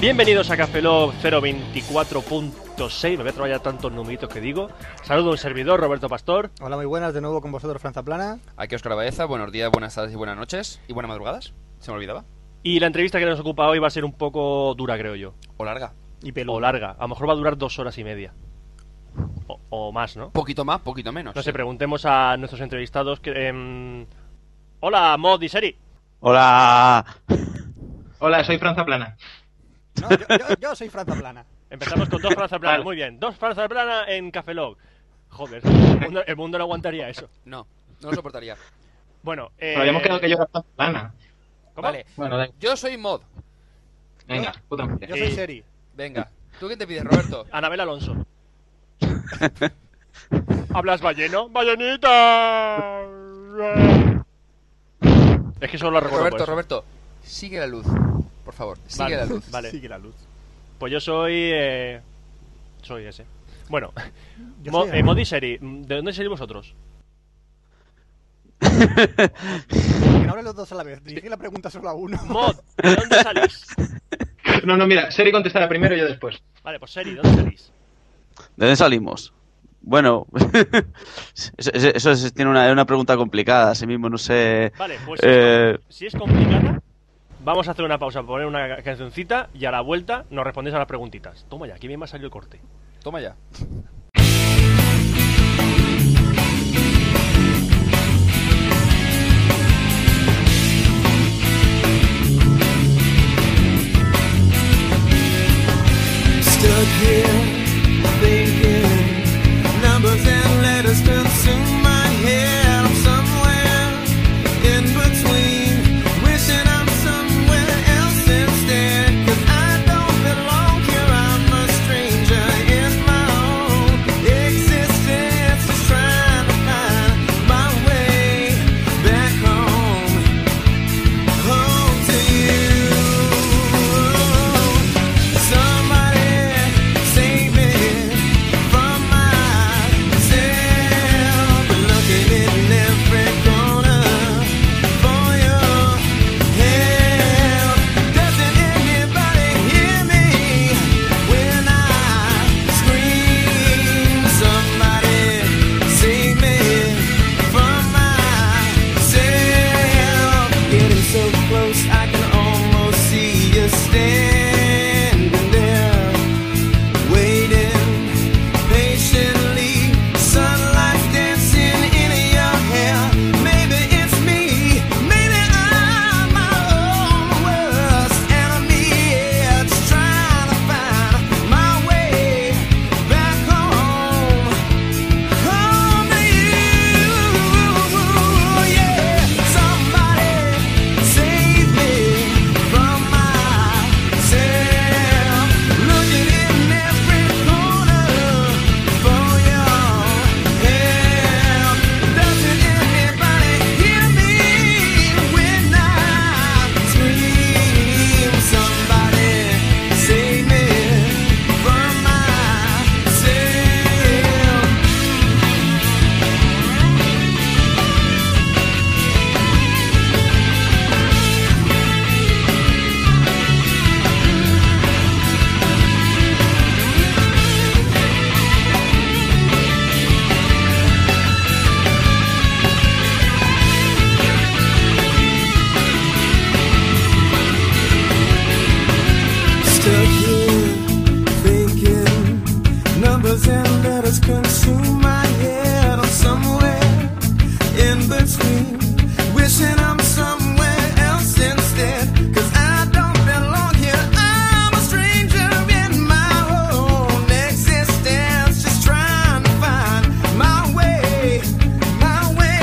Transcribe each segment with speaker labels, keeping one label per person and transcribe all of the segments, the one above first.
Speaker 1: Bienvenidos a Cafelog 024.6. Me voy a trabajar tantos numeritos que digo. Saludo a un servidor, Roberto Pastor.
Speaker 2: Hola, muy buenas de nuevo con vosotros, Franza Plana.
Speaker 3: Aquí Oscar Baeza, buenos días, buenas tardes y buenas noches. Y buenas madrugadas, se me olvidaba.
Speaker 1: Y la entrevista que nos ocupa hoy va a ser un poco dura, creo yo.
Speaker 3: O larga.
Speaker 2: Y pelo.
Speaker 1: O larga. A lo mejor va a durar dos horas y media. O, o más, ¿no?
Speaker 3: Poquito más, poquito menos.
Speaker 1: No
Speaker 3: sí.
Speaker 1: sé, preguntemos a nuestros entrevistados que... em, Hola, Mod y Seri.
Speaker 4: Hola.
Speaker 5: Hola, soy Franza Plana.
Speaker 2: No, yo, yo- yo soy Franza Plana.
Speaker 1: Empezamos con dos Franza Plana.
Speaker 5: Vale.
Speaker 1: Muy bien. Dos Franza Plana en Cafelog. Joder, el mundo, el mundo no aguantaría eso.
Speaker 3: No, no lo soportaría.
Speaker 1: Bueno, eh...
Speaker 5: Pero habíamos quedado que yo era Franza Plana.
Speaker 1: ¿cómo?
Speaker 3: vale,
Speaker 5: Bueno, da-
Speaker 3: yo soy mod.
Speaker 5: venga, puta madre.
Speaker 2: Yo
Speaker 1: Eh,
Speaker 2: soy Seri.
Speaker 3: Venga, ¿tú qué te pides, Roberto?
Speaker 1: Anabel Alonso. ¿Hablas balleno? ¡Ballenita! Es que solo lo recuerdo.
Speaker 3: Roberto,
Speaker 1: por eso.
Speaker 3: Roberto, sigue la luz, por favor, sigue
Speaker 1: Vale,
Speaker 3: la luz.
Speaker 1: Vale,
Speaker 2: Sigue la luz.
Speaker 1: pues yo soy. eh, Soy ese. Bueno,
Speaker 2: Yo
Speaker 1: Mo-
Speaker 2: soy
Speaker 1: eh, Modiseri, mm, ¿de dónde seréis vosotros?
Speaker 2: Que no hablen los dos a la vez. Dirige la pregunta solo a uno.
Speaker 1: Mod, ¿de dónde salís?
Speaker 5: No, no, mira, Seri contestará primero y yo después.
Speaker 1: Vale, pues Seri, ¿dónde salís?
Speaker 4: ¿De dónde salimos? Bueno, eso, eso- eso es- tiene una, es una pregunta complicada. Así mismo no sé.
Speaker 1: Vale, pues
Speaker 4: Eh.
Speaker 1: si es complicada, vamos a hacer una pausa, poner una cancioncita y a la vuelta nos respondéis a las preguntitas. Toma ya, aquí bien me ha salido el corte.
Speaker 3: Toma ya.
Speaker 6: Stood here thinking numbers and letters consume my head. I'm somewhere in between, wishing I'm somewhere else instead. 'Cause I don't belong here. I'm a stranger in my own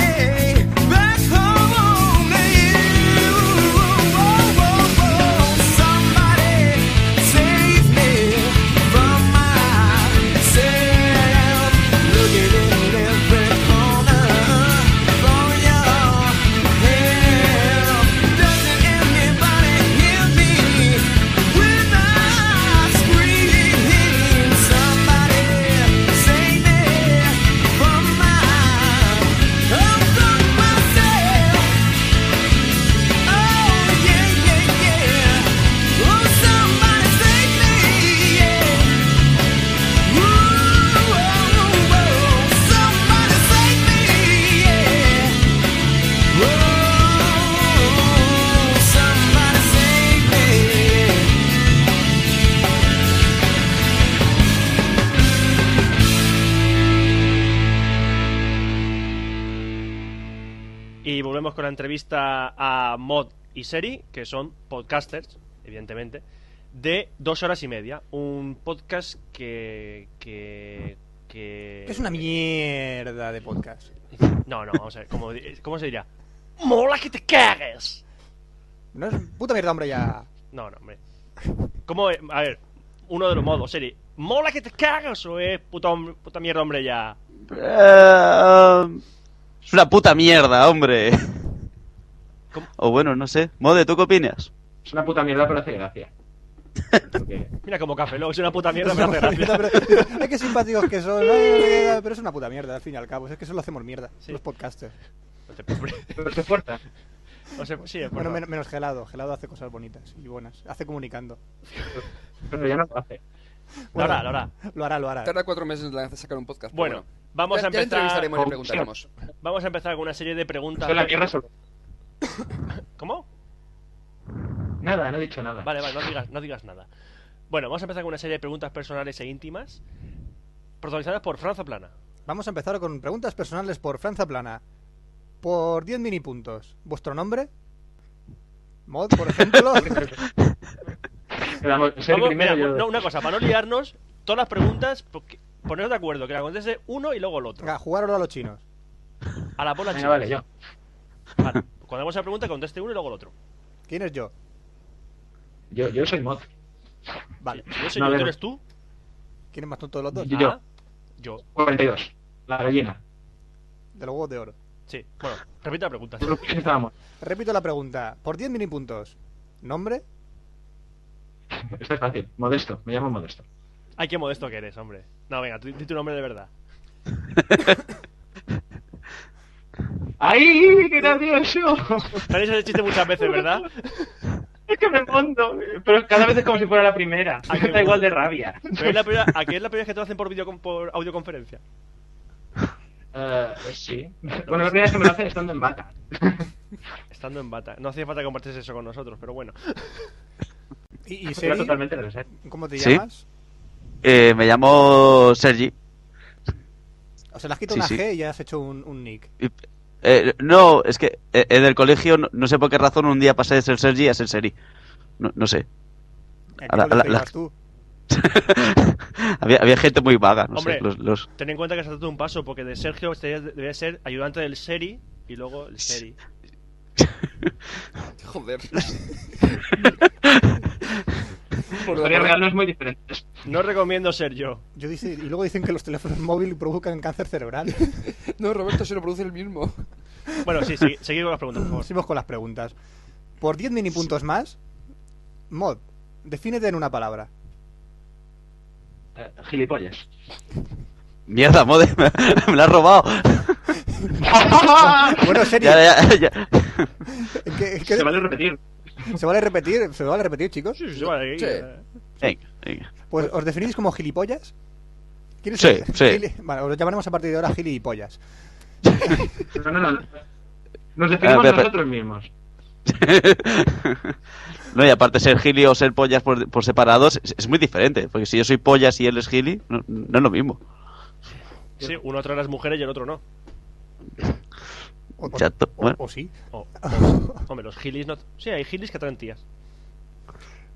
Speaker 6: oh, Oh,
Speaker 1: Y volvemos con la entrevista a Mod y Seri, que son podcasters, evidentemente, de dos horas y media. Un podcast que. que. que.
Speaker 2: Es una mierda de podcast.
Speaker 1: No, no, vamos a ver, ¿cómo, di- cómo se diría? ¡Mola que te cagues!
Speaker 2: No es puta mierda, hombre, ya.
Speaker 1: No, no, hombre. ¿Cómo es? A ver, uno de los modos, Seri. ¿Mola que te cagas o es puta, hom- puta mierda, hombre, ya?
Speaker 4: Eh, es una puta mierda, hombre.
Speaker 1: ¿Cómo?
Speaker 4: O bueno, no sé. Mode, ¿tú qué opinas?
Speaker 5: Es una puta mierda, pero hace gracia. Porque-
Speaker 1: Mira como café, luego es una puta mierda, pero hace
Speaker 2: Es
Speaker 1: gracia.
Speaker 2: una puta mierda, pero- es que simpáticos que son. Pero es una puta mierda, al fin y al cabo. Es que eso lo hacemos mierda,
Speaker 1: Sí.
Speaker 2: los podcasters.
Speaker 1: No te preocupes.
Speaker 5: Pero se esfuerza.
Speaker 1: O sea, sí, es
Speaker 2: Bueno,
Speaker 1: verdad.
Speaker 2: men- menos gelado. Gelado hace cosas bonitas y buenas. Hace comunicando.
Speaker 5: Pero ya no lo hace.
Speaker 1: Lo hará, lo hará.
Speaker 2: Lo hará, lo hará.
Speaker 3: Tarda cuatro meses en lanzar- sacar un podcast. pero
Speaker 1: Bueno, vamos
Speaker 3: ya,
Speaker 1: a
Speaker 3: ya le
Speaker 1: empezar.
Speaker 3: entrevistaremos y le preguntaremos.
Speaker 1: Vamos a empezar con una serie de preguntas.
Speaker 5: Soy la tierra solo.
Speaker 1: ¿Cómo?
Speaker 5: Nada, no he dicho nada.
Speaker 1: Vale, vale, no digas, no digas nada. Bueno, vamos a empezar con una serie de preguntas personales e íntimas. Protagonizadas por Franza Plana.
Speaker 2: Vamos a empezar con preguntas personales por Franza Plana. Por 10 mini puntos. ¿Vuestro nombre? Mod, por ejemplo.
Speaker 5: Quedamos- ser
Speaker 1: Vamos, mira,
Speaker 5: primero yo-
Speaker 1: no, una cosa, para no liarnos, todas las preguntas, porque- poneros de acuerdo, que la conteste uno y luego el otro.
Speaker 2: Venga, jugarlo a los chinos.
Speaker 1: A la bola
Speaker 5: Venga,
Speaker 1: chica.
Speaker 5: vale, yo.
Speaker 1: Vale, Cuando hagamos la pregunta, conteste uno y luego el otro.
Speaker 2: ¿Quién es yo?
Speaker 5: Yo, yo soy mod.
Speaker 2: Vale.
Speaker 1: Si yo soy
Speaker 5: No,
Speaker 1: yo,
Speaker 5: no.
Speaker 1: tú eres tú.
Speaker 2: ¿Quién es más tonto de los dos?
Speaker 5: Yo- yo.
Speaker 1: Ah, yo.
Speaker 5: 42. La gallina.
Speaker 2: De los huevos de oro.
Speaker 1: Sí. Bueno, repite la pregunta.
Speaker 5: Por lo que estábamos.
Speaker 2: Repito la pregunta. Por 10 mini puntos. ¿Nombre?
Speaker 5: Esto es fácil. Modesto. Me llamo Modesto.
Speaker 1: Ay, qué modesto que eres, hombre. No, venga, tú- di tu nombre de verdad.
Speaker 5: ¡Ay, qué gracioso!
Speaker 1: Tenéis ese chiste muchas veces, ¿verdad?
Speaker 5: es que me mondo. Pero cada vez es como si fuera la primera.
Speaker 1: Ay, qué
Speaker 5: Está igual
Speaker 1: bueno.
Speaker 5: de rabia.
Speaker 1: Pero es la primera, aquí es la primera vez que te lo hacen por, video, por audioconferencia.
Speaker 5: Eh, sí. Bueno, los primeros que me lo hacen estando en vaca.
Speaker 1: Estando en bata. No hacía falta que compartiese eso con nosotros, pero bueno.
Speaker 2: ¿Y, y
Speaker 5: Era
Speaker 2: Seri?
Speaker 5: totalmente necesario.
Speaker 2: ¿Cómo te
Speaker 4: Ah, Sí.
Speaker 2: llamas?
Speaker 4: Eh, me llamo Sergi.
Speaker 2: O sea, le has quitado una
Speaker 4: Sí, sí.
Speaker 2: G y ya has hecho un, un nick.
Speaker 4: Y- eh, no, es que eh, en el colegio, no, no sé por qué razón, un día pasé de ser Sergi a ser Seri. No, no sé.
Speaker 2: ¿En
Speaker 4: Ahora,
Speaker 2: qué colegio
Speaker 4: la- la-
Speaker 2: ibas tú?
Speaker 4: había, había gente muy vaga. No
Speaker 1: Hombre.
Speaker 4: sé, los, los-
Speaker 1: Ten en cuenta que has dado un paso, porque de Sergio este debía ser ayudante del Seri y luego el Seri.
Speaker 3: Joder.
Speaker 5: La historia real no es muy diferente.
Speaker 1: No recomiendo ser yo.
Speaker 2: Yo dice, y luego dicen que los teléfonos móviles provocan cáncer cerebral.
Speaker 3: No, Roberto se lo produce el mismo.
Speaker 1: Bueno, sí, sí, seguid con las preguntas, por favor.
Speaker 2: Seguimos con las preguntas. Por 10 mini puntos más, Mod, defínete en una palabra.
Speaker 5: Eh, gilipollas.
Speaker 4: Mierda, mode, me, me la has robado.
Speaker 2: Bueno, Seri,
Speaker 4: Ya, ya, ya.
Speaker 2: ¿qué- qué-
Speaker 5: Se vale repetir.
Speaker 2: ¿se vale repetir? ¿Se vale repetir, chicos?
Speaker 1: Sí, sí, sí, vale, ahí,
Speaker 3: Sí.
Speaker 1: eh.
Speaker 4: Venga, venga.
Speaker 2: Pues os definís como gilipollas. ¿Quieres
Speaker 4: Sí, sí.
Speaker 2: Gili- Vale, os llamaremos a partir de ahora gilipollas.
Speaker 5: No, no, no. Nos definimos
Speaker 4: Ah, pero-
Speaker 5: nosotros mismos.
Speaker 4: No, y aparte ser gili o ser pollas por, por separados es, es muy diferente. Porque si yo soy pollas y él es gili, no, no es lo mismo.
Speaker 1: Sí, uno trae a las mujeres y el otro no.
Speaker 2: O, o-
Speaker 4: Chato,
Speaker 2: o-
Speaker 4: bueno.
Speaker 2: o sí.
Speaker 1: O- o- hombre, los gilis no. Sí, hay gilis que traen tías.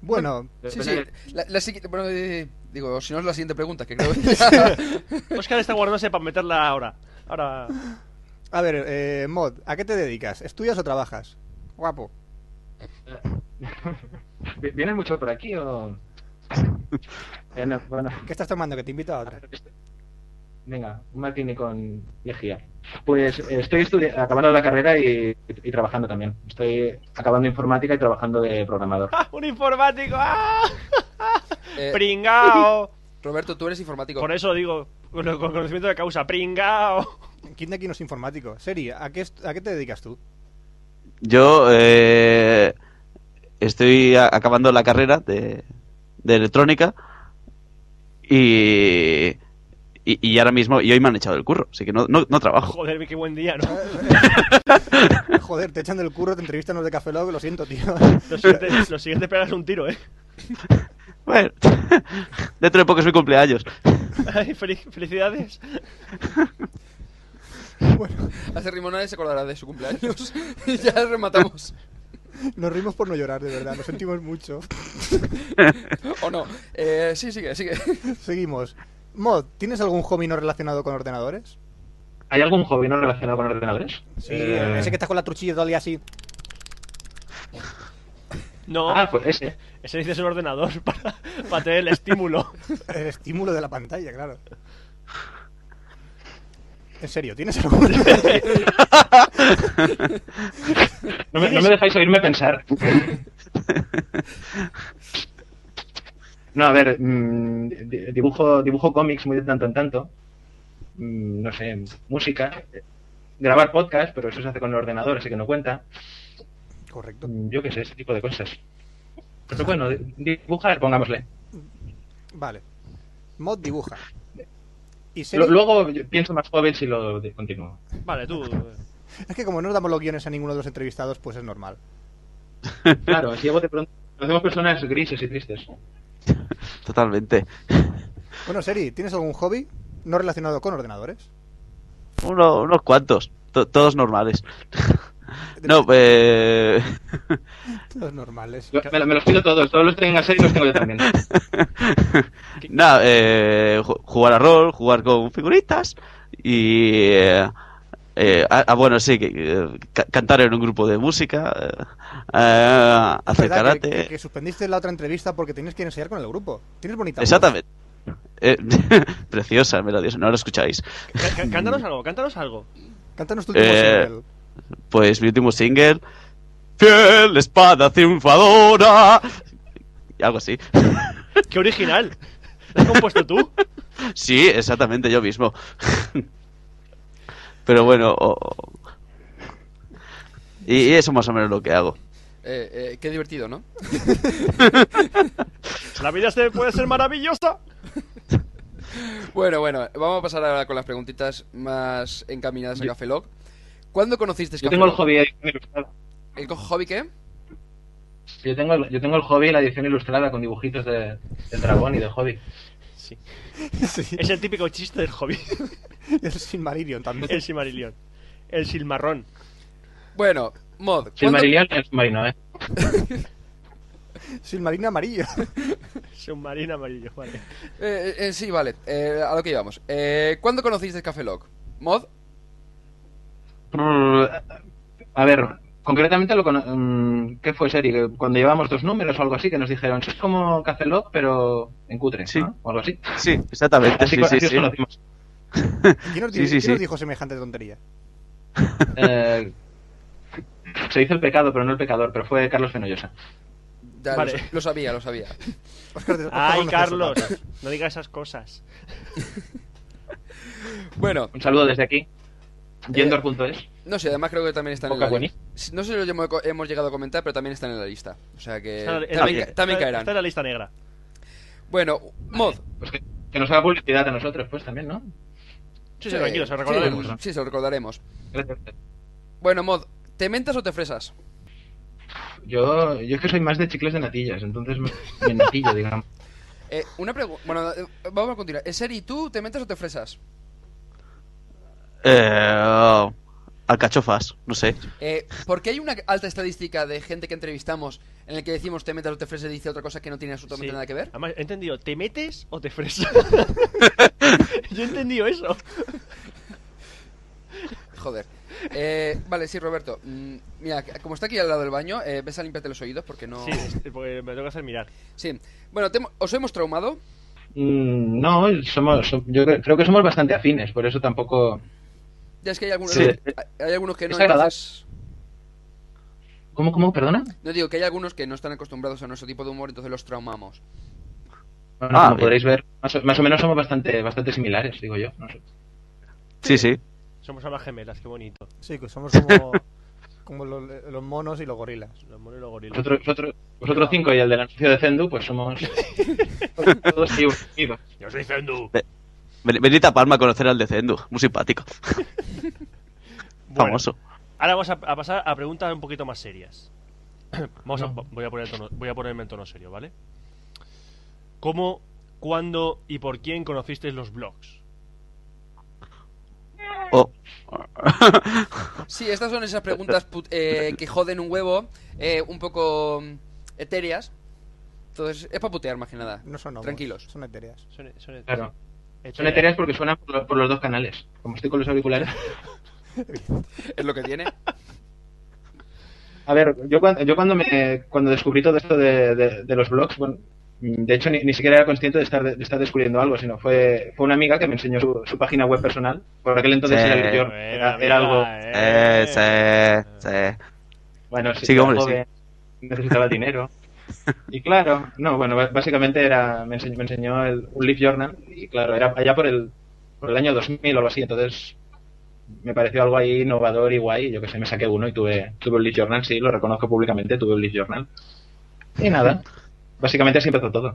Speaker 2: Bueno,
Speaker 3: Sí, sí. La, la siguiente- bueno, eh, digo, si no es la siguiente pregunta, que creo que
Speaker 1: Oscar está guardándose para meterla ahora. Ahora.
Speaker 2: a ver, eh, Mod, ¿a qué te dedicas? ¿Estudias o trabajas? Guapo.
Speaker 5: ¿Vi- ¿Vienes mucho por aquí o...? Eh, no, bueno,
Speaker 2: ¿Qué estás tomando? Que te invito a
Speaker 5: a
Speaker 2: otra.
Speaker 5: ver, este- venga, un martini con lejía. Pues eh, estoy estudi- acabando la carrera y, y trabajando también. Estoy acabando informática y trabajando de programador.
Speaker 1: ¡Ah, ¡Un informático! ¡Ah!
Speaker 3: Eh,
Speaker 1: ¡Pringao!
Speaker 3: Roberto, tú eres informático.
Speaker 1: Por eso digo, con con conocimiento de causa, ¡pringao!
Speaker 2: ¿Quién de aquí no es informático? Seri, ¿a qué, est- a qué te dedicas tú?
Speaker 4: Yo eh, estoy a- acabando la carrera de, de electrónica y, y, y ahora mismo, y hoy me han echado el curro, así que no, no, no trabajo.
Speaker 1: Joder, qué buen día, ¿no?
Speaker 2: Joder, te echan del curro, te entrevistan los de Café Lock, lo siento, tío.
Speaker 1: Lo siguiente, lo siguiente es pegarse un tiro, ¿eh?
Speaker 4: Bueno, dentro de poco es mi cumpleaños.
Speaker 1: Ay, fel- felicidades.
Speaker 2: Bueno,
Speaker 3: A ese ritmo nadie se acordará de su cumpleaños. Y ya rematamos.
Speaker 2: nos rimos por no llorar, de verdad, lo sentimos mucho.
Speaker 3: ¿O no? Eh, sí, sigue, sigue.
Speaker 2: Seguimos. Mod, ¿tienes algún hobby no relacionado con ordenadores?
Speaker 5: ¿Hay algún hobby no relacionado con ordenadores?
Speaker 2: Sí,
Speaker 5: Eh,
Speaker 2: ese que estás con la truchilla todo el día así.
Speaker 1: No,
Speaker 5: Ah, pues ese.
Speaker 1: ese dice el ordenador para, para tener el estímulo.
Speaker 2: El estímulo de la pantalla, claro. En serio, ¿tienes algún.?
Speaker 5: No me, no me dejáis oírme pensar. No, a ver, mm, di- dibujo, dibujo cómics muy de tanto en tanto. Mm, no sé, música. eh, Grabar podcast, pero eso se hace con el ordenador, así que no cuenta.
Speaker 2: Correcto.
Speaker 5: Mm, Yo qué sé, ese tipo de cosas. Pero bueno, di- dibujar, pongámosle.
Speaker 2: Vale. Mod dibuja. Y Seri-
Speaker 5: Lo- luego yo pienso más joven si lo de- continúo.
Speaker 1: Vale, tú. eh.
Speaker 2: Es que como no nos damos los guiones a ninguno de los entrevistados, pues es normal.
Speaker 5: Claro, si llego de pronto. Nos vemos personas grises y tristes.
Speaker 4: Totalmente.
Speaker 2: Bueno, Seri, ¿tienes algún hobby no relacionado con ordenadores?
Speaker 4: Uno- unos cuantos. To- todos normales. No, eh...
Speaker 2: Los normales.
Speaker 5: Yo- me, lo- me los pido todos, todos los que tengas seis los tengo yo también.
Speaker 4: Nada, eh, ju- jugar a rol, jugar con figuritas y... eh, eh, ah, ah, bueno, sí, que, eh, ca- cantar en un grupo de música, eh, eh,
Speaker 2: Es verdad
Speaker 4: hacer
Speaker 2: que-
Speaker 4: karate.
Speaker 2: Que, que suspendiste la otra entrevista porque tenías que ensayar con el grupo. Tienes bonita voz.
Speaker 4: Exactamente. Eh, preciosa, melodiosa, no lo escucháis.
Speaker 1: Cá- cá- Cántanos algo, cántanos algo.
Speaker 2: Cántanos tu último
Speaker 4: Eh,
Speaker 2: single.
Speaker 4: Pues mi último single, Fiel espada triunfadora. Algo así.
Speaker 1: ¡Qué original! ¿Lo has compuesto tú?
Speaker 4: Sí, exactamente, yo mismo. Pero bueno... o- Y y eso más o menos lo que hago.
Speaker 3: Eh, eh, qué divertido, ¿no?
Speaker 1: La vida se puede ser maravillosa.
Speaker 3: Bueno, bueno, vamos a pasar ahora con las preguntitas más encaminadas a Café Lock. ¿Cuándo conociste
Speaker 5: Yo
Speaker 3: Café
Speaker 5: tengo el
Speaker 3: Lock?
Speaker 5: hobby de edición ilustrada.
Speaker 3: ¿El co- hobby qué?
Speaker 5: Yo tengo, el- yo tengo el hobby de la edición ilustrada con dibujitos de, del dragón y de hobby.
Speaker 1: Sí.
Speaker 2: sí,
Speaker 1: Es el típico chiste del hobby.
Speaker 2: el Silmarillion también.
Speaker 1: El Silmarillion. El Silmarrón.
Speaker 3: Bueno, Mod, ¿cuándo-
Speaker 5: Silmarillion y el submarino, ¿eh?
Speaker 2: Silmarín amarillo.
Speaker 1: Submarino amarillo, vale.
Speaker 3: Eh, eh, sí, vale, eh, a lo que íbamos. Eh, ¿Cuándo conocisteis Café Lock? Mod,
Speaker 5: Brr, Mm, A ver, concretamente lo cono- mm, ¿qué fue serie? Cuando llevábamos dos números o algo así que nos dijeron, es como Cacelot, pero en cutre,
Speaker 4: Sí.
Speaker 5: ¿no? O algo así.
Speaker 4: Sí, exactamente.
Speaker 5: Así,
Speaker 4: sí,
Speaker 5: co-
Speaker 4: sí,
Speaker 5: así os
Speaker 4: sí.
Speaker 5: conocimos.
Speaker 2: ¿Quién nos,
Speaker 4: Sí,
Speaker 2: di-
Speaker 4: sí,
Speaker 2: quién
Speaker 4: sí.
Speaker 2: nos dijo semejante tontería?
Speaker 5: Eh, se hizo el pecado, pero no el pecador, pero fue Carlos Fenollosa.
Speaker 3: ya
Speaker 1: Vale.
Speaker 3: lo, sa- lo sabía, lo sabía.
Speaker 2: Oscar de- Oscar
Speaker 1: ¡Ay,
Speaker 2: Gómez
Speaker 1: Carlos!
Speaker 2: Soto.
Speaker 1: No digas esas cosas.
Speaker 3: Bueno,
Speaker 5: Un saludo desde
Speaker 4: Eh.
Speaker 5: aquí. Yendor.es.
Speaker 3: no sé, además creo que también está en
Speaker 5: Poca
Speaker 3: la
Speaker 5: buena.
Speaker 3: lista. No sé si lo hemos, hemos llegado a comentar, pero también están en la lista. O sea que
Speaker 1: Está en la- en la-
Speaker 3: Eh, también, ca-
Speaker 1: está-
Speaker 3: también
Speaker 1: Está en la
Speaker 3: caerán.
Speaker 1: lista negra.
Speaker 3: Bueno, Mod,
Speaker 5: Pues que, que nos haga publicidad a nosotros, pues también, ¿no?
Speaker 1: Sí, sí, tranquilo, se
Speaker 3: sí,
Speaker 1: recordaremos.
Speaker 5: ¿no?
Speaker 3: eh, Sí, se lo recordaremos.
Speaker 5: Gracias.
Speaker 3: Bueno, Mod, ¿te mentas o te fresas?
Speaker 5: Yo, yo es que soy más de chicles de natillas, entonces me me natillo, digamos.
Speaker 3: Eh, una pregunta. Bueno, eh, vamos a continuar. ¿Es Eri, tú te mentas o te fresas?
Speaker 4: Eh, alcachofas, no sé.
Speaker 3: Eh, ¿Por qué hay una alta estadística de gente que entrevistamos en la que decimos te mentas o te fresas y dice otra cosa que no tiene absolutamente
Speaker 1: Sí.
Speaker 3: nada que ver?
Speaker 1: Además, he entendido, ¿te metes o te fresas? Yo he entendido eso.
Speaker 3: Joder. Eh, vale, sí, Roberto. Mm, mira, como está aquí al lado del baño, eh, ves a limpiarte los oídos porque no.
Speaker 1: Sí, es- porque me tengo que hacer mirar.
Speaker 3: Sí. Bueno, te hemo- os hemos traumado.
Speaker 5: Mm, No, somos, som- yo cre- creo que somos bastante afines, por eso tampoco.
Speaker 3: Ya es que hay algunos,
Speaker 4: Sí.
Speaker 3: hay algunos que no.
Speaker 5: Es agradable.
Speaker 3: entonces-
Speaker 5: ¿Cómo, cómo, perdona?
Speaker 3: No digo que hay algunos que no están acostumbrados a nuestro tipo de humor, entonces los traumamos.
Speaker 5: Bueno,
Speaker 4: Ah,
Speaker 5: como
Speaker 4: bien.
Speaker 5: podréis ver, más o, más o menos somos bastante, bastante similares, digo yo. no sé.
Speaker 4: Sí, sí.
Speaker 1: Somos almas gemelas, qué bonito.
Speaker 2: Sí, que somos como, como los, los monos y los gorilas.
Speaker 1: Los monos y los gorilas.
Speaker 5: Vosotros, vosotros, vosotros cinco y el del anuncio de Zendu, pues somos todos ahí unidos.
Speaker 1: Yo soy Fendu.
Speaker 4: Ven- Venid a Palma a conocer al Decendo, muy simpático,
Speaker 1: Bueno,
Speaker 4: famoso.
Speaker 1: Ahora vamos a, a pasar a preguntas un poquito más serias. Vamos a- voy, a poner tono- voy a ponerme en tono serio, ¿vale? ¿Cómo, cuándo y por quién conocisteis los blogs?
Speaker 4: o-
Speaker 3: Sí, estas son esas preguntas put- eh, que joden un huevo, eh, un poco mm, etéreas. Entonces, es para putear más que nada.
Speaker 2: No son hongos,
Speaker 3: Tranquilos.
Speaker 2: Son etéreas.
Speaker 1: Son, son-
Speaker 5: Claro.
Speaker 1: etéreas.
Speaker 5: Son etéreas porque suenan por, lo- por los dos canales. Como estoy con los auriculares.
Speaker 3: Es lo que tiene.
Speaker 5: A ver, yo cuando, yo cuando me cuando descubrí todo esto de, de- de los blogs, bueno, mm, de hecho ni, ni siquiera era consciente de estar, de estar descubriendo algo, sino fue, fue una amiga que me enseñó su, su página web personal. Por aquel entonces
Speaker 4: Sí.
Speaker 5: era el York,
Speaker 1: Buena,
Speaker 5: era,
Speaker 1: mira,
Speaker 5: era algo.
Speaker 4: Eh,
Speaker 1: eh.
Speaker 4: sí, sí.
Speaker 5: Bueno, sí,
Speaker 4: Sí,
Speaker 5: era
Speaker 4: hombre,
Speaker 5: joven, necesitaba dinero. Y claro, no, bueno, b- básicamente era me enseñó, me enseñó el, un Leaf Journal y claro, era allá por el, por el año 2000 o algo así, entonces me pareció algo ahí innovador y guay, yo que sé, me saqué uno y tuve, tuve un Leaf Journal, sí, lo reconozco públicamente, tuve un Leaf Journal. Y nada, básicamente así empezó todo.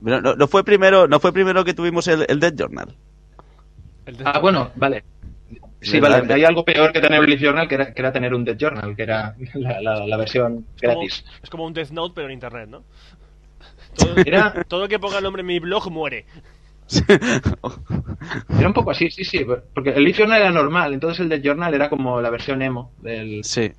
Speaker 4: No, no- no fue primero, no fue primero que tuvimos el, el Dead Journal.
Speaker 1: El de-
Speaker 5: Ah, bueno, vale. Sí,
Speaker 4: ¿Verdad?
Speaker 5: vale, hay algo peor que tener un Leaf Journal, que era, que era tener un Dead Journal, que era la, la- la versión
Speaker 1: es, como,
Speaker 5: gratis.
Speaker 1: es como un Death Note, pero en internet, ¿no? Todo,
Speaker 5: Era-
Speaker 1: todo que ponga el nombre en mi blog muere.
Speaker 4: Oh,
Speaker 5: Era un poco así, sí, sí, porque el Leaf Journal era normal, entonces el de Journal era como la versión emo del...
Speaker 4: Sí.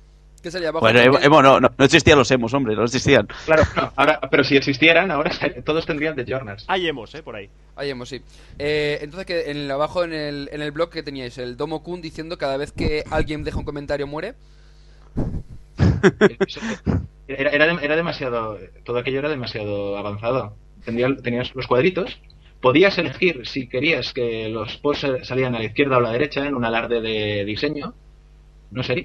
Speaker 3: ¿Qué sería? Bajo
Speaker 4: Bueno,
Speaker 3: el
Speaker 4: emo,
Speaker 3: toque.
Speaker 4: emo no, no, no existían los emos, hombre, no existían.
Speaker 5: Claro, no, ahora, pero si existieran, ahora todos tendrían de Journals.
Speaker 1: Hay emos, ¿eh? Por ahí.
Speaker 3: Ahí hemos, sí. Eh, entonces, que en el- abajo en el, en el blog que teníais, el Domo Kun diciendo cada vez que alguien deja un comentario muere.
Speaker 5: Era, era, de- era demasiado, todo aquello era demasiado avanzado. Tendría- tenías los cuadritos, podías elegir si querías que los posts salían a la izquierda o a la derecha en un alarde de diseño. No sé.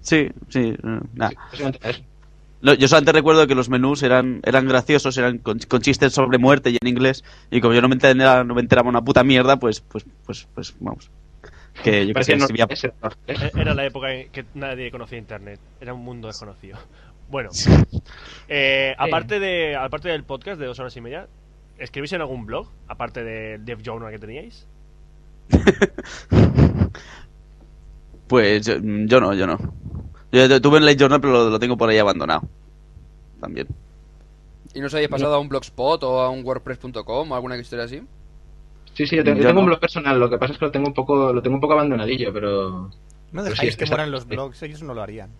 Speaker 4: Sí, sí. mm, nah.
Speaker 5: Sí, básicamente era eso.
Speaker 4: Lo- yo solamente recuerdo que los menús eran, eran graciosos, eran con, con chistes sobre muerte y en inglés. Y como yo no me enteraba, no me enteraba una puta mierda, pues, pues, pues, pues, vamos. Que yo que sé,
Speaker 5: Parecía
Speaker 4: si había-
Speaker 5: normales, era normales.
Speaker 1: E- Era la época en que nadie conocía internet. Era un mundo desconocido. Bueno, eh, aparte, de, aparte del podcast de dos horas y media, ¿escribís en algún blog? Aparte del Dev Journal que teníais.
Speaker 4: pues yo, mm, yo no, yo no. Yo, yo tuve un late journal, pero lo, lo tengo por ahí abandonado. También.
Speaker 3: Y no os habéis pasado a un blogspot o a un wordpress.com o alguna historia así.
Speaker 5: Sí, sí, yo tengo, yo
Speaker 4: Yo
Speaker 5: tengo un
Speaker 4: no.
Speaker 5: blog personal, lo que pasa es que lo tengo un poco, lo tengo un poco abandonadillo, pero
Speaker 2: No
Speaker 5: Pero sí,
Speaker 2: dejáis que
Speaker 5: está-
Speaker 2: mueran los blogs, ellos no lo harían.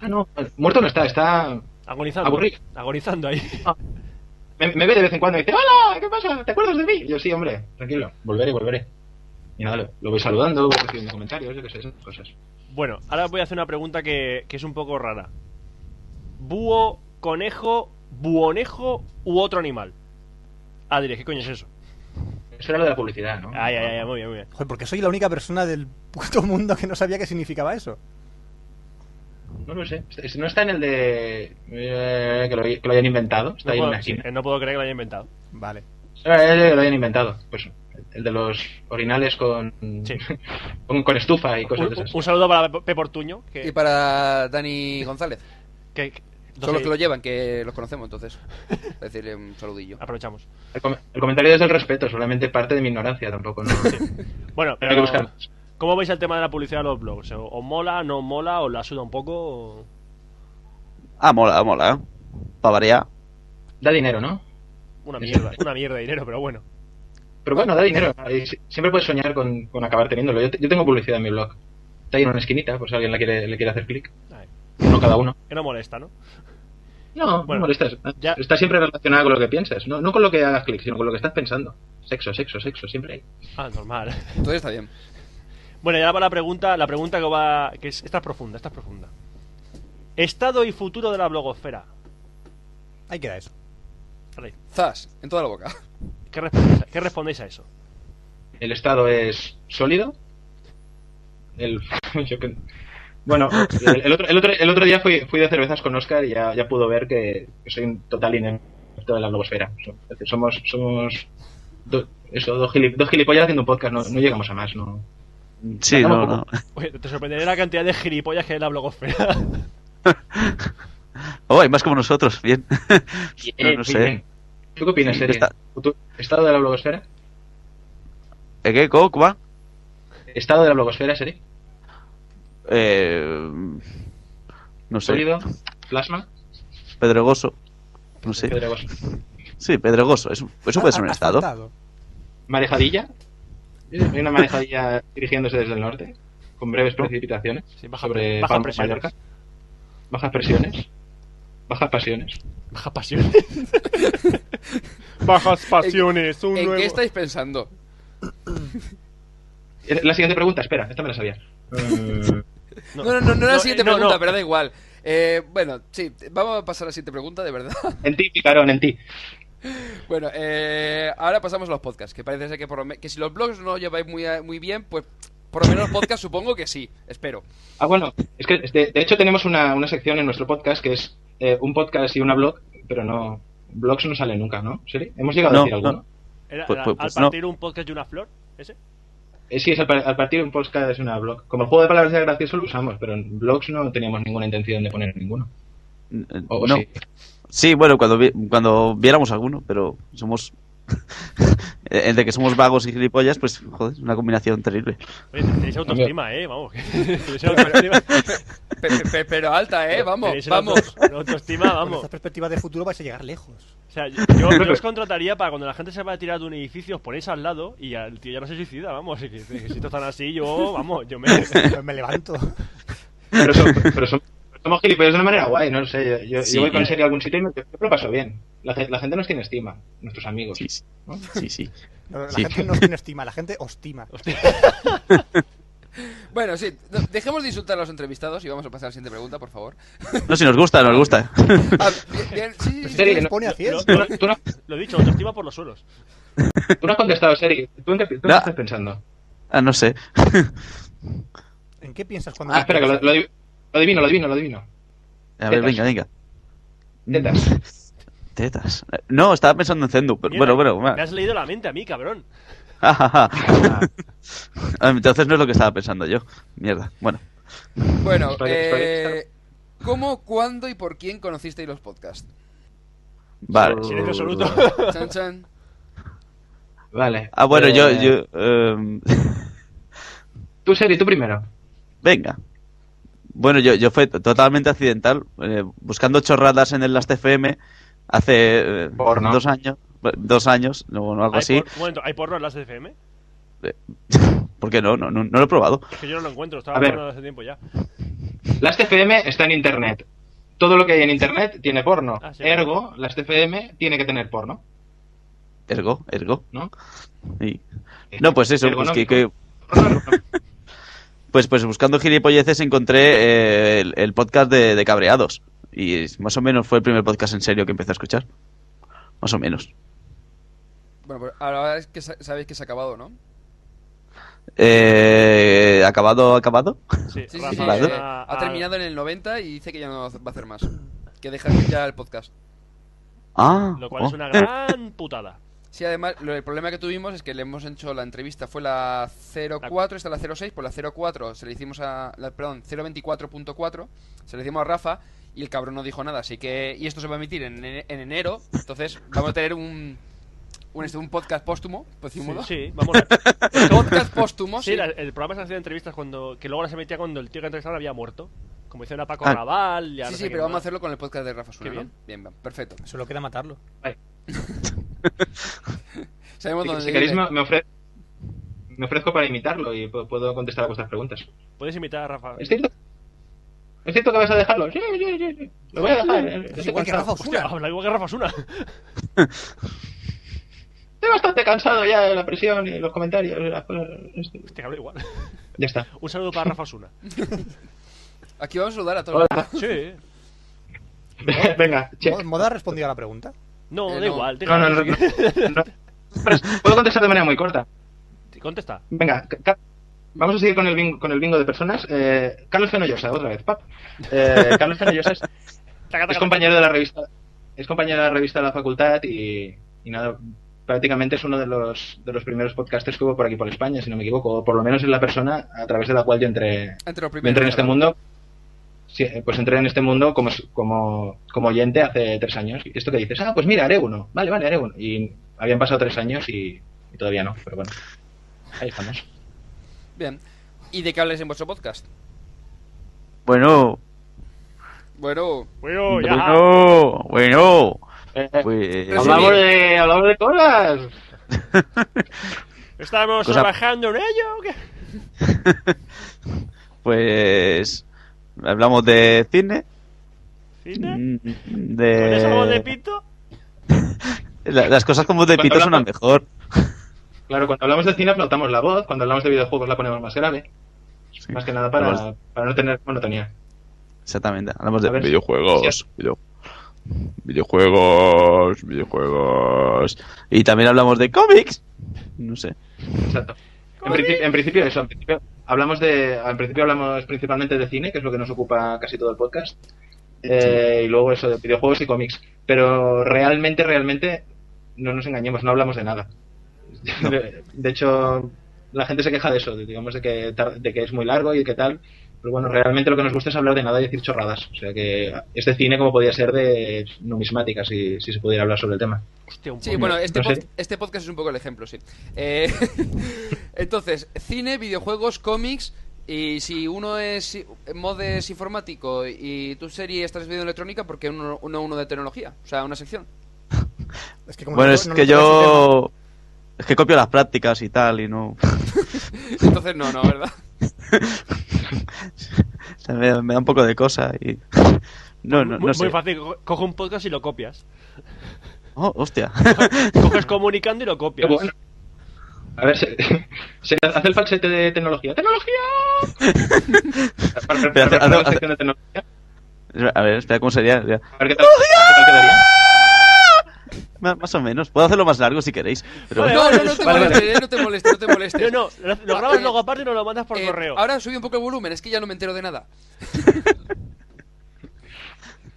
Speaker 5: Ah, no, muerto no está, está...
Speaker 1: Agonizando.
Speaker 5: Aburrido.
Speaker 1: Agonizando ahí.
Speaker 5: Me, me ve de vez en cuando y dice, hola, ¿qué pasa? ¿Te acuerdas de mí? Y yo, sí, hombre, tranquilo, volveré, volveré. Y nada, lo, lo voy saludando, voy recibiendo comentarios, yo qué sé, esas cosas.
Speaker 1: Bueno, ahora voy a hacer una pregunta que, que es un poco rara. ¿Búho, conejo, buonejo u otro animal? Adri, ¿qué coño es eso?
Speaker 5: Eso era lo de la publicidad, ¿no?
Speaker 1: Ay, ay, ay, muy bien, muy bien.
Speaker 2: Joder, porque soy la única persona del puto mundo que no sabía qué significaba eso.
Speaker 5: No lo sé, es- no está en el de... eh, que, lo, que lo hayan inventado, está
Speaker 1: No
Speaker 5: ahí en
Speaker 1: puedo, eh.
Speaker 5: una
Speaker 1: sí,
Speaker 5: esquina.
Speaker 1: eh, no puedo creer que lo haya inventado.
Speaker 2: Vale.
Speaker 5: Ah, el de que lo hayan inventado, pues el de los orinales con,
Speaker 1: Sí.
Speaker 5: con, con estufa y cosas
Speaker 1: Un,
Speaker 5: de esas.
Speaker 1: un saludo para Pepe Ortuño,
Speaker 3: Y
Speaker 1: que,
Speaker 3: para Dani González.
Speaker 1: que- que-
Speaker 3: Son los que lo
Speaker 1: entonces,
Speaker 3: llevan, que los conocemos, entonces. Decirle un saludillo.
Speaker 1: aprovechamos.
Speaker 5: El, com- el comentario es del respeto, solamente parte de mi ignorancia tampoco, ¿no?
Speaker 1: Bueno,
Speaker 5: Hay que
Speaker 1: pero
Speaker 5: buscar.
Speaker 1: ¿cómo veis el tema de la publicidad de los blogs? ¿O, o mola, no mola, o la suda un poco? o-
Speaker 4: Ah, mola, mola. Para variar.
Speaker 5: Da dinero, ¿no?
Speaker 1: Una mierda, una mierda de dinero, pero bueno.
Speaker 5: Pero bueno, da dinero. Ahí si- Siempre puedes soñar con, con acabar teniéndolo. Yo, te- yo tengo publicidad en mi blog. Está ahí en una esquinita, pues alguien la quiere, le quiere hacer clic.
Speaker 1: Ay,
Speaker 5: Uno cada uno.
Speaker 1: que no molesta, ¿no?
Speaker 5: No,
Speaker 1: Bueno,
Speaker 5: no molestas.
Speaker 1: ya.
Speaker 5: Está siempre relacionado con lo que piensas. No, no con lo que hagas clic, sino con lo que estás pensando. Sexo, sexo, sexo, siempre ahí.
Speaker 1: Ah, normal.
Speaker 3: Entonces está bien.
Speaker 1: Bueno, ya va la pregunta, la pregunta que va. que es, esta es profunda, esta es profunda. Estado y futuro de la blogosfera.
Speaker 2: Ahí queda eso.
Speaker 1: Vale,
Speaker 3: Zas, en toda la boca.
Speaker 1: ¿Qué respondéis, a- qué respondéis a eso?
Speaker 5: El estado es sólido. El, yo que- bueno, el, el otro, el, otro, el otro día fui, fui de cervezas con Oscar y ya, ya pudo ver que, que soy un total inepto de la blogosfera. So- es decir, Somos, somos do- eso, dos, gili- dos gilipollas haciendo un podcast, no, no llegamos a más. No.
Speaker 4: Sí, no,
Speaker 5: Sacamos
Speaker 4: no.
Speaker 5: poco.
Speaker 1: Oye, te sorprendería la cantidad de gilipollas que hay en la blogosfera.
Speaker 4: Oh, hay más como nosotros, bien. no,
Speaker 5: Bien,
Speaker 4: no
Speaker 5: muy
Speaker 4: sé.
Speaker 5: bien. ¿Tú qué opinas,
Speaker 4: Sí,
Speaker 5: Serie?
Speaker 4: Eh, está-
Speaker 5: Futuro- ¿Estado de la blogosfera?
Speaker 4: ¿Eh, ¿Qué? ¿Cómo? ¿Cómo va?
Speaker 5: ¿Estado de la blogosfera, Serie?
Speaker 4: Eh, no sé.
Speaker 5: ¿Sólido? ¿Plasma?
Speaker 4: Pedregoso. No sé.
Speaker 5: pedregoso.
Speaker 4: Sí, pedregoso. Eso, eso puede ser un
Speaker 2: Ah,
Speaker 4: estado.
Speaker 2: asfaltado.
Speaker 5: ¿Marejadilla? Hay una manejadilla dirigiéndose desde el norte, con breves precipitaciones.
Speaker 1: Sí, baja-
Speaker 5: sobre
Speaker 1: baja
Speaker 5: Palma de
Speaker 1: presiones.
Speaker 5: Mallorca. Bajas presiones. Bajas pasiones.
Speaker 1: Baja pasiones. Bajas pasiones. Un
Speaker 3: ¿En
Speaker 1: nuevo.
Speaker 3: qué estáis pensando?
Speaker 5: Eh, La siguiente pregunta, espera, esta me la sabía.
Speaker 3: No, no, no, no era la siguiente
Speaker 1: eh, no, no.
Speaker 3: pregunta, pero da igual. Eh, bueno, sí, vamos a pasar a la siguiente pregunta, de verdad.
Speaker 5: En ti, picarón, en ti.
Speaker 3: Bueno, eh, ahora pasamos a los podcasts, que parece ser que, por lo me- que si los blogs no lleváis muy, a- muy bien, pues por lo menos podcast supongo que sí, espero.
Speaker 5: Ah, bueno, es que de, de hecho tenemos una, una sección en nuestro podcast que es eh, un podcast y una blog, pero no. Blogs no sale nunca, ¿no? ¿Sí? ¿Hemos llegado
Speaker 4: No,
Speaker 5: a decir alguno?
Speaker 4: no.
Speaker 1: Era,
Speaker 4: Pues-
Speaker 1: era
Speaker 4: pues- pues
Speaker 1: al
Speaker 4: no.
Speaker 1: partir un podcast de una flor, ese.
Speaker 5: Eh, sí, es al, par- al partir un podcast es una blog. Como el juego de palabras de gracioso lo usamos, pero en blogs no teníamos ninguna intención de poner ninguno. O, o
Speaker 4: no.
Speaker 5: Oh, sí.
Speaker 4: Sí, bueno, cuando, vi- cuando viéramos alguno, pero somos. Entre que somos vagos y gilipollas, pues, joder, es una combinación terrible.
Speaker 1: Oye, tenéis autoestima, eh, vamos. Tenéis una autoestima.
Speaker 3: Pe- pe- pe- pero alta, ¿eh? Vamos,
Speaker 1: Tenéis una
Speaker 3: vamos.
Speaker 1: auto- una autoestima,
Speaker 2: Con
Speaker 1: vamos.
Speaker 2: estas perspectivas de futuro vais a llegar lejos.
Speaker 1: O sea, yo, yo os contrataría para cuando la gente se va a tirar de un edificio, os ponéis al lado y ya- el tío ya no se suicida, vamos. Y que, que si esto están así, yo, vamos, yo me.
Speaker 2: Pues me levanto.
Speaker 5: Pero, so- pero so- somos gilipollas de una manera guay, no lo sé. Yo, yo- yo
Speaker 4: Sí. eh.
Speaker 5: voy con serio a algún sitio y me, yo me lo paso bien. La, ge- la gente nos tiene estima, nuestros amigos.
Speaker 4: Sí, sí. sí, sí.
Speaker 2: No, la
Speaker 4: Sí.
Speaker 2: gente no tiene estima, la gente ostima.
Speaker 3: Bueno, sí, no, dejemos de insultar a los entrevistados y vamos a pasar a la siguiente pregunta, por favor.
Speaker 4: No, si nos gusta, nos gusta.
Speaker 3: Ah, bien, bien, sí, sí, sí.
Speaker 5: Seri,
Speaker 2: les
Speaker 5: no-
Speaker 2: pone a cien.
Speaker 5: no- tú no- tú no-
Speaker 1: Lo dicho, autoestima por los suelos.
Speaker 5: tú no has contestado, Seri. ¿Tú en qué, tú en qué
Speaker 4: No.
Speaker 5: estás pensando?
Speaker 4: Ah, no sé.
Speaker 2: ¿En qué piensas cuando.?
Speaker 5: Ah, espera, que lo, lo adiv- lo adivino, lo adivino, lo adivino.
Speaker 4: A ver, venga,
Speaker 5: Tetas.
Speaker 4: venga.
Speaker 5: Tetas.
Speaker 4: Tetas. No, estaba pensando en Zendu, pero
Speaker 1: Mierda,
Speaker 4: bueno, bueno.
Speaker 1: Me
Speaker 4: bueno.
Speaker 1: has leído la mente a mí, cabrón.
Speaker 4: Ah, ah, ah. Ah, Entonces no es lo que estaba pensando yo. Mierda. Bueno.
Speaker 3: Bueno,
Speaker 5: Estoy- estoy-
Speaker 3: eh, ¿cómo, cuándo y por quién conocisteis los podcasts?
Speaker 4: Vale.
Speaker 1: Silencio absoluto.
Speaker 3: Chan, chan.
Speaker 5: Vale.
Speaker 4: Ah, bueno, yo...
Speaker 5: Eh,
Speaker 4: yo em,
Speaker 5: Tú, Seri, tú primero.
Speaker 4: Venga. Bueno, yo, yo fue totalmente accidental. eh, buscando chorradas en el Last FM hace eh,
Speaker 5: Porno.
Speaker 4: dos años. Dos años, no, no, algo
Speaker 1: Hay
Speaker 4: así.
Speaker 1: por- un momento, ¿hay porno en las FM?
Speaker 4: Porque no, no, no, no lo he probado.
Speaker 1: Es que yo no lo encuentro, estaba
Speaker 5: A ver.
Speaker 1: porno hace tiempo ya.
Speaker 5: Last FM está en internet. Todo lo que hay en internet tiene porno.
Speaker 1: Ah, sí.
Speaker 5: Ergo, Last FM tiene que tener porno,
Speaker 4: Ergo, ergo.
Speaker 5: ¿no?
Speaker 4: y- No, pues eso, pues, que- que- pues, pues buscando gilipolleces encontré eh, el, el podcast de, de Cabreados. Y más o menos fue el primer podcast en serio que empecé a escuchar. Más o menos.
Speaker 3: Bueno, pues ahora es que sa- sabéis que se ha acabado, ¿no?
Speaker 4: Eh, acabado, acabado.
Speaker 1: Sí,
Speaker 3: Sí, sí,
Speaker 1: Rafa,
Speaker 3: sí,
Speaker 4: Vale.
Speaker 3: eh,
Speaker 1: a-
Speaker 3: ha
Speaker 1: a-
Speaker 3: terminado en el 90 y dice que ya no va a hacer más. Que deja ya el podcast.
Speaker 4: Ah,
Speaker 1: Lo cual es
Speaker 4: oh.
Speaker 1: una gran putada.
Speaker 3: Sí, además, lo- el problema que tuvimos es que le hemos hecho la entrevista, fue la 04, está la 06, por la 04 se le hicimos a, la, perdón, 024.4, se le hicimos a Rafa y el cabrón no dijo nada, así que, y esto se va a emitir en, en- en enero, entonces vamos a tener un, un, este, un podcast póstumo, por
Speaker 1: Sí,
Speaker 3: decirlo modo.
Speaker 1: sí, vamos a
Speaker 3: Podcast póstumo,
Speaker 1: Sí,
Speaker 3: Ah, sí.
Speaker 1: la- el programa se hacía entrevistas cuando que luego se metía cuando el tío que entrevistaban había muerto. Como hicieron a Paco
Speaker 4: Ah.
Speaker 1: Raval, ya no
Speaker 3: Sí,
Speaker 1: sé
Speaker 3: sí,
Speaker 1: quién
Speaker 3: pero vamos a
Speaker 1: más.
Speaker 3: hacerlo con el podcast de Rafa Suna,
Speaker 1: Qué
Speaker 3: ¿no?
Speaker 1: bien.
Speaker 3: Bien, bien, perfecto.
Speaker 2: Solo queda matarlo.
Speaker 3: Sabemos dónde
Speaker 5: Si queréis,
Speaker 3: vive.
Speaker 5: me, me ofre- me ofrezco para imitarlo y pu- puedo contestar a vuestras preguntas.
Speaker 1: Puedes imitar a Rafa.
Speaker 5: ¿Es cierto? ¿Es cierto que vas a dejarlo? Sí, sí, sí, sí. Lo voy a dejar. eh,
Speaker 2: Es
Speaker 5: Estoy,
Speaker 2: igual que Rafa
Speaker 5: cansado.
Speaker 1: Hostia,
Speaker 2: Osuna.
Speaker 1: habla igual que Rafa Osuna.
Speaker 5: Estoy bastante cansado ya de la presión y los comentarios. y las cosas. Este,
Speaker 1: Hostia, habla igual.
Speaker 5: Ya está.
Speaker 1: Un saludo para Rafa Osuna.
Speaker 3: Aquí vamos a saludar a todos.
Speaker 1: Sí.
Speaker 5: Venga, check.
Speaker 2: Mo- ¿Moda ha respondido a la pregunta?
Speaker 1: No,
Speaker 3: Eh,
Speaker 1: da
Speaker 3: no.
Speaker 1: igual.
Speaker 5: No, no,
Speaker 1: déjalo,
Speaker 5: no.
Speaker 1: sí
Speaker 5: no,
Speaker 1: que-
Speaker 5: no. Pero Puedo contestar de manera muy corta.
Speaker 1: Contesta.
Speaker 5: Venga, ca- ca- vamos a seguir con el bingo, con el bingo de personas. Eh, Carlos Fenollosa, otra vez, pap. Eh, Carlos Fenollosa es,
Speaker 1: Taca, taca,
Speaker 5: es
Speaker 1: taca.
Speaker 5: compañero de la revista, es compañero de la revista de la facultad y, y nada, prácticamente es uno de los, de los primeros podcasters que hubo por aquí por España, si no me equivoco, o por lo menos es la persona a través de la cual yo entré,
Speaker 3: Entre los
Speaker 5: yo
Speaker 3: primeros.
Speaker 5: entré en este mundo. Sí, eh, pues entré en este mundo como, s- como, como oyente hace tres años. Y esto que dices, ah, pues mira, haré uno. Vale, vale, haré uno. Y habían pasado tres años y, y todavía no, pero bueno. Ahí estamos.
Speaker 3: Bien. ¿Y de qué habláis en vuestro podcast?
Speaker 4: Bueno,
Speaker 3: Bueno,
Speaker 1: Bueno, Oh, ya.
Speaker 4: bueno, bueno.
Speaker 5: Eh,
Speaker 4: Pues,
Speaker 3: Hablamos
Speaker 5: hablamos de hablamos de cosas
Speaker 1: Estamos
Speaker 4: Cosa-
Speaker 1: trabajando en ello. ¿qué?
Speaker 4: Pues hablamos de cine,
Speaker 5: Eh.
Speaker 1: ¿Cine?
Speaker 4: mm,
Speaker 1: ¿Con eso como de
Speaker 4: de
Speaker 1: pito?
Speaker 4: la- las cosas como de
Speaker 5: Cuando
Speaker 4: pito suenan
Speaker 5: hablamos-
Speaker 4: mejor.
Speaker 5: Claro, cuando hablamos de cine aplautamos la voz, cuando hablamos de videojuegos la ponemos más grave.
Speaker 4: Sí.
Speaker 5: Más que nada para,
Speaker 4: Hablamos-
Speaker 5: para no tener monotonía.
Speaker 4: Exactamente, hablamos de
Speaker 5: A ver,
Speaker 4: videojuegos,
Speaker 5: sí.
Speaker 4: video- videojuegos, videojuegos. Y también hablamos de cómics. No sé.
Speaker 5: Exacto. En, principi- en principio eso, en principio hablamos de, al principio hablamos principalmente de cine, que es lo que nos ocupa casi todo el podcast, eh, y luego eso de videojuegos y cómics. Pero realmente, realmente, no nos engañemos, no hablamos de nada. De, de hecho, la gente se queja de eso, de- digamos de que, tar- de que es muy largo y que tal. Pero bueno, realmente lo que nos gusta es hablar de nada y decir chorradas. O sea que este cine como podía ser de numismática, si, si se pudiera hablar sobre el tema.
Speaker 1: Hostia, un
Speaker 3: Sí,
Speaker 1: poco.
Speaker 3: bueno, este,
Speaker 5: No sé.
Speaker 3: pod- este podcast es un poco el ejemplo, sí. Eh, entonces, cine, videojuegos, cómics. Y si uno es i- modes informático y tu serie estás viendo electrónica, porque uno, uno uno de tecnología? O sea, una sección.
Speaker 2: Es que como
Speaker 4: bueno,
Speaker 2: no-
Speaker 4: es
Speaker 2: no
Speaker 4: que
Speaker 2: le toca el tema-
Speaker 4: yo. Es que copio las prácticas y tal, y no.
Speaker 3: Entonces, no, no, ¿verdad?
Speaker 4: O sea, me, me da un poco de cosa y. No, no,
Speaker 1: muy,
Speaker 4: no sé.
Speaker 1: muy fácil, co- coge un podcast y lo copias.
Speaker 4: Oh, hostia.
Speaker 1: Coges comunicando y lo copias.
Speaker 5: Pero bueno. A ver, se, se hace el falsete de tecnología. ¡Tecnología! Para- para-
Speaker 4: Pero hace-
Speaker 5: para la
Speaker 4: hace-
Speaker 5: sección de tecnología.
Speaker 4: A ver, espera, ¿cómo sería? Ya.
Speaker 5: A ver qué tal, qué tal quedaría.
Speaker 4: Ma- Más o menos. Puedo hacerlo más largo si queréis. Pero
Speaker 1: Vale,
Speaker 3: No, no, no te
Speaker 5: vale,
Speaker 3: molestes, eh, no te molestes, no te molestes.
Speaker 1: No, no, lo, lo
Speaker 3: Ah,
Speaker 1: grabas
Speaker 3: eh,
Speaker 1: luego aparte y nos lo mandas por
Speaker 3: Eh,
Speaker 1: correo.
Speaker 3: Ahora sube un poco el volumen, es que ya no me entero de nada.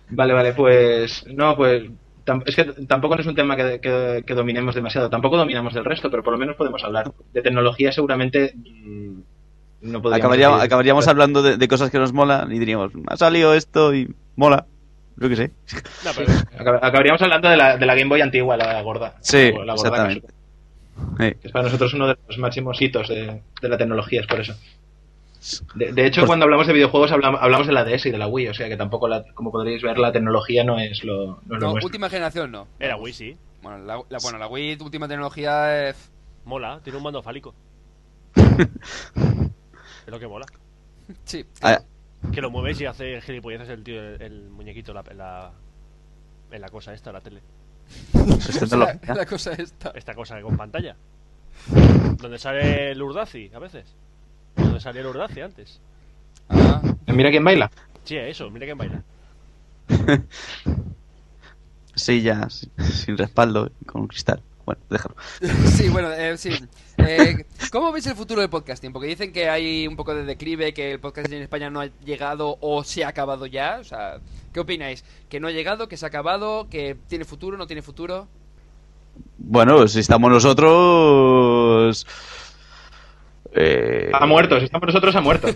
Speaker 5: Vale, vale, pues. No, pues. tam- Es que tampoco no es un tema que, que- que dominemos demasiado. Tampoco dominamos del resto, pero por lo menos podemos hablar. De tecnología, seguramente. mm, No podríamos
Speaker 4: acabaríamos,
Speaker 5: decir-
Speaker 4: acabaríamos hablando de, de cosas que nos molan y diríamos, ha salido esto y mola. Yo qué sé.
Speaker 1: No, pero-
Speaker 5: Acab- Acabaríamos hablando de la, de la Game Boy antigua, la gorda.
Speaker 4: Sí,
Speaker 5: La gorda
Speaker 4: exactamente. Eh,
Speaker 5: que es para nosotros uno de los máximos hitos de, de la tecnología, es por eso. De, de hecho,
Speaker 4: Pues-
Speaker 5: cuando hablamos de videojuegos hablam- hablamos, de la DS y de la Wii, o sea que tampoco, la- como podréis ver, la tecnología no es lo, no es lo
Speaker 3: No,
Speaker 5: nuestro.
Speaker 3: última generación no.
Speaker 1: Era Wii, sí.
Speaker 3: Bueno, la, la- bueno, la Wii, última tecnología, eh,
Speaker 1: Mola, tiene un mando fálico. es lo que mola.
Speaker 3: sí.
Speaker 4: ah,
Speaker 1: Que lo mueves y hace gilipolleces el tío, el, el muñequito, la, la, en la cosa esta, la tele.
Speaker 4: pues
Speaker 3: O sea,
Speaker 4: tecnología.
Speaker 3: la, cosa esta.
Speaker 1: Esta cosa con pantalla. Donde sale el Urdaci, a veces. Donde salía el Urdaci antes.
Speaker 3: Ah,
Speaker 5: Mira quién baila.
Speaker 1: Sí, eso, mira quién baila.
Speaker 4: sillas sin respaldo, con un cristal. Bueno, déjalo.
Speaker 3: sí, bueno, eh, sí. Eh, ¿Cómo veis el futuro del podcasting? Porque dicen que hay un poco de declive, que el podcasting en España no ha llegado o se ha acabado ya. O sea, ¿qué opináis? ¿Que no ha llegado, que se ha acabado, que tiene futuro, no tiene futuro?
Speaker 4: Bueno, pues, si estamos nosotros... Eh,
Speaker 5: Ha muerto, si estamos nosotros, ha muerto.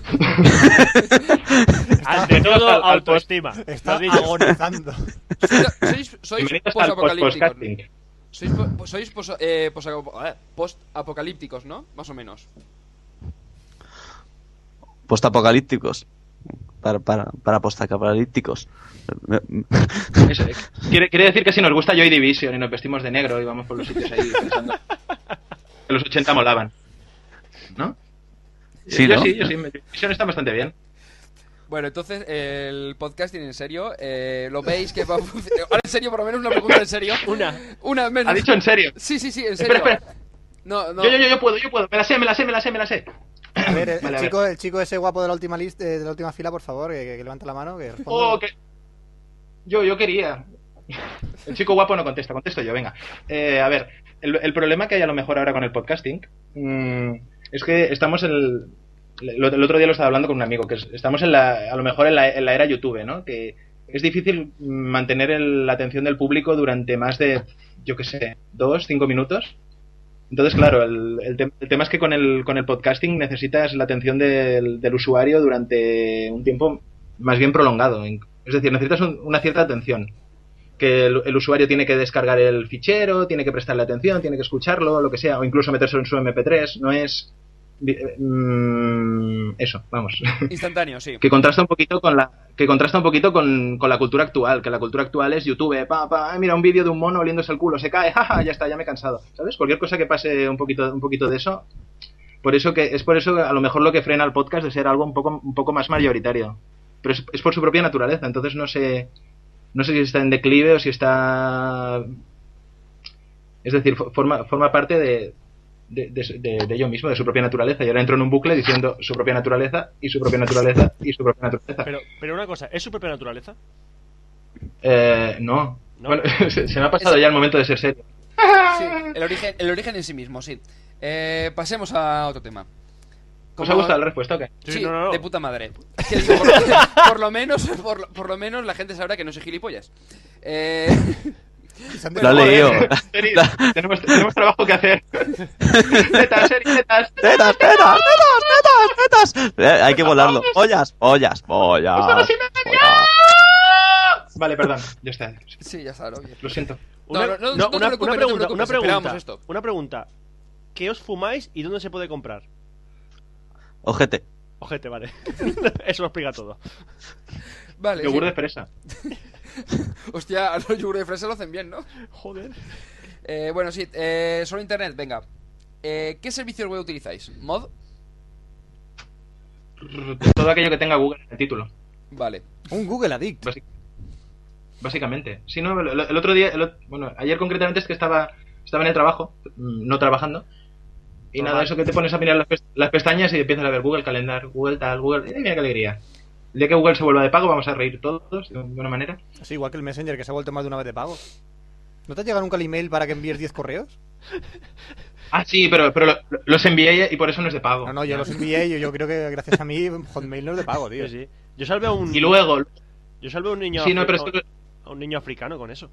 Speaker 1: Ante Ah, todo,
Speaker 5: al- al
Speaker 1: autoestima. Lo
Speaker 2: Está
Speaker 1: has dicho.
Speaker 2: agonizando.
Speaker 3: No, Sois, sois
Speaker 5: Bienvenidos al
Speaker 3: posapocalípticos.
Speaker 5: post-podcasting.
Speaker 3: Sois, po- sois posa- eh, posa- post-apocalípticos, ¿no? Más o menos.
Speaker 4: Postapocalípticos. Para, para, para postapocalípticos. Me- me-
Speaker 5: Eso, eh, Quiere, quiere decir que si nos gusta Joy Division y nos vestimos de negro y vamos por los sitios ahí pensando que los 80 molaban. ¿No?
Speaker 4: Sí,
Speaker 5: yo
Speaker 4: ¿no?
Speaker 5: sí, yo sí. Joy Division está bastante bien.
Speaker 3: Bueno, entonces, eh, el podcasting en serio, eh, ¿lo veis que va a funcionar? Ahora, en serio, por lo menos una pregunta en serio.
Speaker 1: Una.
Speaker 3: Una menos.
Speaker 5: Ha dicho en serio.
Speaker 3: Sí, sí, sí, en serio.
Speaker 5: Espera, espera.
Speaker 3: No, no.
Speaker 5: Yo, yo, yo, yo puedo, yo puedo. Me la sé, me la sé, me la sé, me la sé.
Speaker 2: A ver, el,
Speaker 5: Vale, a ver.
Speaker 2: chico, el chico ese guapo de la última lista, de la última fila, por favor, que, que- que levante la mano, que responda.
Speaker 5: Oh, que... Yo, yo quería. El chico guapo no contesta, contesto yo, venga. Eh, a ver, el, el problema que hay a lo mejor ahora con el podcasting mm, es que estamos en... El, el otro- el otro día lo estaba hablando con un amigo, que es- estamos en la, a lo mejor en la, en la era YouTube, ¿no? Que es difícil mm, mantener el- la atención del público durante más de, yo qué sé, dos, cinco minutos. Entonces, claro, el, el tem- el tema es que con el, con el podcasting necesitas la atención del, del usuario durante un tiempo más bien prolongado. en- Es decir, necesitas un- una cierta atención. Que el, el usuario tiene que descargar el fichero, tiene que prestarle atención, tiene que escucharlo, lo que sea, o incluso meterse en su MP3. No es. vi- eh, mm, Eso, vamos.
Speaker 3: Instantáneo, sí.
Speaker 5: que contrasta un poquito con la. que que contrasta un poquito con, con la cultura actual, que la cultura actual es YouTube, pa, pa, ay, mira un vídeo de un mono oliéndose el culo, se cae, jaja, ya está, ya me he cansado, ¿sabes? Cualquier cosa que pase un poquito, un poquito de eso, por eso que es por eso a lo mejor lo que frena al podcast de ser algo un poco, un poco más mayoritario, pero es, es por su propia naturaleza, entonces no sé, no sé si está en declive o si está, es decir, fo- forma, forma parte de, de, de- de- de ello mismo, de su propia naturaleza. Y ahora entro en un bucle diciendo su propia naturaleza y su propia naturaleza y su propia naturaleza.
Speaker 1: Pero, pero una cosa, ¿es su propia naturaleza?
Speaker 5: Eh, no.
Speaker 1: No.
Speaker 5: Bueno, se, se me ha pasado ya el momento de ser serio.
Speaker 3: Sí, el origen, el origen en sí mismo, sí. Eh, pasemos a otro tema.
Speaker 5: ¿Os ha gustado la respuesta? o qué?
Speaker 1: Sí,
Speaker 3: Sí,
Speaker 1: no, no, no.
Speaker 3: de puta madre. Que digo, por, lo- por lo menos, por, lo- por lo menos la gente sabrá que no soy gilipollas. Eh,
Speaker 2: Se han
Speaker 4: Lo ha
Speaker 2: dejado-
Speaker 4: leído.
Speaker 5: Serio, tenemos, tenemos trabajo que hacer. Tetas, serio, tetas.
Speaker 4: ¡Tetas, tetas, tetas, tetas, tetas! Eh, hay que volarlo. ¡Ollas, ollas, ollas!
Speaker 5: ¡Son así de
Speaker 4: ollas.
Speaker 5: Vale, perdón. Ya está.
Speaker 3: sí, ya sabrá, obvio.
Speaker 5: Lo siento.
Speaker 1: Una,
Speaker 3: no, no,
Speaker 1: no,
Speaker 3: no te
Speaker 1: una,
Speaker 3: preocupes,
Speaker 1: una
Speaker 3: no te
Speaker 1: pregunta,
Speaker 3: preocupes,
Speaker 1: una pregunta,
Speaker 3: esperábamos esto.
Speaker 1: una pregunta. ¿Qué os fumáis y dónde se puede comprar?
Speaker 4: Ojete.
Speaker 1: Ojete, vale. Eso lo explica todo.
Speaker 3: Vale.
Speaker 5: Yogur
Speaker 3: sí.
Speaker 5: de fresa.
Speaker 3: Hostia, a los yogur de fresa lo hacen bien, ¿no?
Speaker 1: Joder.
Speaker 3: Eh, bueno, sí, eh, solo internet, venga. Eh, ¿Qué servicios web utilizáis? ¿Mod?
Speaker 5: Todo aquello que tenga Google en el título.
Speaker 3: Vale.
Speaker 2: Un Google Addict.
Speaker 5: Básic- Básicamente. Sí, no, el, el otro día, el ot- bueno, ayer concretamente es que estaba, estaba en el trabajo, mm, no trabajando. Y
Speaker 1: Normal.
Speaker 5: nada, eso que te pones a mirar las, pes- las pestañas y empiezas a ver Google Calendar, Google tal, Google. ¡Eh, mira qué alegría! El día que Google se vuelva de pago, vamos a reír todos de una manera.
Speaker 2: Sí, igual que el Messenger que se ha vuelto más de una vez de pago. ¿No te ha llegado nunca el email para que envíes 10 correos?
Speaker 5: Ah, sí, pero, pero lo- los envié y por eso no es de pago.
Speaker 2: No, no, yo los envié y yo, yo creo que gracias a mí Hotmail no es de pago, tío.
Speaker 1: Sí, sí. Yo salvé a un,
Speaker 5: Y luego.
Speaker 1: yo salvé a un niño
Speaker 5: Sí, no,
Speaker 1: afri-
Speaker 5: pero
Speaker 1: a
Speaker 5: esto-
Speaker 1: un- a un niño africano con eso.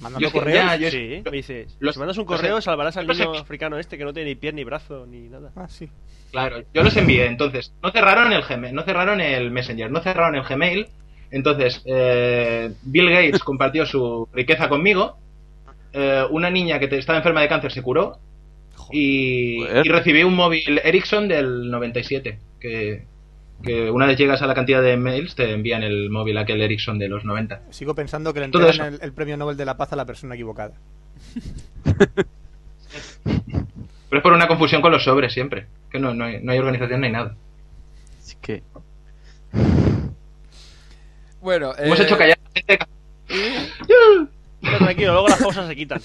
Speaker 2: Mandando
Speaker 5: yo es que-
Speaker 2: correos.
Speaker 5: ya, yo es-
Speaker 1: sí, me dice,
Speaker 5: los-
Speaker 1: si mandas un
Speaker 5: los-
Speaker 1: correo salvarás al
Speaker 5: los-
Speaker 1: niño africano este que no tiene ni pie ni brazo ni nada.
Speaker 2: Ah, sí.
Speaker 5: Claro, yo los envié, entonces no cerraron el Gmail, no cerraron el Messenger, no cerraron el Gmail, entonces eh, Bill Gates compartió su riqueza conmigo, eh, una niña que te- estaba enferma de cáncer se curó y,
Speaker 4: Joder.
Speaker 5: y recibí un móvil Ericsson del 97, que, que una vez llegas a la cantidad de mails te envían el móvil aquel Ericsson de los 90.
Speaker 2: Sigo pensando que le
Speaker 5: Todo
Speaker 2: entregan el, el premio Nobel de la Paz a la persona equivocada.
Speaker 5: Pero es por una confusión con los sobres siempre, que no, no hay, no hay organización, no hay nada.
Speaker 4: Así que.
Speaker 3: Bueno, eh,
Speaker 5: Hemos hecho callar a la gente.
Speaker 1: No, tranquilo, luego las pausas se quitan.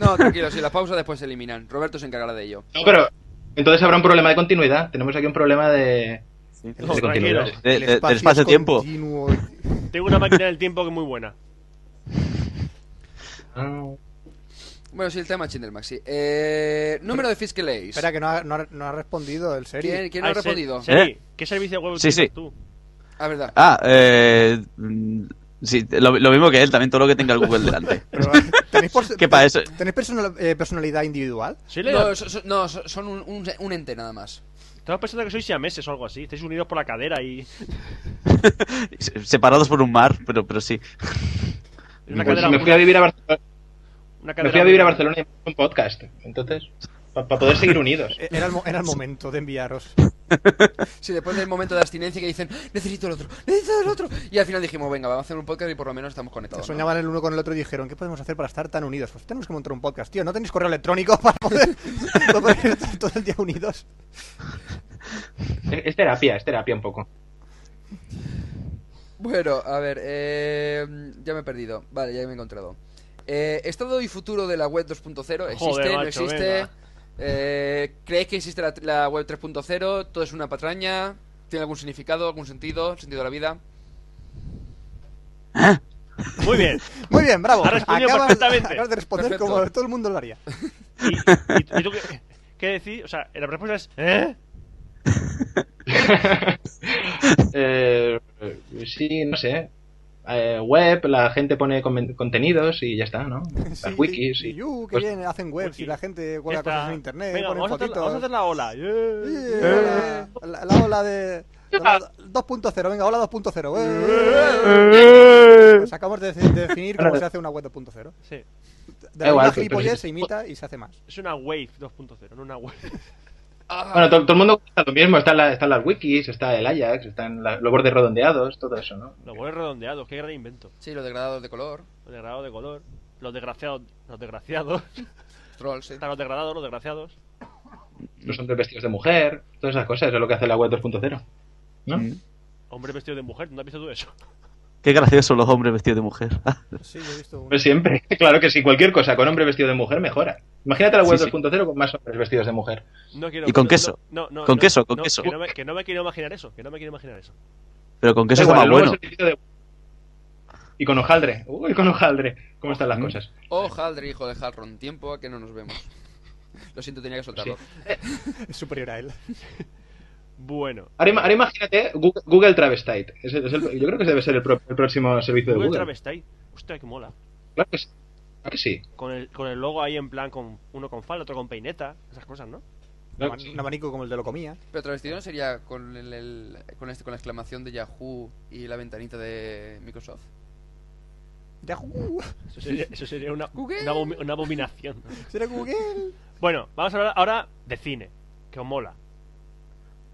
Speaker 3: No, tranquilo, si las pausas después se eliminan. Roberto se encargará de ello.
Speaker 5: No, pero entonces habrá un problema de continuidad, tenemos aquí un problema de...
Speaker 1: No,
Speaker 5: Sí,
Speaker 1: tranquilo.
Speaker 5: continuidad.
Speaker 4: De-
Speaker 2: El
Speaker 4: de- eh, del
Speaker 2: espacio es
Speaker 4: espacio-tiempo.
Speaker 2: continuo.
Speaker 1: Tengo una máquina del tiempo que es muy buena.
Speaker 5: Ah.
Speaker 3: Bueno, sí, el tema Chinder Maxi. Eh, número de fees que leéis.
Speaker 2: Espera, que no ha, no ha- no ha respondido el
Speaker 3: ¿Quién,
Speaker 2: serie.
Speaker 3: quién no
Speaker 1: Ay,
Speaker 3: ha
Speaker 1: Se-
Speaker 3: respondido?
Speaker 1: Seri,
Speaker 4: ¿Eh?
Speaker 1: ¿Qué servicio web
Speaker 4: Sí,
Speaker 1: utilizas
Speaker 4: sí.
Speaker 1: tú?
Speaker 3: Ah, verdad.
Speaker 4: Ah, eh. mm, Sí, lo, lo mismo que él, también todo lo que tenga el Google delante.
Speaker 2: Pero, eh, ¿Tenéis, por-
Speaker 4: ¿Qué pa' eso?
Speaker 2: ¿tenéis personal- eh, personalidad individual?
Speaker 1: ¿Sí, Leo?
Speaker 3: No, so- so- no, so- son un, un- un ente nada más.
Speaker 1: Estaba pensando que sois siameses o algo así. Estáis unidos por la cadera y...
Speaker 4: Se- Separados por un mar, pero, pero sí.
Speaker 1: Una
Speaker 5: Pues
Speaker 1: cadera,
Speaker 5: me fui a vivir a Barcelona,
Speaker 1: una cadera
Speaker 5: me fui a vivir a
Speaker 1: muy-
Speaker 5: Barcelona y hice un podcast. Entonces, para poder seguir unidos.
Speaker 2: Eh, Era el, mo- era el momento de enviaros.
Speaker 3: Sí, después del momento de abstinencia que dicen, necesito el otro, necesito el otro. Y al final dijimos, venga, vamos a hacer un podcast y por lo menos estamos conectados. ¿no?
Speaker 2: Soñaban el uno con el otro y dijeron, ¿qué podemos hacer para estar tan unidos? Pues tenemos que montar un podcast, tío. ¿No tenéis correo electrónico para poder, para poder estar todo el día unidos?
Speaker 5: Es, es terapia, es terapia un poco.
Speaker 3: Bueno, a ver, eh, ya me he perdido. Vale, ya me he encontrado. Eh, estado y futuro de la web 2.0. ¿Existe?
Speaker 1: Joder,
Speaker 3: ¿No
Speaker 1: macho,
Speaker 3: existe?
Speaker 1: venga.
Speaker 3: Eh, ¿Creéis que existe la, la web 3.0? ¿Todo es una patraña? ¿Tiene algún significado? ¿Algún sentido? ¿Sentido de la vida?
Speaker 1: Muy bien.
Speaker 2: Muy bien, bravo.
Speaker 1: Ha respondido
Speaker 2: Acabas,
Speaker 1: perfectamente.
Speaker 2: acabas de responder
Speaker 3: Perfecto.
Speaker 2: como todo el mundo lo haría.
Speaker 1: ¿Y, y- y tú qué, qué decís? O sea, la respuesta es... ¿Eh?
Speaker 5: Eh, sí, no sé. Eh, web, la gente pone comen- contenidos y ya está, ¿no? Las
Speaker 2: Sí,
Speaker 5: wikis y.
Speaker 2: y you, que
Speaker 5: pues-
Speaker 2: bien, hacen webs y la gente
Speaker 1: Ya
Speaker 2: cuelga
Speaker 1: está.
Speaker 2: cosas en internet,
Speaker 1: Venga,
Speaker 2: ponen
Speaker 1: vamos, a hacer,
Speaker 2: fotitos.
Speaker 1: vamos a hacer la ola. Yeah.
Speaker 2: Sí,
Speaker 1: Eh.
Speaker 2: hola, la, la ola de... de la- 2.0, venga, hola 2.0. eh. Pues acabamos de, de definir cómo se hace una web 2.0.
Speaker 1: Sí.
Speaker 2: De
Speaker 5: Da
Speaker 2: la
Speaker 5: igual, pues
Speaker 2: misma
Speaker 5: pero-
Speaker 2: gilipollez
Speaker 5: pero-
Speaker 2: se imita y se hace más.
Speaker 1: Es una Wave 2.0, no una Wave.
Speaker 3: Ah,
Speaker 5: Bueno, to- todo el mundo cuenta lo mismo. Están, la- están las wikis, está el Ajax, están la- los bordes redondeados, todo eso, ¿no?
Speaker 1: Los bordes redondeados, qué gran invento.
Speaker 3: Sí, los degradados de color.
Speaker 1: Los degradados de color. Los desgraciados. Los desgraciados.
Speaker 3: Trolls, sí.
Speaker 1: Están los degradados, los desgraciados.
Speaker 5: Los hombres vestidos de mujer, todas esas cosas. Eso es lo que hace la web 2.0. ¿No?
Speaker 4: Mm.
Speaker 1: Hombre vestido de mujer, ¿no has visto tú eso?
Speaker 4: Qué graciosos son los hombres vestidos de mujer.
Speaker 2: Sí, yo he visto uno.
Speaker 5: Pues siempre. Claro que sí, cualquier cosa con hombre vestido de mujer mejora. Imagínate la web
Speaker 4: Sí, sí.
Speaker 5: 2.0 con más hombres vestidos de mujer.
Speaker 1: No quiero,
Speaker 4: Y con
Speaker 1: no-
Speaker 4: queso.
Speaker 1: No, no,
Speaker 4: Con
Speaker 1: no,
Speaker 4: queso, con
Speaker 1: no,
Speaker 4: queso.
Speaker 1: Que no, me, que no me quiero imaginar eso. Que no me quiero imaginar eso.
Speaker 4: Pero con
Speaker 5: Da
Speaker 4: queso está
Speaker 5: igual,
Speaker 4: más
Speaker 5: luego
Speaker 4: bueno.
Speaker 5: es el sitio de- Y con hojaldre. Uy, con hojaldre. ¿Cómo están las
Speaker 4: Mm.
Speaker 5: cosas?
Speaker 3: Oh, Haldre, hijo de Halron, tiempo a que no nos vemos. Lo siento, tenía que soltarlo.
Speaker 2: Es superior a él.
Speaker 1: Bueno.
Speaker 5: Ahora, ima- ahora imagínate Google, Google Travestite. Es el- es el- yo creo que ese debe ser el, pro- el próximo servicio de
Speaker 1: Google
Speaker 5: Google.
Speaker 1: Travestite. Hostia, que mola.
Speaker 5: Claro que sí. Claro que sí.
Speaker 1: Con el, con el logo ahí en plan, con uno con falda, otro con peineta. Esas cosas, ¿no?
Speaker 2: Un aban- un abanico como el de lo comía.
Speaker 3: Pero travestido no sería con, el, el- con, este, con la exclamación de Yahoo y la ventanita de Microsoft.
Speaker 2: Yahoo.
Speaker 1: Eso sería, eso sería una,
Speaker 3: Google.
Speaker 1: una abomi- una abominación.
Speaker 2: Será Google.
Speaker 1: Bueno, vamos a hablar ahora de cine. Que os mola.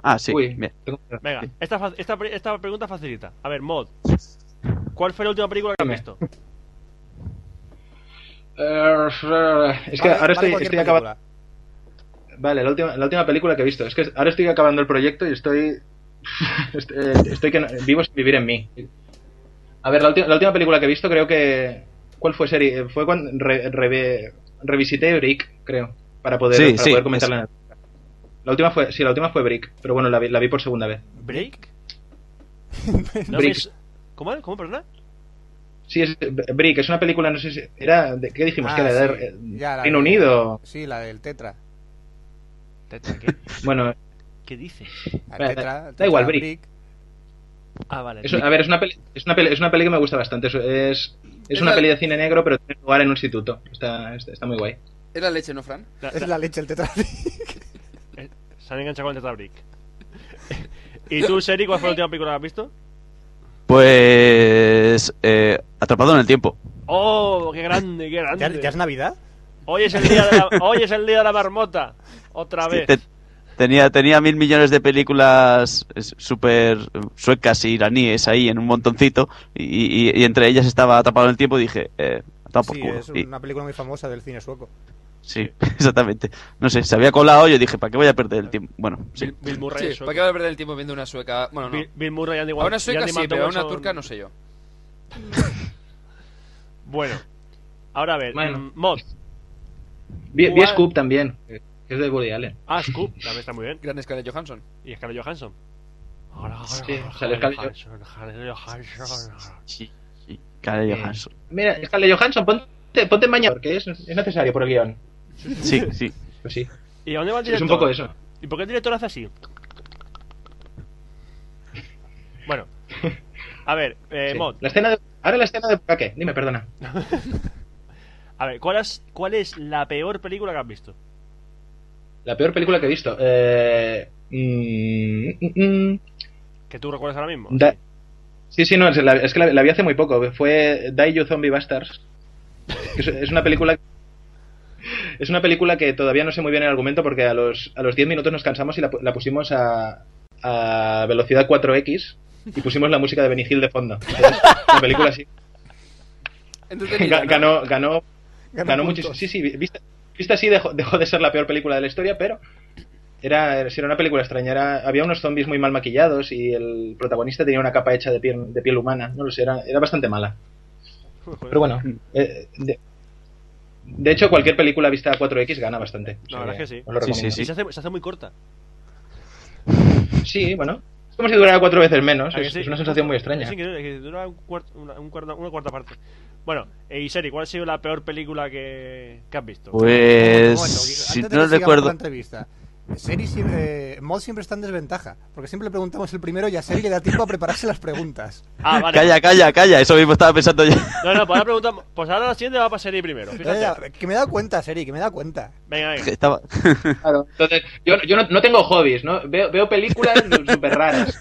Speaker 4: Ah, sí.
Speaker 5: Uy,
Speaker 4: bien.
Speaker 5: tengo-
Speaker 1: Venga, esta, fa- esta, pre- esta pregunta facilita. A ver, Mod. ¿Cuál fue la última película que has
Speaker 5: Dime.
Speaker 1: visto?
Speaker 5: Eh, es que
Speaker 2: Vale-
Speaker 5: ahora
Speaker 2: vale
Speaker 5: estoy,
Speaker 2: cualquier
Speaker 5: estoy acabando.
Speaker 2: película.
Speaker 5: Vale, la última, la última película que he visto. Es que ahora estoy acabando el proyecto y estoy. est- eh, estoy, que no- vivo sin vivir en mí. A ver, la, ulti- la última película que he visto creo que. ¿Cuál fue serie? Eh, Fue cuando re- reve- revisité Brick, creo. Para poder,
Speaker 4: Sí,
Speaker 5: para
Speaker 4: sí,
Speaker 5: poder comentarla en el- La última fue, sí, la última fue Brick, pero bueno, la vi, la vi por segunda vez.
Speaker 1: ¿Break? No
Speaker 5: Break.
Speaker 1: me- ¿Cómo? era? ¿Cómo, perdona?
Speaker 5: Sí, es Brick, es una película, no sé si era de, ¿qué dijimos?
Speaker 2: Ah,
Speaker 5: que era de
Speaker 2: sí,
Speaker 5: eh,
Speaker 2: ya la
Speaker 5: Reino
Speaker 2: vi.
Speaker 5: Unido.
Speaker 2: Sí, la del Tetra.
Speaker 1: ¿Qué,
Speaker 5: Bueno,
Speaker 1: qué dices?
Speaker 2: La
Speaker 5: Vale,
Speaker 2: del tetra, el
Speaker 5: Eh, da igual,
Speaker 2: Tetra
Speaker 5: Brick.
Speaker 1: Ah, vale.
Speaker 5: Es- a ver, es una, peli, es, una peli, es una peli que me gusta bastante. Es, es, es una
Speaker 3: la-
Speaker 5: peli de cine negro, pero tiene lugar en un instituto. Está, está, está muy guay.
Speaker 3: Es la leche, ¿no, Fran?
Speaker 1: La-
Speaker 2: Es
Speaker 1: la-
Speaker 2: la leche el Tetra.
Speaker 1: eh, se han enganchado con el Tetrabrick. ¿Y tú, Seri, cuál fue la última película que has visto?
Speaker 4: Pues. eh, atrapado en el tiempo.
Speaker 1: ¡Oh, qué grande, qué
Speaker 2: ¿Ya,
Speaker 1: grande!
Speaker 2: ya es Navidad?
Speaker 1: Hoy, es el día de la, hoy es el día de la marmota. Otra vez.
Speaker 4: Te- tenía, tenía mil millones de películas eh, súper suecas e iraníes ahí en un montoncito. Y, y- y entre ellas estaba atrapado en el tiempo. Y dije, eh, atado por
Speaker 2: Sí,
Speaker 4: culo.
Speaker 2: es
Speaker 4: Y-
Speaker 2: una película muy famosa del cine sueco.
Speaker 4: sí, exactamente. No sé, se había colado. Yo dije, ¿para qué voy a perder el tiempo? Bueno, sí.
Speaker 1: Bill, Bill Murray.
Speaker 3: Sí,
Speaker 1: eso.
Speaker 3: ¿para qué va a perder el tiempo viendo una sueca? Bueno, no.
Speaker 1: Bill, Bill Murray, Andy
Speaker 3: A
Speaker 1: Wa-
Speaker 3: una
Speaker 1: y
Speaker 3: sueca
Speaker 1: Andy
Speaker 3: sí, pero a una
Speaker 1: Matheson-
Speaker 3: turca no sé yo.
Speaker 1: Bueno, ahora a ver.
Speaker 5: Bueno.
Speaker 1: mm, Mod.
Speaker 5: Vi, vi
Speaker 1: Guay.
Speaker 5: Scoop también, que es de Woody Allen.
Speaker 1: Ah, Scoop. También está muy bien.
Speaker 3: Gran Scarlett Johansson.
Speaker 1: Y Scarlett Johansson. Ahora,
Speaker 5: Sí,
Speaker 1: ahora,
Speaker 5: sale
Speaker 1: Scarlett
Speaker 5: Scarlett
Speaker 1: Johansson, Scarlett Johansson.
Speaker 4: Sí, sí. Scarlett
Speaker 5: Eh,
Speaker 4: Johansson.
Speaker 5: Mira, Scarlett Johansson, ponte, ponte en mañana, porque es, es necesario por el guión.
Speaker 4: Sí, sí.
Speaker 5: Pues sí,
Speaker 1: ¿Y a dónde va el
Speaker 5: es
Speaker 1: director?
Speaker 5: un poco eso.
Speaker 1: ¿Y por qué el director hace así? Bueno, a ver, eh,
Speaker 5: Sí.
Speaker 1: Mod,
Speaker 5: La escena de- ahora la escena de... ¿Para qué? Dime, perdona.
Speaker 1: a ver, ¿cuál es, ¿cuál es la peor película que has visto?
Speaker 5: La peor película que he visto. Eh, mm, mm, mm.
Speaker 1: Que tú recuerdas ahora mismo.
Speaker 5: Da- Pues Sí, sí, no, es, la- es que la, la vi hace muy poco. Fue Die You Zombie Bastards. que Es, es una película. Es una película que todavía no sé muy bien el argumento porque a los, a los 10 minutos nos cansamos y la, pu- la pusimos a, a velocidad 4X y pusimos la música de Benny Hill de fondo. Entonces, la película así.
Speaker 3: Entretenida,
Speaker 5: ga-
Speaker 3: ¿no?
Speaker 5: Ganó, ganó, ganó
Speaker 2: puntos.
Speaker 5: muchísimo. Sí, sí, vi- vista, vista así dejó, dejó de ser la peor película de la historia, pero era, sí, era una película extraña. Era- había unos zombies muy mal maquillados y el protagonista tenía una capa hecha de piel, de piel humana. No lo sé, era, era bastante mala. Pero bueno,
Speaker 1: Mm.
Speaker 5: eh, de, de hecho, cualquier película vista a 4X gana bastante.
Speaker 1: La verdad es que sí.
Speaker 5: os lo
Speaker 4: Sí,
Speaker 5: recomiendo.
Speaker 1: Y se hace, se hace muy corta.
Speaker 5: Sí, bueno. Es como si durara cuatro veces menos.
Speaker 1: ¿A que
Speaker 5: Es,
Speaker 1: sí?
Speaker 5: es una sensación muy extraña.
Speaker 1: Es increíble, que dura un cuart- una, un cuarta- una cuarta parte. Bueno, eh, y Seri, ¿cuál ha sido la peor película que, que has visto?
Speaker 4: Pues.
Speaker 2: Bueno, que-
Speaker 4: si
Speaker 2: antes de
Speaker 4: no
Speaker 2: que sigamos con la
Speaker 4: recuerdo.
Speaker 2: entrevista. Seri, sie- eh, Mod siempre está en desventaja, porque siempre le preguntamos el primero y a Seri le da tiempo a prepararse las preguntas.
Speaker 1: Ah, vale.
Speaker 4: Calla, calla, calla. Eso mismo estaba pensando yo.
Speaker 1: No, no, pues ahora preguntamos. Pues ahora la siguiente va para Seri primero. Fíjate.
Speaker 2: Eh, que me he dado cuenta, Seri, que me he dado cuenta.
Speaker 1: Venga, venga.
Speaker 4: Estaba...
Speaker 5: Claro. Entonces, yo, yo no, no tengo hobbies, ¿no? Veo, veo películas súper raras.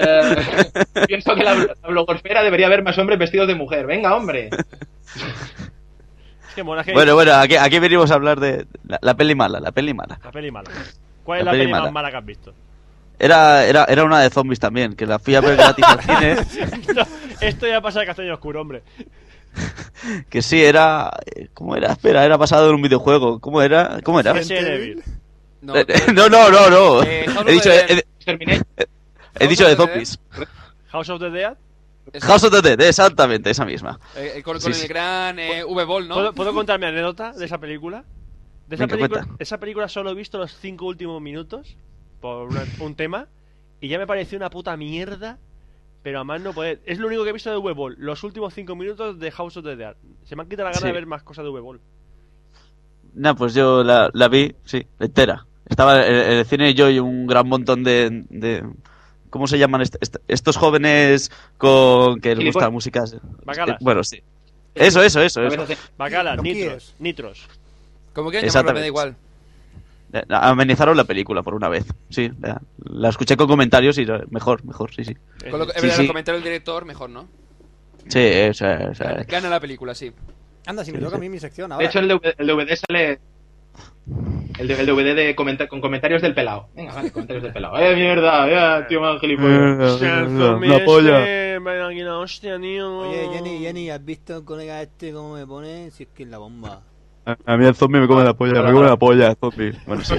Speaker 5: Eh, pienso que la, la blogosfera debería haber más hombres vestidos de mujer. Venga, hombre.
Speaker 1: Es que mola que
Speaker 4: Bueno, bueno, aquí, aquí venimos a hablar de la, la peli mala, la peli mala.
Speaker 1: la peli mala. ¿Cuál es la, peli más mala que has visto?
Speaker 4: Era, era, era una de zombies también, que la fui a ver gratis al cine.
Speaker 1: No, esto ya pasa de castaño oscuro, hombre.
Speaker 4: Que sí, era. eh, ¿Cómo era? Espera, era basado en un videojuego. ¿Cómo era? ¿Cómo era?
Speaker 1: Resident Evil.
Speaker 3: No,
Speaker 4: Eh, No, no, no, no.
Speaker 3: Eh, House
Speaker 4: He dicho,
Speaker 3: of the
Speaker 4: he,
Speaker 5: Terminé.
Speaker 4: he dicho
Speaker 3: House
Speaker 4: de
Speaker 3: of the
Speaker 4: zombies.
Speaker 1: House of the Dead.
Speaker 3: eso,
Speaker 4: House of the Dead, exactamente, esa misma.
Speaker 3: eh, eh, con,
Speaker 4: Sí,
Speaker 3: con el
Speaker 4: sí.
Speaker 3: gran eh, V-Ball, ¿no?
Speaker 1: ¿Puedo, ¿Puedo contar mi anécdota de esa película? De esa,
Speaker 4: Venga,
Speaker 1: película,
Speaker 4: cuenta.
Speaker 1: esa película solo he visto los cinco últimos minutos por una- un tema y ya me pareció una puta mierda, pero a más no poder. Es lo único que he visto de V-Ball, los últimos cinco minutos de House of the Dead. Se me han quitado la gana
Speaker 4: Sí.
Speaker 1: de ver más cosas de V-Ball.
Speaker 4: No, pues yo la, la vi, sí, entera. Estaba en en el cine yo y un gran montón de... de- ¿Cómo se llaman est- est- estos jóvenes con que les
Speaker 5: Gilipollas.
Speaker 4: gusta la música?
Speaker 1: Bacalas.
Speaker 4: Eh, Bueno, sí. Eso, eso, eso.
Speaker 5: A
Speaker 4: eso.
Speaker 5: veces-
Speaker 1: Bacala,
Speaker 2: Lo
Speaker 1: nitros,
Speaker 2: quieres.
Speaker 1: nitros.
Speaker 3: Como quieran llamarlo, me da
Speaker 4: Exactamente.
Speaker 3: igual.
Speaker 4: Eh, Amenizaron la película por una vez, sí. La, la escuché con comentarios y eh, mejor, mejor, sí, sí.
Speaker 3: Con lo que,
Speaker 4: Sí,
Speaker 3: en verdad,
Speaker 4: sí.
Speaker 3: lo eh, comentario del director, mejor, ¿no?
Speaker 4: Sí, eh, o sea, o sea,
Speaker 3: Gana la película, sí.
Speaker 2: Anda, si me
Speaker 4: Sí,
Speaker 2: toca
Speaker 4: sí.
Speaker 2: a mí mi sección
Speaker 5: De
Speaker 2: ahora.
Speaker 5: hecho, el DVD, el DVD sale. El, de- el DVD de comenta- con comentarios del pelado. Venga, vale, comentarios del pelado. ¡Eh, mierda! ¡Ya, tío, más
Speaker 4: Eh,
Speaker 5: gilipollas!
Speaker 1: Este, La
Speaker 4: polla.
Speaker 1: este, hostia, tío.
Speaker 2: Oye, Jenny, Jenny, ¿has visto colega este cómo me pone? Si es que es la bomba.
Speaker 4: A mí el zombie me come la polla, me come la polla, el zombie. Bueno, sí.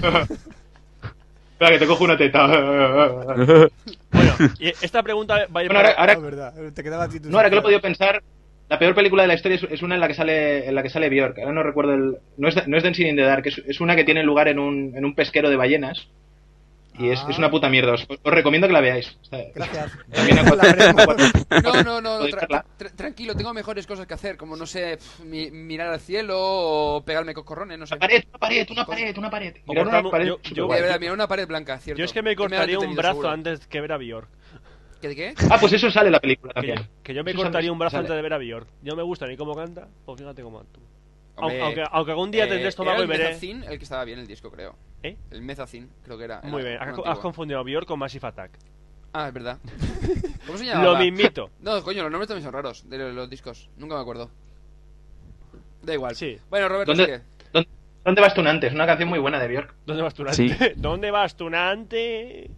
Speaker 5: Espera, que te cojo una teta. Bueno,
Speaker 1: Bueno, y esta pregunta va a ir
Speaker 5: ahora,
Speaker 1: para-
Speaker 5: ahora,
Speaker 2: Ah, verdad, te quedaba a ti tu
Speaker 5: no, ahora que lo he
Speaker 2: sección.
Speaker 5: podido pensar, la peor película de la historia es, es una en la que sale en la que sale Bjork. Ahora no recuerdo el. No es, de- no es Dancing in the Dark, es, es una que tiene lugar en un, en un pesquero de ballenas. Y es,
Speaker 2: Ah.
Speaker 5: es una puta mierda. Os, os recomiendo que la veáis. Está-
Speaker 2: Gracias.
Speaker 5: También a cuatro-
Speaker 2: La veremos.
Speaker 3: No, no, no,
Speaker 5: Podéis
Speaker 3: tra-
Speaker 5: verla.
Speaker 3: tra- tranquilo, tengo mejores cosas que hacer, como, no sé, pf, mi- mirar al cielo o pegarme cocorrones, no sé.
Speaker 5: Una pared, una pared, una pared, una pared.
Speaker 1: O
Speaker 5: Mirad una
Speaker 1: cortamos-
Speaker 5: pared
Speaker 1: yo- yo-
Speaker 3: Eh,
Speaker 5: superguay.
Speaker 3: verdad, mira, una pared blanca, cierto.
Speaker 1: Yo es que me
Speaker 3: Que habrá
Speaker 1: cortaría un
Speaker 3: detenido,
Speaker 1: brazo
Speaker 3: seguro.
Speaker 1: antes que ver a Bjork.
Speaker 3: ¿Qué de qué?
Speaker 5: Ah, pues eso sale en la película
Speaker 1: Que,
Speaker 5: también.
Speaker 1: que yo me
Speaker 5: Eso
Speaker 1: cortaría
Speaker 5: sale-
Speaker 1: un brazo
Speaker 5: sale.
Speaker 1: antes de ver a Bjork. Yo no me gusta ni cómo canta, pues fíjate cómo actúa.
Speaker 3: Hombre,
Speaker 1: Aunque, aunque, aunque algún día
Speaker 3: eh,
Speaker 1: tendré
Speaker 3: era
Speaker 1: estómago y
Speaker 3: el
Speaker 1: veré.
Speaker 3: Mezzacin el que estaba bien el disco, creo.
Speaker 1: ¿Eh?
Speaker 3: El Mezzacin, creo que era.
Speaker 1: Muy
Speaker 3: era
Speaker 1: bien, has,
Speaker 3: uno
Speaker 1: has
Speaker 3: antiguo.
Speaker 1: confundido a Bjork con Massive Attack.
Speaker 3: Ah, es verdad. ¿Cómo se
Speaker 1: Lo
Speaker 3: llamaba?
Speaker 1: mismito.
Speaker 3: No, coño, los nombres también son raros de los discos. Nunca me acuerdo. Da igual.
Speaker 1: Sí.
Speaker 3: Bueno, Roberto,
Speaker 5: ¿Dónde-
Speaker 3: sigue.
Speaker 5: ¿Dónde, dónde vas tú antes? Una canción muy buena de Björk.
Speaker 1: ¿Dónde vas tú, Nante?
Speaker 4: Sí.
Speaker 1: ¿Dónde vas tú, Nante?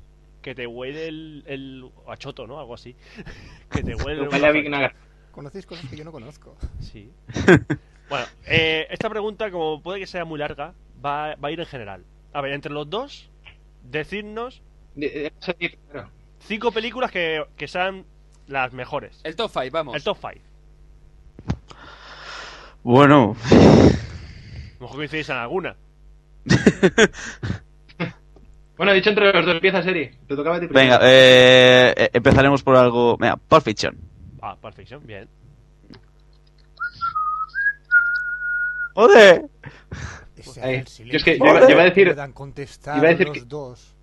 Speaker 1: Que te huele el, el achoto, ¿no? Algo así. que te huele
Speaker 5: Vale, a Vic
Speaker 1: un-
Speaker 5: Nagar.
Speaker 2: Conocéis cosas que yo no conozco.
Speaker 1: Sí. bueno, eh, esta pregunta, como puede que sea muy larga, va, va a ir en general. A ver, entre los dos, decidnos
Speaker 5: De- eh, eso sí, claro.
Speaker 1: cinco películas que, que sean las mejores.
Speaker 3: El top 5, vamos.
Speaker 1: El top 5.
Speaker 4: Bueno,
Speaker 1: A lo mejor coincidís en alguna.
Speaker 5: Bueno, dicho entre los dos, empieza serie. Te tocaba a ti primero.
Speaker 4: venga, eh, eh, empezaremos por algo... Venga, Pulp Fiction.
Speaker 1: Ah, perfección, bien.
Speaker 4: ¡Joder!
Speaker 2: Ese
Speaker 5: Ahí.
Speaker 2: era el
Speaker 5: Yo es
Speaker 2: silencio.
Speaker 5: que yo iba, yo iba a decir,
Speaker 2: Puedan contestar
Speaker 5: iba a decir
Speaker 2: los
Speaker 5: que-
Speaker 2: dos.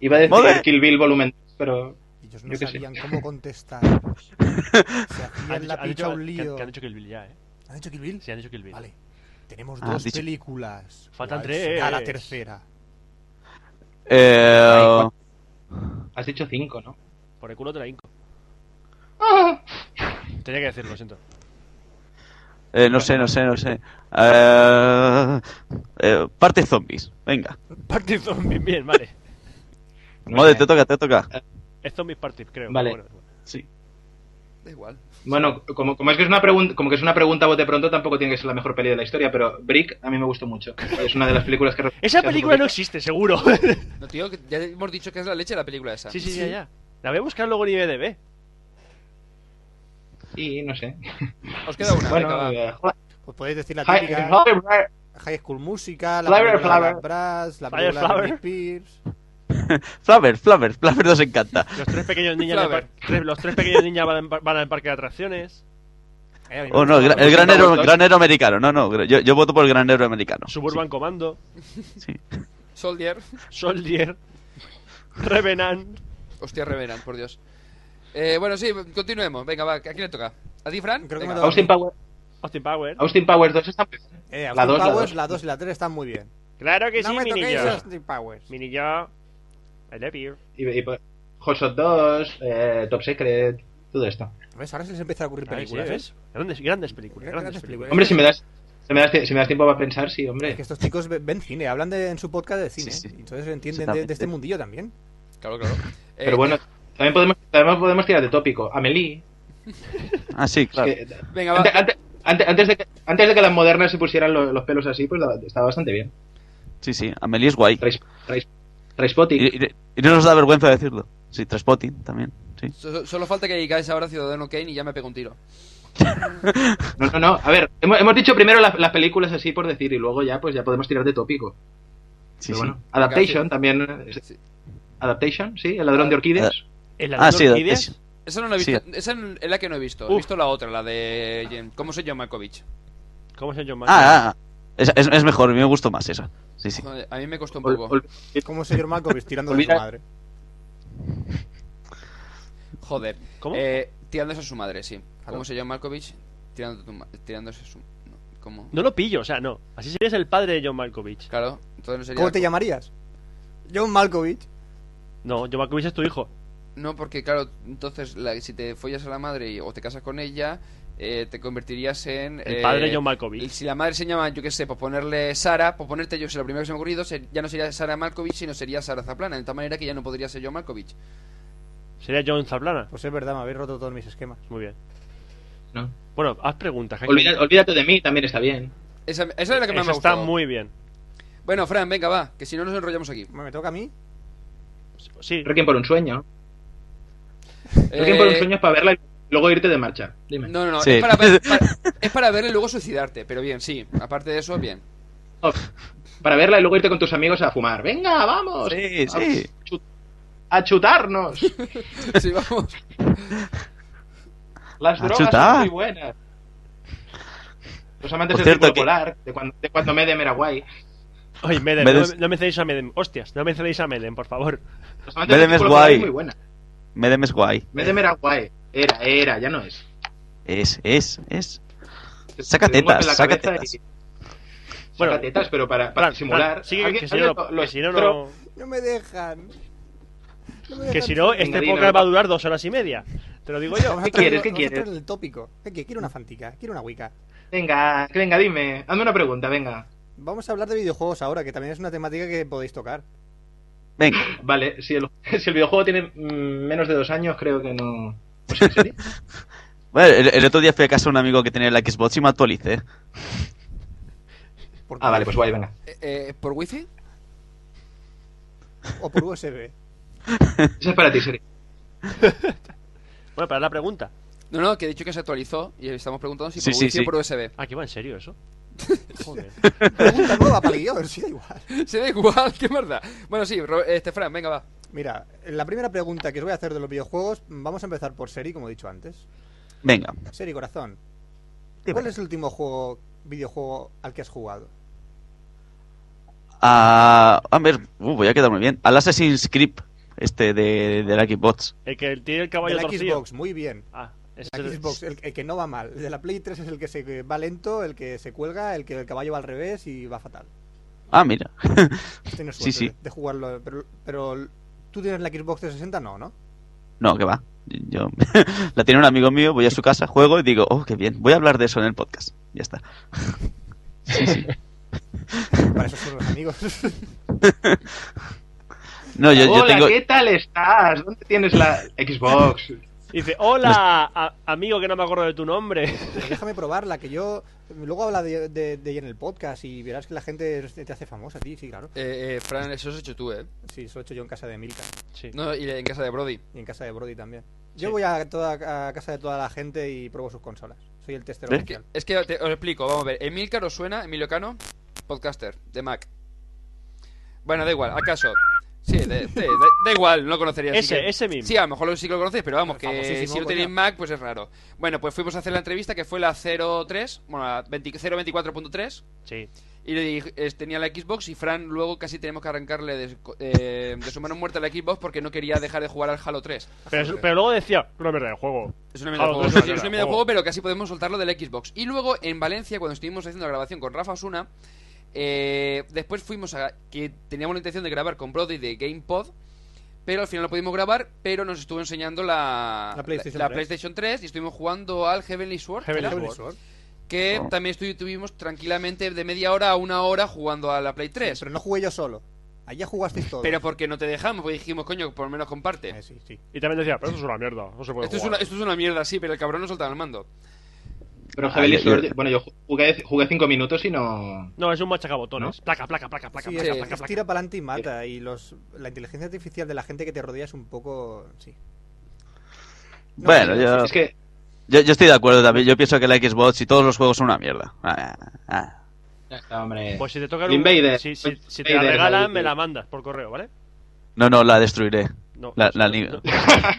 Speaker 5: iba a decir
Speaker 4: Joder.
Speaker 5: Kill Bill volumen, pero
Speaker 2: Ellos no
Speaker 5: Yo qué sé.
Speaker 2: sabían cómo contestar. Se
Speaker 1: Han
Speaker 2: hacían
Speaker 1: dicho,
Speaker 2: la
Speaker 1: han
Speaker 2: picha
Speaker 1: dicho
Speaker 2: un
Speaker 1: que-
Speaker 2: lío.
Speaker 1: Que, han dicho Kill Bill ya, ¿eh?
Speaker 2: ¿Han dicho Kill Bill?
Speaker 1: Sí, han dicho Kill Bill.
Speaker 2: Vale. Tenemos
Speaker 4: Ah,
Speaker 2: dos
Speaker 4: has dicho-
Speaker 2: películas.
Speaker 1: Faltan
Speaker 2: ¿Cuál será la
Speaker 1: tres.
Speaker 2: tercera.
Speaker 4: Eh,
Speaker 5: Ay, has dicho cinco, ¿no?
Speaker 1: Por el culo te la hinco. Ah. Tenía que decirlo, lo siento.
Speaker 4: eh, no sé, no sé, no sé. Eh, eh, parte zombies, venga.
Speaker 1: Party Zombie, bien, vale.
Speaker 5: No
Speaker 4: Madre,
Speaker 5: sé.
Speaker 4: te toca, te toca.
Speaker 1: Es Zombies Party, creo.
Speaker 5: Vale.
Speaker 1: Bueno, bueno.
Speaker 4: Sí.
Speaker 3: Da igual.
Speaker 5: Bueno, como, como es que es una pregunta, como que es una pregunta a bote pronto, tampoco tiene que ser la mejor peli de la historia, pero Brick a mí me gustó mucho. Es una de las películas que
Speaker 1: Esa película no existe, seguro.
Speaker 3: No, tío, que ya hemos dicho que es la leche la película esa.
Speaker 1: sí, sí, ya, ya. La voy a buscar luego en IMDb.
Speaker 5: Sí, no sé.
Speaker 3: Os queda una. venga,
Speaker 5: Bueno,
Speaker 3: va.
Speaker 5: eh, joder.
Speaker 2: Pues podéis decir la
Speaker 5: Hi-
Speaker 2: típica
Speaker 5: Holly Blair.
Speaker 2: High School Musical, la
Speaker 5: Flower,
Speaker 2: película de
Speaker 5: flower.
Speaker 2: Las Brass, la
Speaker 1: Flower,
Speaker 2: película de
Speaker 1: flower.
Speaker 2: Britney Spears.
Speaker 4: Flaver, Flaver, Flaver nos encanta.
Speaker 1: Los tres pequeños niños,
Speaker 3: Flaver.
Speaker 1: del par- tres- los tres pequeños niños van, al par- van al parque de atracciones. Eh, a mí me
Speaker 4: Oh, no,
Speaker 1: gusta.
Speaker 4: el, gra- el gran, héroe,
Speaker 5: Gustos.
Speaker 4: gran héroe americano. No, no, yo, yo voto por el gran héroe americano.
Speaker 1: Suburban Commando,
Speaker 3: Soldier.
Speaker 1: Soldier, Revenant.
Speaker 3: Hostia, Revenant, por Dios. Eh, bueno, sí, continuemos. Venga, va, ¿a quién le toca? ¿A ti, Fran?
Speaker 2: Creo que
Speaker 3: Venga.
Speaker 2: me toca.
Speaker 5: Austin Power-
Speaker 1: Austin Power.
Speaker 5: Austin Powers 2 está muy bien.
Speaker 2: Eh,
Speaker 5: La
Speaker 2: Austin
Speaker 5: dos, la
Speaker 2: Powers,
Speaker 5: dos.
Speaker 2: la 2 y la 3 están muy bien.
Speaker 1: Claro que
Speaker 2: no
Speaker 1: sí,
Speaker 2: me
Speaker 1: mini
Speaker 2: toquéis
Speaker 1: yo.
Speaker 2: Austin Powers.
Speaker 1: Mini yo. I love you.
Speaker 5: Y, y, pues, Hot Shot 2, eh, Top Secret, todo esto.
Speaker 2: ¿Ves? Ahora se les empieza a ocurrir
Speaker 1: Ahí sí,
Speaker 2: películas. ¿eh?
Speaker 1: ¿ves? Grandes, grandes películas.
Speaker 2: Grandes
Speaker 1: Grandes
Speaker 2: películas.
Speaker 1: películas.
Speaker 5: Hombre, si me das Si me das, tie- si me das tiempo para pensar, sí,
Speaker 2: Es
Speaker 5: hombre.
Speaker 2: que estos chicos ve- ven cine, hablan de- en su podcast de cine.
Speaker 4: Sí, sí.
Speaker 2: Entonces entienden de,
Speaker 4: Exactamente.
Speaker 2: de este mundillo también.
Speaker 3: Claro, claro. Eh,
Speaker 5: Pero bueno, también podemos, también podemos tirar de tópico. Amelie.
Speaker 4: Ah, sí, claro.
Speaker 5: que-
Speaker 3: Venga, va.
Speaker 5: ante- ante- ante- antes, de que, antes de que las modernas se pusieran lo- los pelos así, pues la- estaba bastante bien.
Speaker 4: Sí, sí, Amelie es guay.
Speaker 5: Trais- trais- Trainspotting.
Speaker 4: Y, y- y no nos da vergüenza decirlo. Sí, Trespotting también. Sí.
Speaker 3: So- so- Solo falta que digáis ahora Ciudadano Kane y ya me pego un tiro.
Speaker 5: No, no, no. A ver, hemos, hemos dicho primero las, las películas así por decir y luego ya pues ya podemos tirar de tópico.
Speaker 4: sí, sí.
Speaker 5: Pero bueno, Adaptation también. es-
Speaker 3: Sí.
Speaker 5: Adaptation, sí, El ladrón de orquídeas.
Speaker 1: ¿El
Speaker 4: Ah, sí,
Speaker 1: ladrón de orquídeas?
Speaker 4: Adaptation.
Speaker 3: Esa no la he visto.
Speaker 4: Sí.
Speaker 3: Esa es la que no he visto. He
Speaker 1: Uf.
Speaker 3: visto la otra, la de. Jen- ¿Cómo se llama Malkovich?
Speaker 1: ¿Cómo se llama?
Speaker 4: Ah, ah, ah. Es, es- es mejor, a mí me gustó más esa. Sí, sí.
Speaker 3: Joder, A mí me costó un
Speaker 5: Ol-
Speaker 3: poco.
Speaker 5: ol-
Speaker 2: Como señor Malkovich tirando de su
Speaker 5: Olvida-
Speaker 2: madre.
Speaker 3: Joder.
Speaker 1: ¿Cómo?
Speaker 3: Eh, tirándose a su madre, sí. ¿Cómo
Speaker 1: Claro.
Speaker 3: se llama Malkovich? Tirando tu ma- tirándose a su. no, ¿Cómo?
Speaker 1: No lo pillo, o sea, no. Así serías el padre de John Malkovich.
Speaker 3: Claro, entonces no sería.
Speaker 2: ¿Cómo te llamarías? John Malkovich.
Speaker 1: No, John Malkovich es tu hijo.
Speaker 3: No, porque claro, entonces la- si te follas a la madre y- o te casas con ella, eh, te convertirías en.
Speaker 1: El
Speaker 3: eh,
Speaker 1: padre de John Malkovich.
Speaker 3: y Si la madre se llama, yo qué sé, por ponerle Sara, por ponerte yo, sé, lo primero que se me ha ocurrido, ser- ya no sería Sara Malkovich, sino sería Sara Zaplana, de tal manera que ya no podría ser yo Malkovich.
Speaker 1: Sería John Zaplana.
Speaker 2: Pues es verdad, me habéis roto todos mis esquemas.
Speaker 1: Muy bien.
Speaker 5: no.
Speaker 1: Bueno, haz preguntas. Jaime.
Speaker 5: Olvida- olvídate de mí, también está bien.
Speaker 3: Esa, esa es la que más
Speaker 1: Eso
Speaker 3: me ha
Speaker 1: está
Speaker 3: gustado.
Speaker 1: muy bien.
Speaker 3: Bueno, Fran, venga, va, que si no nos enrollamos aquí.
Speaker 2: ¿Me me toca a mí?
Speaker 1: Sí,
Speaker 5: Requiem por un sueño. Requiem por un
Speaker 3: Eh,
Speaker 5: sueño es para verla y luego irte de marcha. Dime.
Speaker 3: No, no, no,
Speaker 4: Sí.
Speaker 3: es, para ver- para- es para verle y luego suicidarte, pero bien, sí, aparte de eso, bien.
Speaker 5: No, Para verla y luego irte con tus amigos a fumar. Venga, vamos.
Speaker 4: Sí,
Speaker 5: a,
Speaker 4: sí.
Speaker 5: chu- a chutarnos.
Speaker 3: Sí, vamos.
Speaker 5: Las
Speaker 4: A
Speaker 5: drogas
Speaker 4: chutar.
Speaker 5: son muy buenas. Los amantes
Speaker 4: Por
Speaker 5: del
Speaker 4: cierto,
Speaker 5: círculo
Speaker 4: que-
Speaker 5: polar, de cuando, de cuando Medem era guay.
Speaker 1: Oye, Medem,
Speaker 4: Medem-
Speaker 1: no, no mencionéis a Medem. Hostias, no mencionéis a Medem, por favor.
Speaker 5: Los amantes
Speaker 4: Medem
Speaker 5: del
Speaker 4: es
Speaker 5: círculo polar
Speaker 4: guay.
Speaker 5: es muy buena.
Speaker 4: Medem es guay.
Speaker 5: Medem era guay. Era, era, ya no es.
Speaker 4: Es, es, es.
Speaker 5: Te-
Speaker 4: Saca
Speaker 5: te demuestran
Speaker 4: tetas,
Speaker 5: la
Speaker 4: saca
Speaker 5: cabeza
Speaker 4: tetas.
Speaker 5: y-
Speaker 1: Bueno,
Speaker 5: saca tetas, pero para, para
Speaker 1: Fran,
Speaker 5: simular.
Speaker 1: Fran, sigue,
Speaker 5: Alguien-
Speaker 1: que si no,
Speaker 5: alguien
Speaker 1: no-
Speaker 5: lo-
Speaker 1: que si no,
Speaker 5: pero-
Speaker 1: no-
Speaker 2: No me dejan. No me
Speaker 1: que
Speaker 2: dejan
Speaker 1: si no,
Speaker 2: ser-
Speaker 1: este
Speaker 5: dime,
Speaker 1: podcast va a
Speaker 5: no.
Speaker 1: durar dos horas y media. Te lo digo yo.
Speaker 2: Vamos a
Speaker 5: ¿qué
Speaker 2: entrar-
Speaker 5: quieres, qué
Speaker 2: vamos a entrar
Speaker 5: quieres? Mm.
Speaker 2: en el tópico. ¿Qué, qué? Quiero una fantica, quiero una wicca.
Speaker 5: Venga, venga, dime. Hazme una pregunta, venga.
Speaker 2: Vamos a hablar de videojuegos ahora, que también es una temática que podéis tocar.
Speaker 4: Venga,
Speaker 5: Vale, si el, si el videojuego tiene mm, menos de dos años, creo que no. O sea, ¿en serio?
Speaker 4: Bueno, el, el otro día fui a casa de un amigo que tenía la Xbox y me actualicé.
Speaker 2: Por-
Speaker 5: ah, vale, pues guay, venga.
Speaker 3: Eh, eh, ¿Por wifi?
Speaker 2: O por USB.
Speaker 5: Eso es para ti, Siri.
Speaker 1: Bueno, para la pregunta.
Speaker 3: No, no, que he dicho que se actualizó y estamos preguntando si
Speaker 4: Sí,
Speaker 3: por
Speaker 4: sí,
Speaker 3: wifi o
Speaker 4: sí.
Speaker 3: por USB.
Speaker 1: Ah, que va en serio eso. Joder.
Speaker 2: Pregunta nueva para Guión, sí, da igual.
Speaker 3: Se da igual, qué mierda. Bueno, sí, Ro- este Fran, venga, va.
Speaker 2: Mira, la primera pregunta que os voy a hacer de los videojuegos, vamos a empezar por Seri, como he dicho antes.
Speaker 4: Venga.
Speaker 2: Seri, corazón. ¿Cuál es el último juego, videojuego al que has jugado?
Speaker 4: Ah, a ver, uh, voy a quedar muy bien. Al Assassin's Creed, este de, de la Xbox.
Speaker 1: El que tiene el
Speaker 2: De
Speaker 1: caballo
Speaker 2: la
Speaker 1: torcido.
Speaker 2: Xbox, muy bien.
Speaker 1: Ah, ese
Speaker 2: La
Speaker 1: es el-
Speaker 2: Xbox, el, el que no va mal. El de la Play 3 es el que se va lento, el que se cuelga, el que el caballo va al revés y va fatal.
Speaker 4: Ah, mira.
Speaker 2: Tienes suerte
Speaker 4: Sí, sí.
Speaker 2: de- de jugarlo, pero, pero tú tienes la Xbox 360, no, ¿no?
Speaker 4: No, que va. Yo la tiene un amigo mío, voy a su casa, juego y digo, oh, qué bien. Voy a hablar de eso en el podcast. Ya está.
Speaker 2: Para eso son los amigos.
Speaker 4: No, yo, yo
Speaker 5: Hola,
Speaker 4: tengo.
Speaker 5: ¿qué tal estás? ¿Dónde tienes la Xbox?
Speaker 1: Dice, hola, a- amigo que no me acuerdo de tu nombre.
Speaker 2: Pero déjame probarla, que yo luego habla de, de- de ella en el podcast y verás que la gente te hace famosa a ti, sí, claro.
Speaker 3: Eh, eh, Fran, eso has hecho tú, ¿eh?
Speaker 2: Sí, eso lo he hecho yo en casa de Milka
Speaker 1: Sí.
Speaker 3: No, y en casa de Brody.
Speaker 2: y en casa de Brody también. Yo
Speaker 1: Sí.
Speaker 2: voy a, toda, a casa de toda la gente y pruebo sus consolas. Soy el testero
Speaker 4: ¿Ves?
Speaker 2: oficial.
Speaker 3: Es que te- os explico, vamos a ver. Emilcar os suena, Emilio Cano, podcaster de Mac. Bueno, da igual, acaso. Sí, de- de- de- da igual, no lo conocería. así
Speaker 1: Ese,
Speaker 3: que-
Speaker 1: ese mismo.
Speaker 3: Sí, a lo mejor lo- sí que lo conocéis, pero vamos, que
Speaker 2: Famosísimo,
Speaker 3: si no
Speaker 2: coño.
Speaker 3: tenéis Mac, pues es raro. Bueno, pues fuimos a hacer la entrevista que fue la 03, bueno, la 20 024.3.
Speaker 1: Sí.
Speaker 3: Y le dije- eh, tenía la Xbox y Fran luego casi tenemos que arrancarle de, su- eh, de su mano muerta la Xbox porque no quería dejar de jugar al Halo 3.
Speaker 1: Pero, pero luego decía, una mierda de juego.
Speaker 3: Es una mierda
Speaker 1: Ah,
Speaker 3: de juego,
Speaker 1: entonces
Speaker 3: sí,
Speaker 1: no
Speaker 3: es una
Speaker 1: era
Speaker 3: mierda de
Speaker 1: juego.
Speaker 3: juego, pero casi podemos soltarlo del Xbox. Y luego en Valencia, cuando estuvimos haciendo la grabación con Rafa Osuna, eh, después fuimos a. que teníamos la intención de grabar con Brody de GamePod, pero al final no pudimos grabar, pero nos estuvo enseñando la,
Speaker 2: La PlayStation 3.
Speaker 3: PlayStation 3 y estuvimos jugando al Heavenly Sword.
Speaker 1: Heavenly
Speaker 3: ¿era?
Speaker 1: Sword.
Speaker 2: Sword.
Speaker 3: que también estu- tuvimos tranquilamente de media hora a una hora jugando a la Play 3.
Speaker 2: Pero no jugué yo solo. Allá jugasteis todos.
Speaker 3: Pero porque no te dejamos, porque dijimos, coño, por lo menos comparte.
Speaker 2: Eh, sí, sí.
Speaker 1: Y también decía, pero esto es una mierda, no se puede
Speaker 3: Esto es,
Speaker 1: jugar.
Speaker 3: una, esto es una mierda, sí, pero el cabrón no soltaba el mando.
Speaker 5: Pero Javier,
Speaker 4: Ah, yo-
Speaker 5: Sordi- bueno, yo jugué, jugué cinco minutos y no...
Speaker 1: No, es un machacabotones. Placa, placa, placa, placa,
Speaker 2: Sí,
Speaker 1: placa,
Speaker 2: es-
Speaker 3: sí.
Speaker 1: placa,
Speaker 2: es
Speaker 1: placa.
Speaker 2: tira para adelante y mata. Y los, la inteligencia artificial de la gente que te rodea es un poco. Sí. No,
Speaker 4: Bueno,
Speaker 2: sí,
Speaker 4: yo,
Speaker 5: Es que
Speaker 4: yo, yo estoy de acuerdo también. Yo pienso que la Xbox y todos los juegos son una mierda. Ah, ah.
Speaker 5: Ya está, hombre.
Speaker 1: Pues si te toca
Speaker 5: El
Speaker 1: un...
Speaker 5: Invader.
Speaker 1: Si, si-
Speaker 5: El
Speaker 1: si te la
Speaker 5: Invader,
Speaker 1: regalan,
Speaker 5: David.
Speaker 1: me la mandas por correo, ¿vale?
Speaker 4: No, no, la destruiré.
Speaker 1: No,
Speaker 4: La-
Speaker 1: no se-
Speaker 4: la
Speaker 1: no-
Speaker 4: liga.
Speaker 1: No,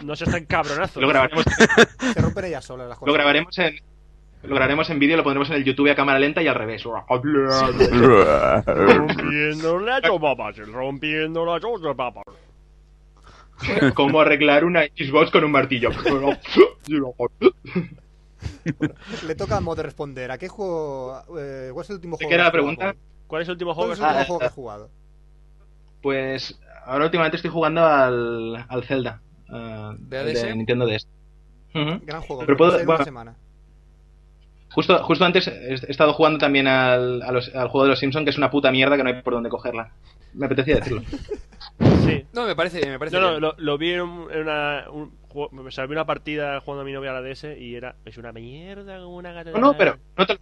Speaker 1: no se están cabronazos.
Speaker 5: Lo grabaremos,
Speaker 2: Se rompen ellas solas las cosas.
Speaker 5: lo grabaremos en... Lo grabaremos en vídeo, lo pondremos en el YouTube a cámara lenta y al revés.
Speaker 4: Ah,
Speaker 1: Rompiendo la chopapas, rompiendo la chopapas.
Speaker 5: Cómo arreglar una Xbox con un martillo.
Speaker 2: Le toca a Mod responder. ¿A qué juego. eh, ¿Cuál es el último
Speaker 5: ¿Te
Speaker 2: juego?
Speaker 5: queda
Speaker 2: que
Speaker 5: la
Speaker 2: has jugado?
Speaker 5: pregunta?
Speaker 1: ¿Cuál es el último
Speaker 2: ¿Cuál
Speaker 1: juego
Speaker 2: es
Speaker 1: que
Speaker 2: el último
Speaker 5: Ah,
Speaker 2: juego que has jugado?
Speaker 5: Pues ahora últimamente estoy jugando al, al Zelda. eh,
Speaker 3: ¿De
Speaker 5: el
Speaker 3: ADS?
Speaker 5: de Nintendo DS. Ujú.
Speaker 2: Gran juego.
Speaker 5: Pero
Speaker 2: Pero
Speaker 5: puedo-
Speaker 2: puedo,
Speaker 5: bueno.
Speaker 2: una semana.
Speaker 5: Justo, justo antes he he estado jugando también al, a los- al juego de los Simpsons, que es una puta mierda que no hay por dónde cogerla. Me apetecía decirlo.
Speaker 1: Sí.
Speaker 3: No, me parece bien, me parece
Speaker 1: No, no,
Speaker 3: bien.
Speaker 1: lo, lo vi en un- en una. un juego- o sea, vi una partida jugando a mi novia a la DS y era. Es una mierda como una gata.
Speaker 5: No, no, pero no te, no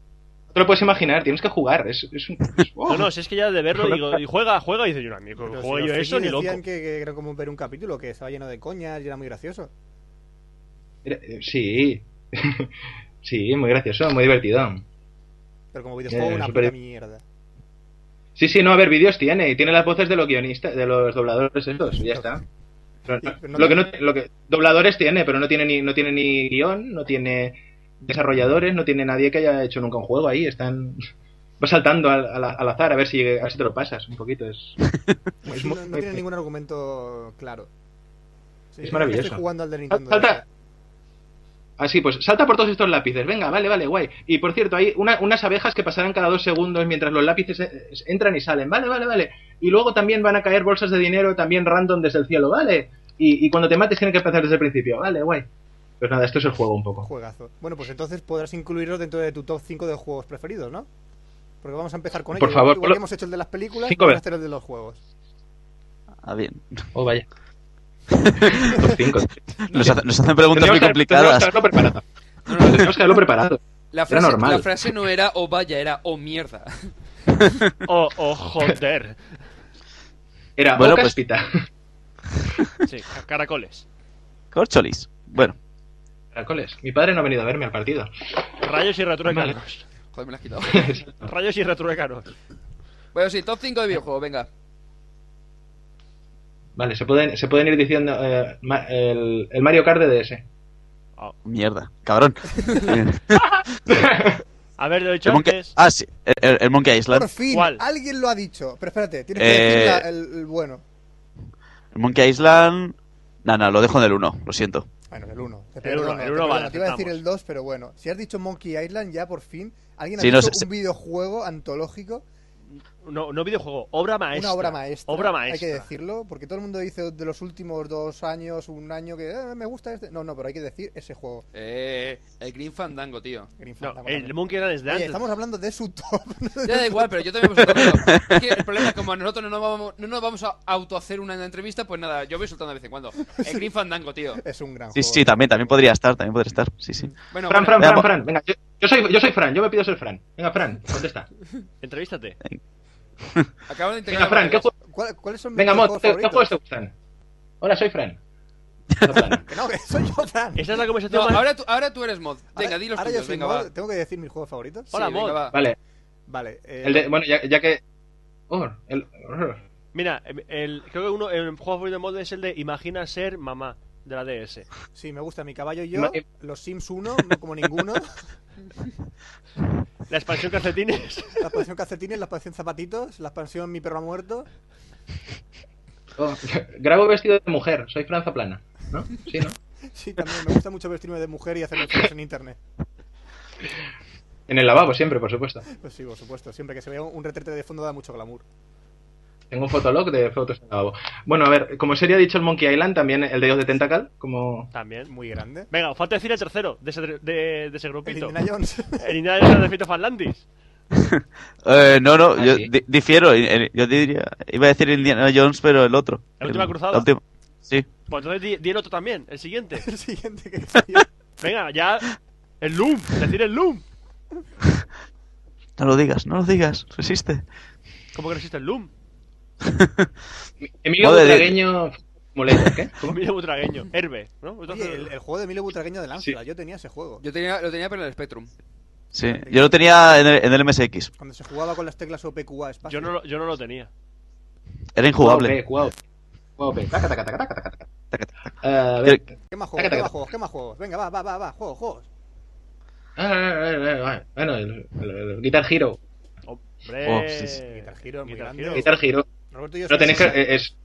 Speaker 5: te lo puedes imaginar, tienes que jugar. Es, es un, es-
Speaker 1: No,
Speaker 2: oh.
Speaker 1: no, si es que ya de verlo digo, y juega, juega, y dice yo, no, amigo,
Speaker 2: Pero si
Speaker 1: juego
Speaker 2: los
Speaker 1: yo
Speaker 2: frikis
Speaker 1: eso ni loco.
Speaker 2: decían que, que era como ver un capítulo que estaba lleno de coñas y era muy gracioso.
Speaker 5: Era- eh, Sí. sí, muy gracioso, muy divertido.
Speaker 2: Pero como videojuego,
Speaker 5: Eh,
Speaker 2: una
Speaker 5: super-
Speaker 2: puta mierda.
Speaker 5: Sí, sí, no, a ver, vídeos tiene. Y tiene las voces de los guionistas, de los dobladores estos, y ya está. Pero no-
Speaker 2: Sí, pero no
Speaker 5: lo que no, lo que, dobladores tiene, pero no tiene ni, no tiene ni guión, no tiene desarrolladores, no tiene nadie que haya hecho nunca un juego ahí. Están. Vas saltando al, al- al azar a ver si a ver si te lo pasas un poquito. Es, es
Speaker 2: no,
Speaker 5: mu-
Speaker 2: no tiene ningún argumento claro. Sí,
Speaker 5: Es maravilloso. Ah,
Speaker 2: Estoy jugando al de Nintendo. eh,
Speaker 5: Salta. Así pues, salta por todos estos lápices. Venga, vale, vale, guay. Y por cierto, hay una- unas abejas que pasarán cada dos segundos mientras los lápices eh, entran y salen. Vale, vale, vale. Y luego también van a caer bolsas de dinero también random desde el cielo. Vale. Y, y cuando te mates tienen que empezar desde el principio. Vale, guay. Pues nada, esto es el juego un poco.
Speaker 2: Juegazo. Bueno, pues entonces podrás incluirlo dentro de tu top 5 de juegos preferidos, ¿no? Porque vamos a empezar con ello.
Speaker 5: Por
Speaker 2: Igual-
Speaker 5: favor,
Speaker 2: igual
Speaker 5: ponlo-
Speaker 2: que hemos hecho el de las películas,
Speaker 5: Cinco
Speaker 2: vamos a
Speaker 5: veces.
Speaker 2: hacer el de los juegos.
Speaker 4: Ah, bien.
Speaker 5: Oh, vaya. Los cinco.
Speaker 4: Nos, hace- nos hacen preguntas muy
Speaker 5: Tendríamos que- tendríamos que
Speaker 4: complicadas.
Speaker 5: haberlo preparado.
Speaker 3: No, no,
Speaker 5: Tendríamos que haberlo preparado.
Speaker 3: la, frase,
Speaker 5: normal.
Speaker 3: la frase no era oh vaya, era oh mierda.
Speaker 1: Oh, oh, joder.
Speaker 5: Era
Speaker 4: Bueno,
Speaker 5: bueno,
Speaker 4: pues-
Speaker 1: Sí, ca- caracoles.
Speaker 4: Corcholis. Bueno,
Speaker 5: Caracoles. Mi padre no ha venido a verme al partido.
Speaker 1: Rayos y retruécanos.
Speaker 3: Joder, me la has quitado.
Speaker 1: Rayos y retruécanos.
Speaker 3: Bueno, sí, top 5 de videojuegos, venga.
Speaker 5: Vale, se pueden, se pueden ir diciendo eh, ma- el, el Mario Kart de DS.
Speaker 4: mierda. Cabrón. Eh,
Speaker 1: A ver, lo he dicho
Speaker 4: El Monkey-
Speaker 1: antes.
Speaker 4: Ah, sí. El, el- el Monkey Island.
Speaker 2: Por fin,
Speaker 1: ¿Cuál?
Speaker 2: alguien lo ha dicho. Pero espérate, tienes
Speaker 4: Eh,
Speaker 2: que decir la- el, el bueno.
Speaker 4: El Monkey Island. No, no, lo dejo en el 1, lo siento.
Speaker 2: Bueno, el 1.
Speaker 1: El uno, el uno vale,
Speaker 2: Te iba a decir
Speaker 1: aceptamos.
Speaker 2: el 2, pero bueno. Si has dicho Monkey Island, ya por fin. Alguien ha
Speaker 4: Sí, no,
Speaker 2: dicho
Speaker 4: se-
Speaker 2: un videojuego antológico.
Speaker 1: No, no videojuego, obra maestra.
Speaker 2: Una obra maestra.
Speaker 1: Obra maestra.
Speaker 2: Hay que decirlo, porque todo el mundo dice de los últimos dos años, un año, que "Ah, me gusta este. No, no, pero hay que decir ese juego.
Speaker 3: Eh, el Green Fandango, tío.
Speaker 2: Green Fandango
Speaker 1: No, el
Speaker 2: también.
Speaker 1: Monkey Island es de
Speaker 2: Oye,
Speaker 1: antes.
Speaker 2: estamos hablando de su top. ¿no?
Speaker 3: Ya da igual, pero yo también hemos soltado. Es que el problema es que como nosotros no nos vamos, no nos vamos a autohacer una entrevista, pues nada, yo voy soltando de vez en cuando. El Green Fandango, tío.
Speaker 2: Es un gran
Speaker 4: Sí,
Speaker 2: juego.
Speaker 4: sí, también, también podría estar, también podría estar. Sí, sí.
Speaker 3: Bueno,
Speaker 5: Fran,
Speaker 3: bueno,
Speaker 5: Fran,
Speaker 4: Venga,
Speaker 5: Fran,
Speaker 4: po-
Speaker 5: Fran. Venga, yo, yo soy, yo soy Fran. Yo me pido ser Fran. Venga, Fran, contesta.
Speaker 1: Entrevístate.
Speaker 3: acabo de integrar.
Speaker 5: Venga, Fran, ¿qué,
Speaker 3: varios.
Speaker 5: jue-
Speaker 2: ¿Cuál- ¿Cuáles son mis
Speaker 5: venga, Mod,
Speaker 2: videojuegos
Speaker 5: ¿qué, qué juegos
Speaker 2: favoritos?
Speaker 5: te gustan? Hola, soy Fran. Hola, Fran.
Speaker 2: Que no, que soy yo, Fran.
Speaker 1: Esta es la
Speaker 3: No,
Speaker 1: conversación más...
Speaker 3: ahora tú, ahora tú eres mod. Venga,
Speaker 2: Ahora-
Speaker 3: di los
Speaker 2: ahora yo
Speaker 3: tuyos,
Speaker 2: soy
Speaker 3: venga,
Speaker 2: mod,
Speaker 3: va.
Speaker 2: ¿Tengo que decir mis juegos favoritos?
Speaker 1: Hola,
Speaker 3: Sí, venga,
Speaker 1: mod.
Speaker 3: va.
Speaker 5: Vale.
Speaker 2: Vale. eh,
Speaker 5: El de- bueno, ya, ya que. Oh, el-
Speaker 1: Mira, el, creo que uno, el juego favorito de mod es el de Imagina ser mamá de la DS.
Speaker 2: Sí, me gusta mi caballo y yo.
Speaker 5: Ma- eh.
Speaker 2: Los Sims 1, no como ninguno.
Speaker 1: La expansión calcetines.
Speaker 2: La expansión calcetines, la expansión zapatitos, la expansión mi perro ha muerto.
Speaker 5: oh, grabo vestido de mujer. Soy Franza Plana. ¿No? Sí, ¿no?
Speaker 2: Sí, también me gusta mucho vestirme de mujer y hacerme fotos en internet.
Speaker 5: En el lavabo siempre, por supuesto.
Speaker 2: Pues sí, por supuesto. Siempre que se vea un retrete de fondo da mucho glamour.
Speaker 5: Tengo un fotolog de fotos de lavabo. Bueno, a ver, como sería dicho el Monkey Island, también el de Dios de Tentacal, como...
Speaker 1: También.
Speaker 2: Muy grande.
Speaker 1: Venga, falta decir el tercero de ese, de, de ese
Speaker 2: El
Speaker 1: grupito.
Speaker 2: Indiana Jones.
Speaker 1: El Indiana Jones de Fito Fanlandis.
Speaker 4: Eh, no, no,
Speaker 5: Ah,
Speaker 4: yo
Speaker 5: sí.
Speaker 4: di- difiero. eh, Yo diría. Iba a decir Indiana Jones, pero el otro.
Speaker 1: La última
Speaker 4: El-
Speaker 1: cruzada.
Speaker 4: la última. Sí.
Speaker 1: Pues entonces di, di el otro también, el siguiente.
Speaker 2: el siguiente que salió.
Speaker 1: Venga, ya. El Loom, decir el Loom.
Speaker 4: No lo digas, no lo digas. Resiste.
Speaker 1: ¿Cómo que no existe el Loom?
Speaker 5: Emilio
Speaker 4: Joder,
Speaker 5: Butragueño... Muleta, ¿qué? ¿Cómo?
Speaker 1: Mira butragueño, Herbe, ¿no? Entonces-
Speaker 2: Oye, el, el juego de Emilio Butragueño de Ángela, yo tenía ese juego.
Speaker 3: Yo tenía, lo tenía pero en el Spectrum.
Speaker 4: Sí. Yo lo tenía en el, en el MSX.
Speaker 2: Cuando se jugaba con las teclas OPQA espacio.
Speaker 1: yo, no, lo- yo no lo tenía.
Speaker 4: Era injugable.
Speaker 5: Guau, guau, guau, taca, taca, taca, taca, taca, taca. Eh,
Speaker 4: Taca,
Speaker 5: A ver,
Speaker 2: ¿Qué más juegos? ¿Qué
Speaker 5: Taca, taca.
Speaker 2: más juegos? ¿Qué más juegos? Venga, va, va, va, va, juegos, juegos.
Speaker 5: Ah, ah, ah, ah, Bueno, el, el- el Guitar Hero.
Speaker 1: Hombre.
Speaker 4: Oh, sí, sí.
Speaker 2: Guitar Hero, muy
Speaker 1: Guitar
Speaker 2: grande.
Speaker 1: Hero.
Speaker 5: Guitar Hero.
Speaker 2: Roberto y yo
Speaker 5: No tenéis
Speaker 2: somos-
Speaker 5: que. Es,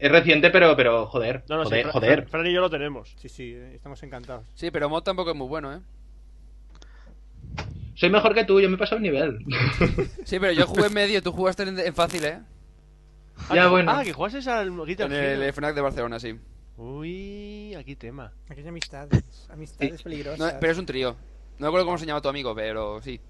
Speaker 5: es reciente, pero, pero joder.
Speaker 1: No, no, sí,
Speaker 5: joder,
Speaker 1: Fra-
Speaker 5: joder.
Speaker 1: Fran y yo lo tenemos.
Speaker 2: Sí, sí, eh, estamos encantados.
Speaker 3: Sí, pero Mod tampoco es muy bueno, ¿eh?
Speaker 5: Soy mejor que tú, yo me he pasado el nivel.
Speaker 3: Sí, pero yo jugué en medio, tú jugaste en, en fácil, ¿eh?
Speaker 1: Ah,
Speaker 5: ya,
Speaker 1: que-
Speaker 5: bueno.
Speaker 1: Ah, que jugases al Guitar
Speaker 3: En
Speaker 1: Hero.
Speaker 3: el FNAC de Barcelona, sí.
Speaker 1: Uy, aquí tema.
Speaker 2: Aquí hay amistades, amistades peligrosas.
Speaker 3: No, pero es un trío. No me acuerdo cómo se llama tu amigo, pero sí.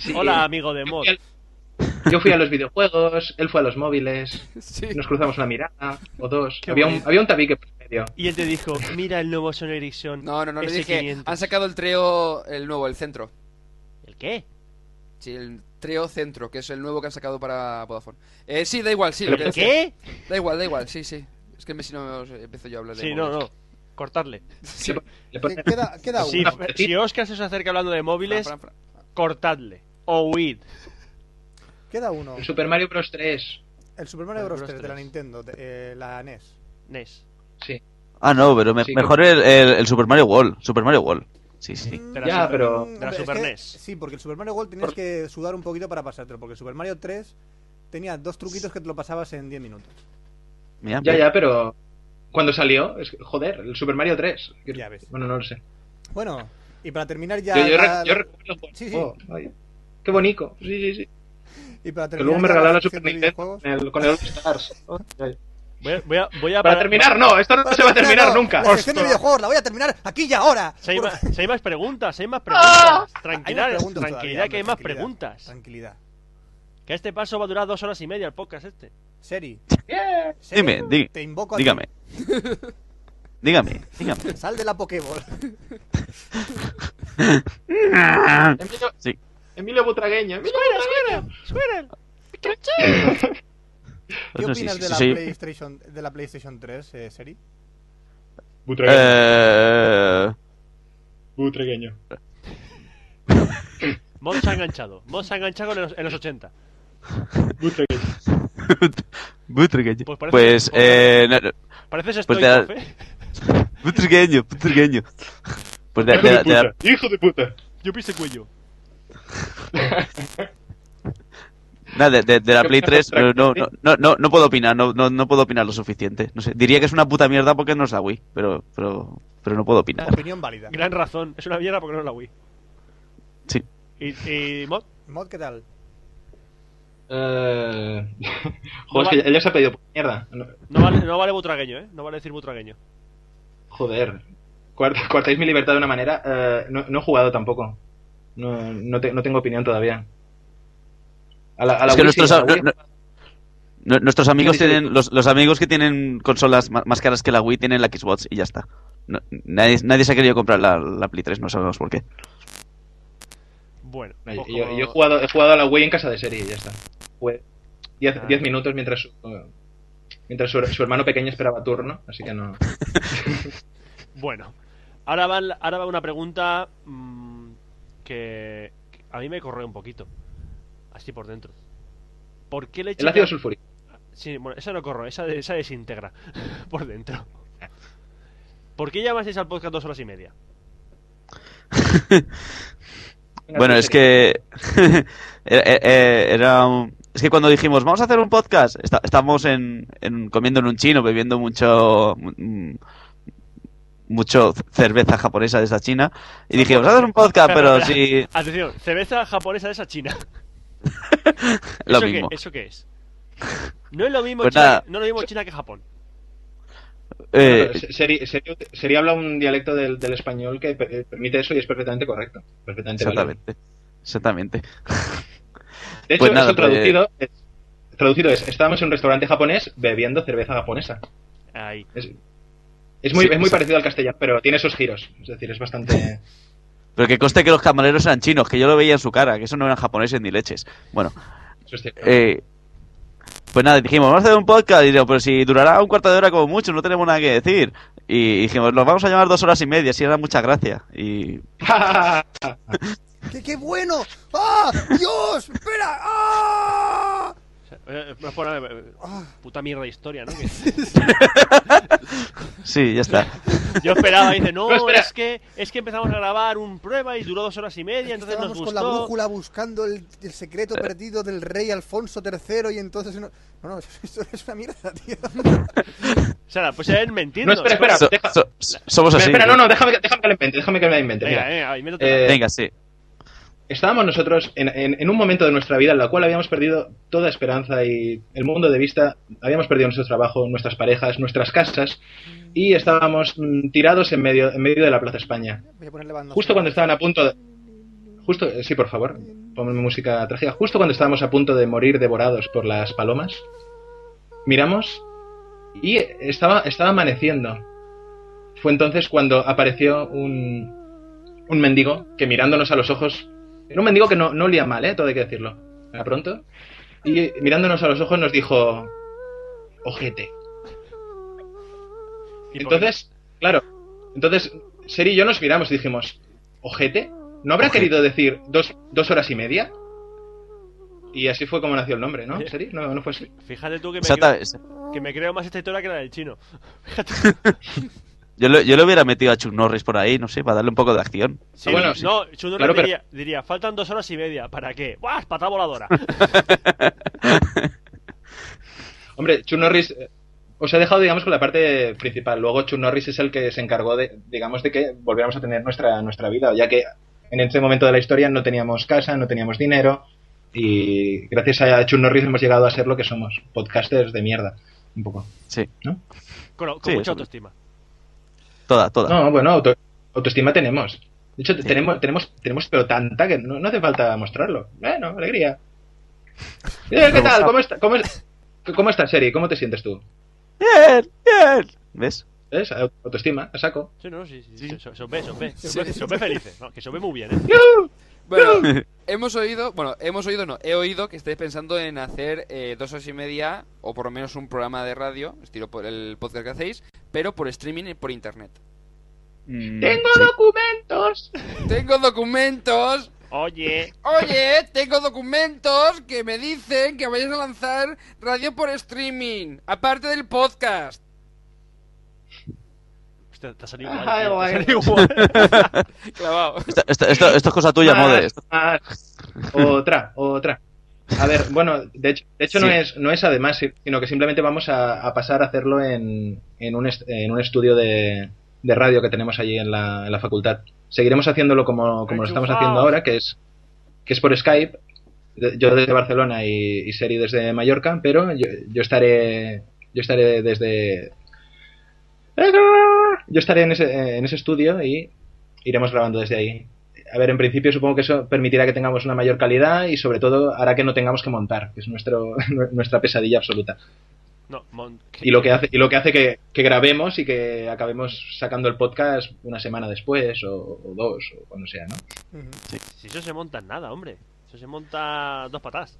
Speaker 5: Sí.
Speaker 1: Hola, amigo de
Speaker 5: Yo
Speaker 1: Mod.
Speaker 5: fui al- Yo fui a los videojuegos, él fue a los móviles,
Speaker 3: Sí.
Speaker 5: nos cruzamos una mirada o dos.
Speaker 1: Qué
Speaker 5: Había un,
Speaker 1: bonito.
Speaker 5: había un tabique por medio.
Speaker 1: Y él te dijo, mira el nuevo Sony Ericsson.
Speaker 3: No, no, no, le dije.
Speaker 1: S500".
Speaker 3: Han sacado el trío, el nuevo, el centro.
Speaker 1: ¿El qué?
Speaker 3: Sí, el trío centro, que es el nuevo que han sacado para Vodafone. Eh, sí, da igual, sí. lo que
Speaker 1: ¿El
Speaker 3: decía.
Speaker 1: qué?
Speaker 3: Da igual, da igual, sí, sí. Es que si no eh, empiezo yo a hablar de
Speaker 1: Sí, no,
Speaker 3: móviles.
Speaker 1: no. Cortarle.
Speaker 3: Sí.
Speaker 5: Le pones-
Speaker 2: Que- Queda, queda
Speaker 1: Si,
Speaker 2: uno.
Speaker 1: si Oscar se os acerca hablando de móviles,
Speaker 3: Fran, Fran, Fran.
Speaker 1: cortadle. O huid.
Speaker 2: Queda uno.
Speaker 5: el Super Mario Bros. 3.
Speaker 2: El Super Mario
Speaker 1: El
Speaker 2: Bros.
Speaker 1: Bros.
Speaker 2: 3 de la
Speaker 1: 3.
Speaker 2: Nintendo, de- eh, la NES.
Speaker 1: Nes.
Speaker 5: Sí.
Speaker 4: Ah, no, pero me-
Speaker 5: Sí,
Speaker 4: mejor el, el, el Super Mario Wall. Super Mario Wall. Sí, sí.
Speaker 2: Mm,
Speaker 1: De
Speaker 5: Ya,
Speaker 1: Super-
Speaker 5: pero-
Speaker 1: de la
Speaker 2: hombre, es
Speaker 1: Super E
Speaker 2: que-
Speaker 1: NES.
Speaker 2: Sí, porque el Super Mario World tenías
Speaker 5: Por-
Speaker 2: que sudar un poquito para pasártelo, porque el Super Mario 3 tenía dos truquitos que te lo pasabas en 10 minutos.
Speaker 4: Mira,
Speaker 5: Ya,
Speaker 4: mira.
Speaker 5: ya, pero. Cuando salió, es que, joder, el Super Mario 3.
Speaker 2: Ya ves.
Speaker 5: Bueno, no lo sé.
Speaker 2: Bueno, y para terminar ya...
Speaker 5: Yo, yo,
Speaker 2: la-
Speaker 5: rec- yo recuerdo jugar.
Speaker 2: Sí, sí.
Speaker 5: Oh, ay, qué bonito. Sí, sí, sí.
Speaker 2: y para
Speaker 5: Que
Speaker 2: terminar
Speaker 5: luego
Speaker 2: ya
Speaker 5: me regalaron la
Speaker 2: sección de
Speaker 5: Super Nintendo
Speaker 2: videojuegos-
Speaker 5: con el, con el All Stars. Oh, ay.
Speaker 1: Voy a, voy a, voy a
Speaker 5: Para
Speaker 1: parar-
Speaker 5: terminar, no, esto no se va a terminar
Speaker 2: No,
Speaker 5: nunca.
Speaker 2: La sección de videojuegos la voy a terminar aquí y ahora.
Speaker 1: Si hay,
Speaker 2: Por-
Speaker 1: más, si hay más preguntas, si hay más
Speaker 5: Ah.
Speaker 1: preguntas. Tranquilidad,
Speaker 2: Hay más preguntas
Speaker 1: tranquilidad
Speaker 2: todavía,
Speaker 1: que hay
Speaker 2: hombre,
Speaker 1: más
Speaker 2: tranquilidad,
Speaker 1: preguntas.
Speaker 2: Tranquilidad.
Speaker 1: Que a este paso va a durar dos horas y media el podcast este.
Speaker 2: Seri. Seri,
Speaker 4: Dime, di-
Speaker 2: Te invoco a ti.
Speaker 4: dígame. dígame, dígame.
Speaker 2: Sal de la Pokéball.
Speaker 5: Emilio,
Speaker 4: Ah. Sí.
Speaker 5: Emilio Butragueño. Emilio
Speaker 2: ¿Qué
Speaker 4: No, sí,
Speaker 2: opinas de,
Speaker 4: sí, sí,
Speaker 2: la
Speaker 4: soy-
Speaker 2: PlayStation, de la PlayStation 3, eh, Seri?
Speaker 5: Butragueño.
Speaker 4: Eh,
Speaker 5: Butragueño.
Speaker 1: Mod se ha enganchado. Mod se ha enganchado en los, en los 80.
Speaker 5: Butragueño.
Speaker 4: Butragueño.
Speaker 1: Pues parece-
Speaker 4: Pues, eh, no, no,
Speaker 1: Pareces
Speaker 4: Pues te
Speaker 1: estoico,
Speaker 4: da-
Speaker 1: ¿eh?
Speaker 4: Butragueño, Butragueño. Pues de, de- de-
Speaker 5: Hijo de puta.
Speaker 1: Yo pise cuello.
Speaker 4: nada, de- de- de la
Speaker 5: ¿Qué
Speaker 4: Play
Speaker 5: opinas
Speaker 4: 3
Speaker 5: de
Speaker 4: no, no,
Speaker 5: Butragueño?
Speaker 4: no, no, no puedo opinar, no, no, no puedo opinar lo suficiente. No sé, diría que es una puta mierda porque no es la Wii, pero, pero, pero no puedo opinar.
Speaker 2: Opinión válida.
Speaker 1: Gran razón. Es una mierda porque no es la Wii.
Speaker 4: Sí.
Speaker 1: ¿Y, y Mod?
Speaker 2: Mod, ¿qué tal?
Speaker 5: Eh...
Speaker 1: No
Speaker 5: Joder, es que
Speaker 1: va-
Speaker 5: ya, ya se ha pedido por mierda. No,
Speaker 1: No vale, no vale butragueño, ¿eh? No vale decir butragueño.
Speaker 5: joder. Cuart- Coartáis mi libertad de una manera. eh, no, no he jugado tampoco. No, no, te- no tengo opinión todavía. A la, a la
Speaker 4: Es que
Speaker 5: Wii sí,
Speaker 4: nuestros,
Speaker 5: a la Wii-
Speaker 4: no- no- nuestros amigos
Speaker 5: Dime, dime.
Speaker 4: tienen, los, los amigos que tienen consolas ma- más caras que la Wii tienen la Xbox y ya está. No- nadie, nadie se ha querido comprar la, la Play 3, no sabemos por qué.
Speaker 1: Bueno.
Speaker 5: No,
Speaker 1: pues
Speaker 5: yo,
Speaker 1: como-
Speaker 5: yo he, jugado, he jugado a la Wii en casa de serie y ya está. Jugué 10
Speaker 1: Ah.
Speaker 5: minutos mientras su, mientras su, su hermano pequeño esperaba turno, así que no.
Speaker 1: Bueno. Ahora va, la- ahora va una pregunta mm, que, que a mí me corre un poquito. Así por dentro. ¿Por qué le
Speaker 5: El ácido sulfúrico.
Speaker 1: Sí, bueno, esa no corro, esa, de- esa desintegra por dentro. ¿Por qué llamasteis al podcast dos horas y media?
Speaker 5: Venga,
Speaker 4: Bueno,
Speaker 5: tú,
Speaker 4: es
Speaker 5: serie.
Speaker 4: que era, eh, era un- es que cuando dijimos vamos a hacer un podcast, está- estamos en, en- comiendo en un chino, bebiendo mucho mm, mucho cerveza japonesa de esa China y dijimos vamos a hacer un podcast, pero sí
Speaker 1: Atención, cerveza japonesa de esa china.
Speaker 4: lo
Speaker 1: ¿Eso
Speaker 4: mismo.
Speaker 1: Qué, ¿Eso qué es? No es lo mismo,
Speaker 4: Pues
Speaker 1: China,
Speaker 4: nada.
Speaker 1: no es lo mismo China que Japón.
Speaker 4: Eh,
Speaker 5: Bueno, se- sería, sería- sería hablar un dialecto del, del español que per- eh, permite eso y es perfectamente correcto. Perfectamente válido.
Speaker 4: exactamente. Exactamente.
Speaker 5: De hecho,
Speaker 4: Pues nada,
Speaker 5: eso
Speaker 4: pues-
Speaker 5: traducido, es, traducido es, estábamos en un restaurante japonés bebiendo cerveza japonesa.
Speaker 1: Ahí.
Speaker 5: Es, es muy,
Speaker 4: Sí,
Speaker 5: es muy
Speaker 4: exacto.
Speaker 5: parecido al castellano, pero tiene esos giros. Es decir, es bastante...
Speaker 4: Pero que conste que los camareros eran chinos, que yo lo veía en su cara, que eso no eran japoneses ni leches. Bueno,
Speaker 5: eso es cierto.
Speaker 4: eh, pues nada, dijimos, vamos a hacer un podcast. Y digo, pero si durará un cuarto de hora como mucho, no tenemos nada que decir. Y dijimos, los vamos a llamar dos horas y media, si era muchas gracias. Y
Speaker 2: ¡Qué, qué bueno! ¡Ah! ¡Dios! ¡Espera! ¡Ah!
Speaker 1: O sea, eh, eh, por nada, eh, puta mierda de historia, ¿no? Que-
Speaker 4: sí, ya está.
Speaker 1: yo esperaba, dice, no,
Speaker 5: No, espera.
Speaker 1: es que es que empezamos a grabar un prueba y duró dos horas y media, entonces nos
Speaker 2: Estábamos
Speaker 1: gustó. Eh.
Speaker 2: con la brújula buscando el, el secreto perdido del rey Alfonso III y entonces... No, no, no, esto es una mierda, tío.
Speaker 1: Sara, pues se ven mintiendo.
Speaker 5: No, espera, espera.
Speaker 4: So-
Speaker 5: deja-
Speaker 4: so- somos
Speaker 5: Espera,
Speaker 4: así.
Speaker 5: espera, no, no, déjame, que- déjame que la invente, déjame que la invente.
Speaker 1: Venga,
Speaker 5: mira.
Speaker 1: venga, invéntate
Speaker 5: Eh,
Speaker 4: Venga, sí.
Speaker 5: Estábamos nosotros en, en- en un momento de nuestra vida en la cual habíamos perdido toda esperanza y el mundo de vista, habíamos perdido nuestro trabajo, nuestras parejas, nuestras casas y estábamos mm, tirados en medio, en medio de la Plaza España.
Speaker 2: Voy a ponerle banda.
Speaker 5: Justo cuando estaban a punto de... Justo, eh, sí, por favor, ponme música trágica. Justo cuando estábamos a punto de morir devorados por las palomas, miramos y estaba, estaba amaneciendo. Fue entonces cuando apareció un, un mendigo que mirándonos a los ojos... Era un mendigo que no, no olía mal, ¿eh? Todo hay que decirlo. A pronto. Y mirándonos a los ojos nos dijo... Ojete.
Speaker 1: ¿Y por qué
Speaker 5: Entonces, claro, entonces Seri y yo nos miramos y dijimos, ojete, ¿no habrá querido decir dos, dos horas y media? Y así fue como nació el nombre, ¿no?
Speaker 1: Eh.
Speaker 5: Seri, no, no fue así.
Speaker 1: no? Fíjate tú que me,
Speaker 4: Exacta-
Speaker 1: creo, que me creo más esta historia que la del chino.
Speaker 4: Yo, le, yo le hubiera metido a Chuck Norris por ahí, no sé, para darle un poco de acción.
Speaker 1: Sí,
Speaker 5: Ah, bueno,
Speaker 1: no,
Speaker 5: sí.
Speaker 1: no, Chundor
Speaker 5: Claro, pero-
Speaker 1: diría, diría, faltan dos horas y media, ¿para qué? ¡Buah, patada voladora!
Speaker 5: Hombre, Chuck Norris, eh, os he dejado, digamos, con la parte principal. Luego Chuck Norris es el que se encargó, de, digamos, de que volviéramos a tener nuestra, nuestra vida, ya que en este momento de la historia no teníamos casa, no teníamos dinero y gracias a Chuck Norris hemos llegado a ser lo que somos, podcasters de mierda, un poco.
Speaker 4: Sí,
Speaker 1: Con, con
Speaker 4: Sí,
Speaker 1: mucha
Speaker 4: eso-
Speaker 1: autoestima.
Speaker 4: toda, toda.
Speaker 5: No, bueno, auto- autoestima tenemos. De hecho, tenemos, tenemos, tenemos pero tanta que no, no hace falta mostrarlo. Bueno, alegría. Eh, ¿Qué tal? ¿Cómo está, cómo, es- ¿Cómo está, Seri? ¿Cómo te sientes tú?
Speaker 4: Bien, bien. ¿Ves?
Speaker 5: ¿Ves? Autoestima, a saco.
Speaker 1: Sí, no, sí, sí. Se, se os ve, se os ve. Se os ve, se os ve felices. No, que se os ve muy bien, ¿eh?
Speaker 3: Bueno, hemos oído, bueno, hemos oído, no, he oído que estáis pensando en hacer eh, dos horas y media o por lo menos un programa de radio, estilo por el podcast que hacéis, pero por streaming y por internet.
Speaker 5: ¡Tengo
Speaker 4: sí.
Speaker 5: documentos!
Speaker 3: Tengo documentos,
Speaker 1: Oye,
Speaker 3: oye, tengo documentos que me dicen que vais a lanzar radio por streaming, aparte del podcast.
Speaker 1: hostia, te ha salido igual.
Speaker 5: Ay,
Speaker 1: tío, te ha
Speaker 5: guay.
Speaker 1: salido igual.
Speaker 3: Clavado.
Speaker 4: Esta- esta- esto, esto es cosa tuya,
Speaker 5: Más,
Speaker 4: Mode. Esto-
Speaker 5: más. Otra, otra. A ver, bueno, de hecho, de hecho no,
Speaker 4: Sí.
Speaker 5: es, no es además, sino que simplemente vamos a, a pasar a hacerlo en, en, un, est- en un estudio de, de radio que tenemos allí en la, en la facultad. Seguiremos haciéndolo como, como lo estamos
Speaker 1: Enchufaos.
Speaker 5: haciendo ahora, que es, que es por Skype. De- Yo desde Barcelona y, y Seri desde Mallorca, pero yo, yo estaré yo estaré desde... Yo estaré en ese, en ese estudio y iremos grabando desde ahí. A ver, en principio supongo que eso permitirá que tengamos una mayor calidad y sobre todo hará que no tengamos que montar, que es nuestro, nuestra pesadilla absoluta.
Speaker 1: No, mon-
Speaker 5: Y lo que hace, y lo que, hace que, que grabemos y que acabemos sacando el podcast una semana después o, o dos o cuando sea, ¿no?
Speaker 2: Ujú.
Speaker 1: Si eso se monta en nada, hombre. Eso se monta dos patas.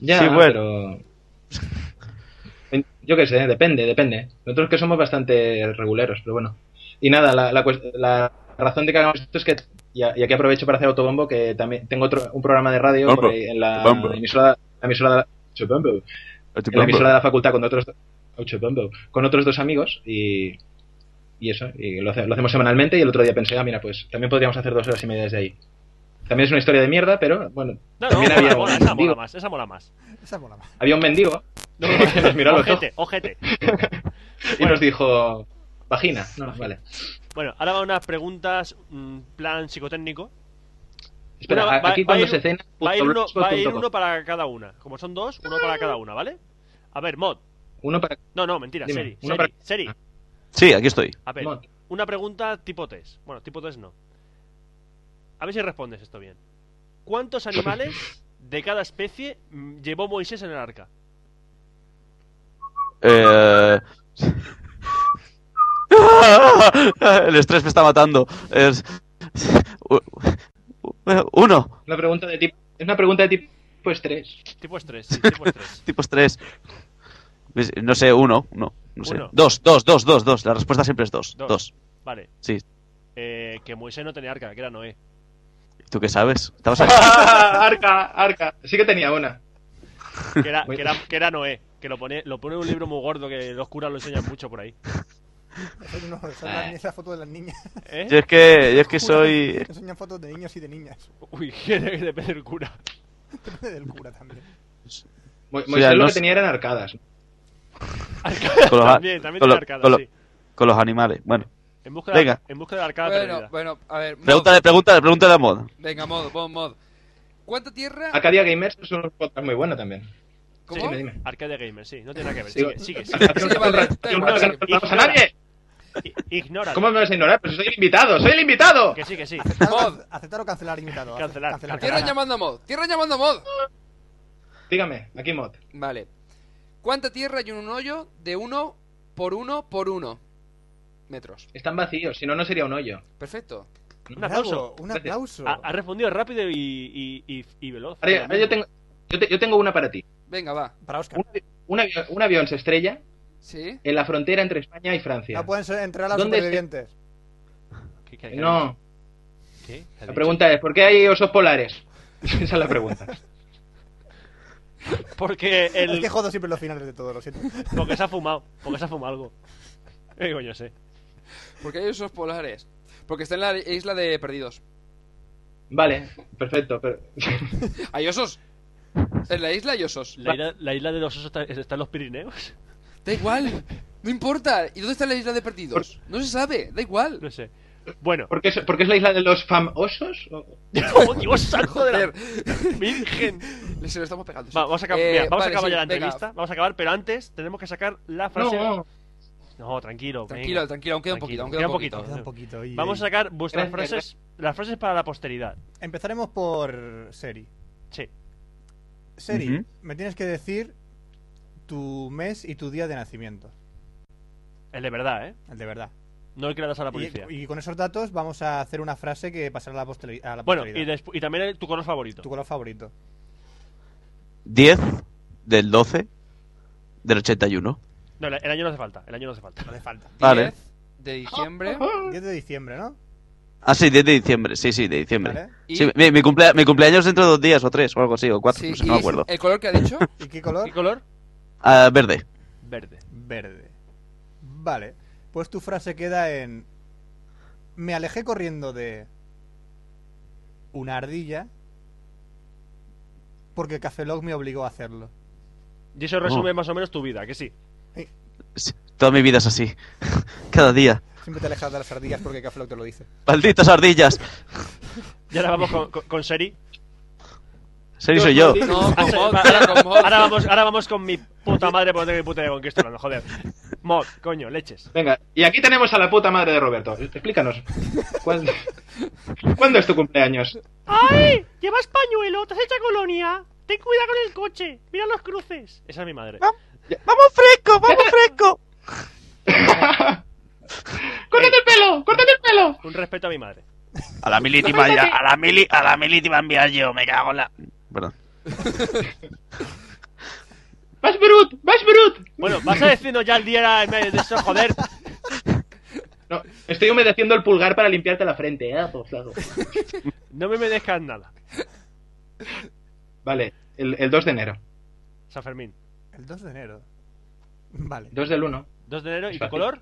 Speaker 5: Ya,
Speaker 4: Sí,
Speaker 5: pero... Yo qué sé, depende, depende. Nosotros que somos bastante reguleros, pero bueno. Y nada, la, la cues- la razón de que hagamos esto es que, y a- y aquí aprovecho para hacer autobombo, que también tengo otro, un programa de radio por
Speaker 4: Bombo.
Speaker 5: ahí en la
Speaker 4: Bombo.
Speaker 5: emisora, la emisora de la- Chupombo. en la emisora de la facultad con otros Chupombo. con otros dos amigos y, y eso, y lo, hace- lo hacemos semanalmente y el otro día pensé, ah, mira, pues también podríamos hacer dos horas y media desde ahí. También es una historia de mierda, pero bueno,
Speaker 1: No, no,
Speaker 5: También
Speaker 1: mola,
Speaker 5: había
Speaker 1: mola,
Speaker 5: un
Speaker 1: esa mola
Speaker 5: mendigo.
Speaker 1: más, esa mola más.
Speaker 2: Esa mola más.
Speaker 5: había un mendigo
Speaker 1: No,
Speaker 5: que nos miró a los ojos.
Speaker 1: ojete, ojete.
Speaker 5: y nos dijo vagina. No, vale.
Speaker 1: Bueno, ahora van unas preguntas mm, plan psicotécnico.
Speaker 5: Espera,
Speaker 1: Una- va-
Speaker 5: aquí
Speaker 1: va
Speaker 5: cuando
Speaker 1: a ir-
Speaker 5: se cena.
Speaker 1: Va a ir uno, va a ir
Speaker 5: punto
Speaker 1: uno para cada una. Como son dos, uno para cada una, ¿vale? A ver, mod.
Speaker 5: Uno para.
Speaker 1: No, no, mentira,
Speaker 5: Dime,
Speaker 1: Seri.
Speaker 5: uno
Speaker 1: Seri,
Speaker 5: para- Ah,
Speaker 1: Seri.
Speaker 4: Sí, aquí estoy.
Speaker 1: A ver,
Speaker 5: Mod.
Speaker 1: una pregunta tipo test. Bueno, tipo test no. A ver si respondes esto bien. ¿Cuántos animales de cada especie mm, llevó Moisés en el arca?
Speaker 4: Eh... El estrés me está matando. Es- Uno,
Speaker 5: Una pregunta de tipo. Es una pregunta de pues tipo estrés.
Speaker 1: Tipo estrés, sí, tipo estrés.
Speaker 4: tipo estrés. No sé, uno, no, no sé.
Speaker 1: Uno.
Speaker 4: Dos, dos, dos, dos, dos. La respuesta siempre es dos.
Speaker 1: Dos.
Speaker 4: Dos.
Speaker 1: Vale.
Speaker 4: Sí.
Speaker 1: Eh, que Moisés no tenía arca, que era Noé.
Speaker 4: ¿Tú qué sabes? Estabas aquí.
Speaker 5: arca, arca. Sí que tenía una.
Speaker 1: Que era, que era, que era Noé. Que lo pone, lo pone en un libro muy gordo que los curas lo enseñan mucho por ahí.
Speaker 2: Son unos- son las- es la foto de las niñas.
Speaker 1: ¿Eh?
Speaker 4: Yo Ah. es que, yo es que soy.
Speaker 2: Enseñan fotos de niños y de niñas.
Speaker 1: Uy, que depende del cura.
Speaker 2: Depende del cura también.
Speaker 5: Mo-
Speaker 4: Sí,
Speaker 5: Moisés lo
Speaker 4: además-
Speaker 5: que tenía eran arcadas.
Speaker 1: Arcada,
Speaker 4: Con los-
Speaker 1: también, también
Speaker 4: con
Speaker 1: tiene
Speaker 4: los-
Speaker 1: arcada,
Speaker 4: con los-
Speaker 1: sí.
Speaker 4: Con los animales. Bueno,
Speaker 1: En busca de,
Speaker 4: Venga.
Speaker 1: En busca de la arcada
Speaker 3: Bueno,
Speaker 1: perdida.
Speaker 3: bueno, a ver. mod.
Speaker 4: pregúntale, pregúntale, pregúntale a moda.
Speaker 3: Venga, mod, mod, mod. ¿Cuánta tierra?
Speaker 5: Arcadia Gamers es un podcast muy bueno también.
Speaker 3: ¿Cómo?
Speaker 5: Sí, dime, dime.
Speaker 1: Arcadia Gamer, sí, no tiene nada que ver.
Speaker 5: Digo-
Speaker 1: Sigue, sigue, sigue.
Speaker 3: Sí, vale, da igual,
Speaker 5: Yo creo que no preguntamos a nadie.
Speaker 1: Ignora.
Speaker 5: ¿Cómo Ah, me vas a ignorar? Pero soy el invitado, soy el invitado.
Speaker 1: Que sí, que sí.
Speaker 2: Aceptar, o
Speaker 3: Mod.
Speaker 2: can- aceptar o cancelar invitado.
Speaker 1: Cancelar, cancelar.
Speaker 2: Cancelar.
Speaker 3: Tierra llamando a mod. Tierra llamando a mod.
Speaker 5: Dígame, aquí mod.
Speaker 3: Vale. ¿Cuánta tierra hay en un hoyo de 1 por 1 por 1 metros?
Speaker 5: Están vacíos, si no, no sería un hoyo.
Speaker 3: Perfecto.
Speaker 1: Un aplauso. Ah,
Speaker 2: Bravo, Un aplauso.
Speaker 1: Ha, ha respondido rápido y, y, y, y veloz.
Speaker 5: Ahora, ahora yo, tengo, yo, te- yo tengo una para ti.
Speaker 3: Venga, va.
Speaker 2: Para Oscar.
Speaker 5: Un, avi- un avión, un avión se estrella
Speaker 3: ¿Sí?
Speaker 5: en la frontera entre España y Francia.
Speaker 2: No pueden ser entrar a los
Speaker 5: ¿Dónde
Speaker 2: supervivientes.
Speaker 1: ¿Qué- qué- qué-
Speaker 5: No,
Speaker 1: ¿Qué? ¿Qué has
Speaker 5: la
Speaker 1: dicho?
Speaker 5: pregunta es, ¿por qué hay osos polares? Esa es la pregunta.
Speaker 1: Porque,
Speaker 2: Es
Speaker 5: Este
Speaker 1: el,
Speaker 2: que jodo siempre los finales de todo, lo siento.
Speaker 1: porque se ha fumado. Porque se ha fumado algo. Eh, coño, sé.
Speaker 3: Porque hay esos polares. Porque está en la isla de perdidos.
Speaker 5: Vale, perfecto. Pero...
Speaker 3: ¿Hay osos? En la isla hay osos.
Speaker 1: La isla, la isla de los osos está, está en los Pirineos.
Speaker 3: Da igual. No importa. ¿Y dónde está la isla de perdidos? No se sabe. Da igual.
Speaker 1: No sé. Bueno.
Speaker 5: ¿Por, qué es, por qué es la isla de los famosos? O-
Speaker 1: ¡Oh, Dios santo de la
Speaker 3: Joder.
Speaker 1: virgen!
Speaker 3: Se lo estamos pegando. sí.
Speaker 1: Va, vamos a, acab-
Speaker 3: Eh,
Speaker 1: mira, vamos a
Speaker 3: vale,
Speaker 1: acabar
Speaker 3: sí,
Speaker 1: ya la
Speaker 3: venga.
Speaker 1: entrevista. Vamos a acabar, pero antes tenemos que sacar la frase.
Speaker 5: No,
Speaker 1: No, tranquilo.
Speaker 3: Tranquilo,
Speaker 1: venga.
Speaker 3: tranquilo. Aún queda un
Speaker 1: Tranquilo,
Speaker 3: poquito. Aún
Speaker 1: queda
Speaker 3: queda
Speaker 1: un
Speaker 3: un poquito.
Speaker 1: poquito.
Speaker 2: Queda un poquito. y-
Speaker 1: Vamos a sacar vuestras
Speaker 5: Gracias,
Speaker 1: frases. Las frases para la posteridad.
Speaker 2: Empezaremos por Seri.
Speaker 1: Sí.
Speaker 2: Seri,
Speaker 4: Ujú.
Speaker 2: me tienes que decir tu mes y tu día de nacimiento.
Speaker 1: El de verdad, ¿eh?
Speaker 2: El de verdad.
Speaker 1: No el que le das a la
Speaker 2: Y,
Speaker 1: policía.
Speaker 2: y con esos datos vamos a hacer una frase que pasará a la, posteri- a la
Speaker 1: bueno, y,
Speaker 2: posteridad.
Speaker 1: despu- y también el- tu color favorito.
Speaker 2: Tu color favorito.
Speaker 4: 10 del 12 del 81.
Speaker 1: No, el, el año no hace falta. El año no hace falta.
Speaker 2: No hace falta.
Speaker 3: 10
Speaker 4: Vale.
Speaker 3: de diciembre.
Speaker 2: 10 de diciembre, ¿no?
Speaker 4: Ah, sí, 10 de diciembre. Sí, sí, de diciembre.
Speaker 2: Vale.
Speaker 3: Y-
Speaker 4: Sí, mi, mi cumplea- mi cumpleaños dentro de dos días o tres o algo así, o cuatro,
Speaker 3: sí,
Speaker 4: no, sé,
Speaker 3: y
Speaker 4: no me acuerdo.
Speaker 3: ¿El color que ha dicho?
Speaker 2: ¿Y qué color?
Speaker 1: ¿Qué color?
Speaker 4: Ah, verde.
Speaker 1: Verde.
Speaker 2: Verde. Vale. Pues tu frase queda en... Me alejé corriendo de... Una ardilla. Porque Café Lock me obligó a hacerlo.
Speaker 1: Y eso resume más o menos tu vida, que sí.
Speaker 4: Sí, Toda mi vida es así. Cada día.
Speaker 2: Siempre te alejas de las ardillas porque Café Lock te lo dice.
Speaker 4: Malditas ardillas.
Speaker 1: Y ahora vamos con, con, con Seri.
Speaker 4: Serio soy yo.
Speaker 3: No,
Speaker 1: Ah,
Speaker 3: con
Speaker 1: sí,
Speaker 3: mod,
Speaker 1: va-
Speaker 3: tía, con mod.
Speaker 1: Ahora vamos, ahora vamos con mi puta madre porque no tengo ni puta idea con qué estoy hablando, joder. Mod, coño, leches.
Speaker 5: Venga, y aquí tenemos a la puta madre de Roberto. Explícanos. ¿Cuándo, ¿cuándo es tu cumpleaños?
Speaker 1: ¡Ay! Llevas pañuelo, te has hecho colonia. Ten cuidado con el coche. Mira los cruces. Esa es mi madre.
Speaker 5: Ah.
Speaker 4: ¡Vamos fresco! ¡Vamos fresco!
Speaker 5: ¡Córtate el pelo! ¡Córtate el pelo!
Speaker 1: Un respeto a mi madre.
Speaker 4: A la mili te iba a enviar- a la mili, a la mili te iba a enviar yo, me cago en la. Perdón.
Speaker 5: ¡Vas brut! ¡Vas brut!
Speaker 1: Bueno, vas a decirnos ya el día en medio de eso, joder.
Speaker 5: No, estoy humedeciendo el pulgar para limpiarte la frente, ¿eh? Por favor.
Speaker 1: No me merezcas nada.
Speaker 5: Vale, el, el 2 de enero.
Speaker 1: San Fermín.
Speaker 2: El 2 de enero. Vale.
Speaker 5: 2 del 1.
Speaker 1: 2 de enero. ¿Y
Speaker 5: Es
Speaker 1: tu
Speaker 5: fácil.
Speaker 1: color?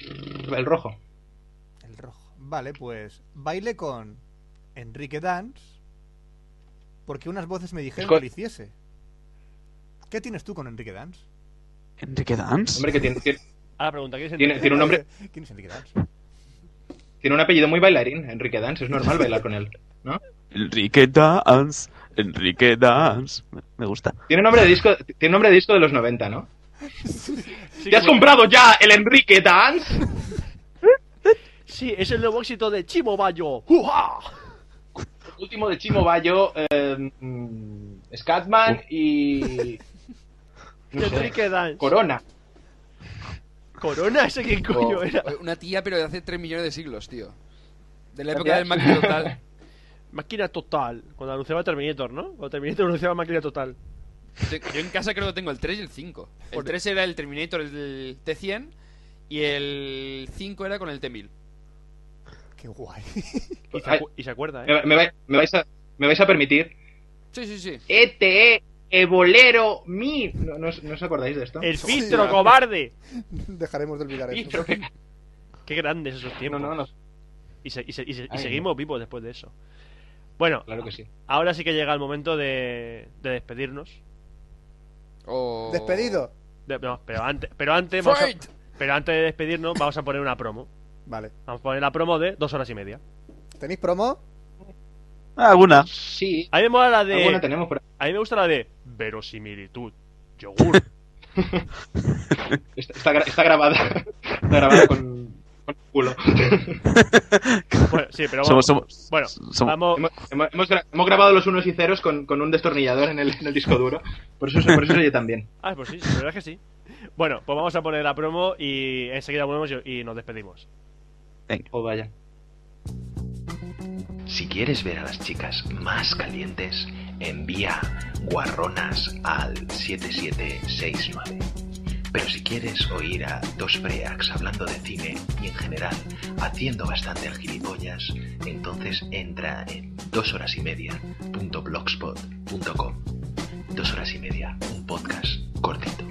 Speaker 5: El rojo.
Speaker 2: El rojo. Vale, pues baile con Enrique Dance porque unas voces me dijeron
Speaker 5: Esco-
Speaker 2: que lo hiciese. ¿Qué tienes tú con Enrique Dance?
Speaker 4: ¿Enrique Dance?
Speaker 5: Hombre, que tiene, tiene,
Speaker 1: Ahora pregunta, ¿quieres
Speaker 5: tiene-
Speaker 1: entrar?
Speaker 5: tiene un nombre
Speaker 2: ¿Quién es Enrique Dance?
Speaker 5: Tiene un apellido muy bailarín, Enrique Dance, es normal bailar con él, ¿no?
Speaker 4: Enrique Dance, Enrique Dance. Me gusta.
Speaker 5: Tiene nombre de disco, tiene nombre de disco de los 90, ¿no?
Speaker 1: Sí,
Speaker 5: ¿Te has
Speaker 1: como-
Speaker 5: comprado ya el Enrique Dance?
Speaker 1: Sí, es el nuevo éxito de Chimo Bayo. Uh,
Speaker 5: Último de Chimo Bayo, eh, mm, Scatman y... no sé,
Speaker 1: Enrique Dance.
Speaker 5: Corona.
Speaker 1: Corona, ese que coño
Speaker 5: Oh.
Speaker 1: era.
Speaker 3: Una tía, pero de hace 3 millones de siglos, tío. De la
Speaker 5: La
Speaker 3: época
Speaker 5: tía-
Speaker 3: del Mac total.
Speaker 1: Máquina total. Cuando anunciaba Terminator, ¿no? Cuando Terminator anunciaba máquina total.
Speaker 3: Yo yo en casa creo que tengo el 3 y el 5. El 3 era el Terminator, el T100. Y el 5 era con el T1000.
Speaker 2: Qué guay.
Speaker 1: Y se,
Speaker 5: Ay.
Speaker 1: acu- y se acuerda, ¿eh?
Speaker 5: Me, me vai- me vais a, me vais a permitir.
Speaker 3: Sí, sí, sí.
Speaker 5: ETE, Ebolero, E, Mi. No, no os- no os acordáis de esto?
Speaker 1: ¡El filtro, cobarde!
Speaker 2: Dejaremos de olvidar eso.
Speaker 5: Filtro, que-
Speaker 1: Qué grandes esos tiempos.
Speaker 5: No, no, no.
Speaker 1: Y, se- y se- y se- y
Speaker 5: Ay,
Speaker 1: seguimos vivos después de eso. Bueno,
Speaker 5: Claro que sí.
Speaker 1: ahora sí que llega el momento de, de despedirnos.
Speaker 3: O-
Speaker 2: Despedido.
Speaker 1: De- no, pero antes, pero antes, vamos a-
Speaker 3: Fight.
Speaker 1: pero antes de despedirnos, vamos a poner una promo.
Speaker 2: Vale.
Speaker 1: Vamos a poner la promo de dos horas y media.
Speaker 2: ¿Tenéis promo?
Speaker 4: Alguna.
Speaker 5: Sí.
Speaker 1: A mí me mola la
Speaker 4: Ah,
Speaker 1: de.
Speaker 5: Alguna tenemos por ahí.
Speaker 1: A mí me gusta la de verosimilitud, yogur.
Speaker 5: Está, está gra- está grabada. Está grabada con, con el culo.
Speaker 1: bueno, sí, pero
Speaker 4: Somos,
Speaker 1: vamos.
Speaker 4: somos,
Speaker 1: bueno,
Speaker 4: somos-
Speaker 1: vamos.
Speaker 5: Hemos, hemos- hemos gra- hemos grabado los unos y ceros con, con un destornillador en el, en el disco duro. Por eso, se- por eso se oye tan bien.
Speaker 1: Ah, pues sí, la verdad es que sí. Bueno, pues vamos a poner la promo y enseguida volvemos y, y nos despedimos.
Speaker 5: Oh, vaya.
Speaker 7: Si quieres ver a las chicas más calientes, envía guarronas al 7769. Pero si quieres oír a dos preax hablando de cine y en general haciendo bastante al gilipollas, entonces entra en dos horas y media.blogspot.com. Dos horas y media, un podcast cortito.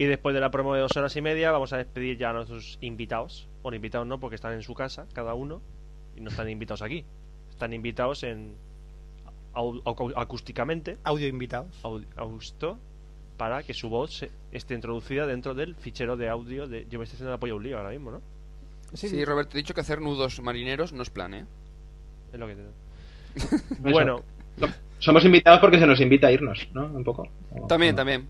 Speaker 1: Y después de la promo de dos horas y media, vamos a despedir ya a nuestros invitados. Bueno, invitados no, porque están en su casa, cada uno. Y no están invitados aquí. Están invitados en. au- au- acústicamente,
Speaker 2: Audio invitados.
Speaker 1: au- austo, para que su voz se- esté introducida dentro del fichero de audio. de Yo me estoy haciendo la polla un lío ahora mismo, ¿no?
Speaker 2: Sí,
Speaker 3: Sí, Roberto, he dicho que hacer nudos marineros no es plan, ¿eh?
Speaker 1: Es lo que tengo. Bueno,
Speaker 5: Somos invitados porque se nos invita a irnos, ¿no? Un poco. O-
Speaker 3: También,
Speaker 5: o-
Speaker 3: también.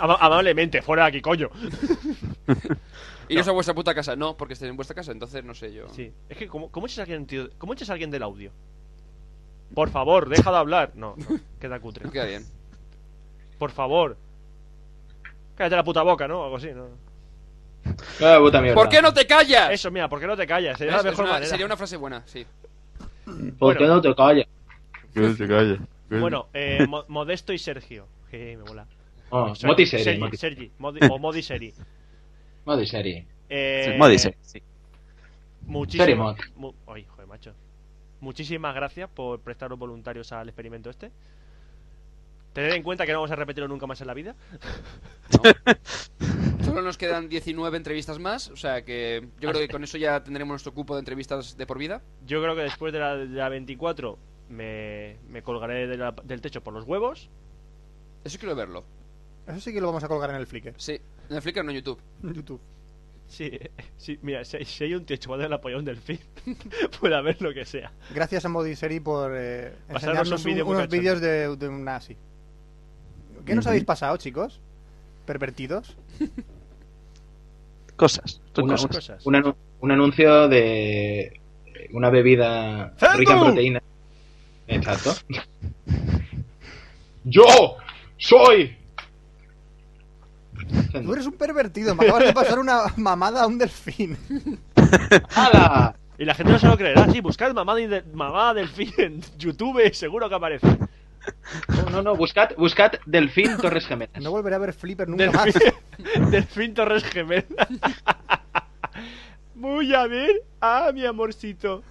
Speaker 1: ama- amablemente, fuera de aquí, coño.
Speaker 3: Iros a vuestra puta casa. No, porque estéis en vuestra casa, entonces no sé yo.
Speaker 1: Sí, es que ¿cómo, cómo echas a alguien, tío- cómo echas a alguien del audio? Por favor, deja de hablar. No, no, queda cutre.
Speaker 3: No queda bien.
Speaker 1: Por favor. Cállate la puta boca, ¿no? Algo así, ¿no?
Speaker 5: Ah, puta mierda.
Speaker 3: ¿Por qué no te callas?
Speaker 1: Eso, mira, ¿por qué no te callas? Sería la
Speaker 3: Es- es
Speaker 1: mejor
Speaker 3: una-
Speaker 1: manera.
Speaker 3: sería una frase buena, sí.
Speaker 5: ¿Por qué
Speaker 1: Bueno.
Speaker 5: no te callas?
Speaker 1: Bueno, eh, Mo- Modesto y Sergio. Que me mola.
Speaker 5: Oh,
Speaker 1: Sergi-
Speaker 5: Moti Seri.
Speaker 1: Sergi,
Speaker 5: Moti-
Speaker 1: Sergi, Modi- o Modi Seri.
Speaker 5: Moti Seri.
Speaker 1: Eh,
Speaker 4: Sí, Modi, sí, sí.
Speaker 5: Seri
Speaker 1: Muchísimas.
Speaker 5: Mod.
Speaker 1: mu- ay, joder, macho. Muchísimas gracias por prestaros voluntarios al experimento este. Tened en cuenta que no vamos a repetirlo nunca más en la vida.
Speaker 3: Solo nos quedan 19 entrevistas más, o sea que yo creo que con eso ya tendremos nuestro cupo de entrevistas de por vida.
Speaker 1: Yo creo que después de la, de la 24 me, me colgaré de la- del techo por los huevos.
Speaker 3: Eso quiero verlo.
Speaker 2: Eso sí que lo vamos a colgar en el Flickr.
Speaker 3: Sí, en el Flickr no en YouTube.
Speaker 2: en YouTube.
Speaker 1: Sí, sí mira, si, si hay un techo más del apoyón del fin, puede ver lo que sea.
Speaker 2: Gracias a Modiseri por eh,
Speaker 1: Pasarnos
Speaker 2: enseñarnos
Speaker 1: un vídeo
Speaker 2: un-
Speaker 1: muy
Speaker 2: unos
Speaker 1: cachondo.
Speaker 2: vídeos de, de un nazi. ¿Qué nos habéis pasado, chicos? ¿Pervertidos?
Speaker 4: Cosas. son
Speaker 5: Una-
Speaker 4: cosas.
Speaker 1: Cosas.
Speaker 5: un, anu- un anuncio de una bebida rica en proteína. Exacto. Yo soy.
Speaker 2: Tú eres un pervertido, me acabas de pasar una mamada a un delfín.
Speaker 5: ¡Hala!
Speaker 1: Y la gente no se lo creerá. Sí, buscad mamá, de, mamá del fin en YouTube, seguro que aparece.
Speaker 5: No, no, no, buscad, buscad Delfín Torres Gemelas.
Speaker 2: No volveré a ver Flipper nunca más.
Speaker 1: Delfín, Delfín Torres Gemel. Voy a ver a mi amorcito.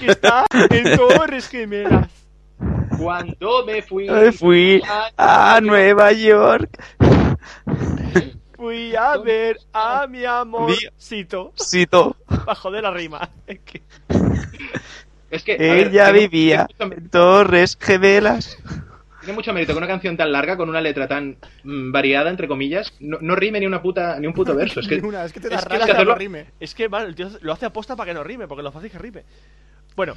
Speaker 1: Que está en Torres Gemelas.
Speaker 5: Cuando me fui.
Speaker 4: Ay, Fui a Nueva York.
Speaker 1: Fui a ver a mi amorcito.
Speaker 4: Cito.
Speaker 1: Bajo de la rima. Es que-
Speaker 5: Es que, a ver,
Speaker 4: Ella
Speaker 5: tengo-
Speaker 4: vivía
Speaker 5: tengo mucho-
Speaker 4: en Torres Gemelas.
Speaker 5: tiene mucho mérito que una canción tan larga, con una letra tan mm, variada, entre comillas, no, no rime ni una puta, ni un puto verso. Es que,
Speaker 2: Ni una, es que te da
Speaker 5: es que
Speaker 2: rabia
Speaker 5: es que
Speaker 2: no
Speaker 5: hacerlo-
Speaker 2: rime.
Speaker 1: Es que vale, el tío lo hace aposta para que no rime, porque lo fácil es que rime. Bueno,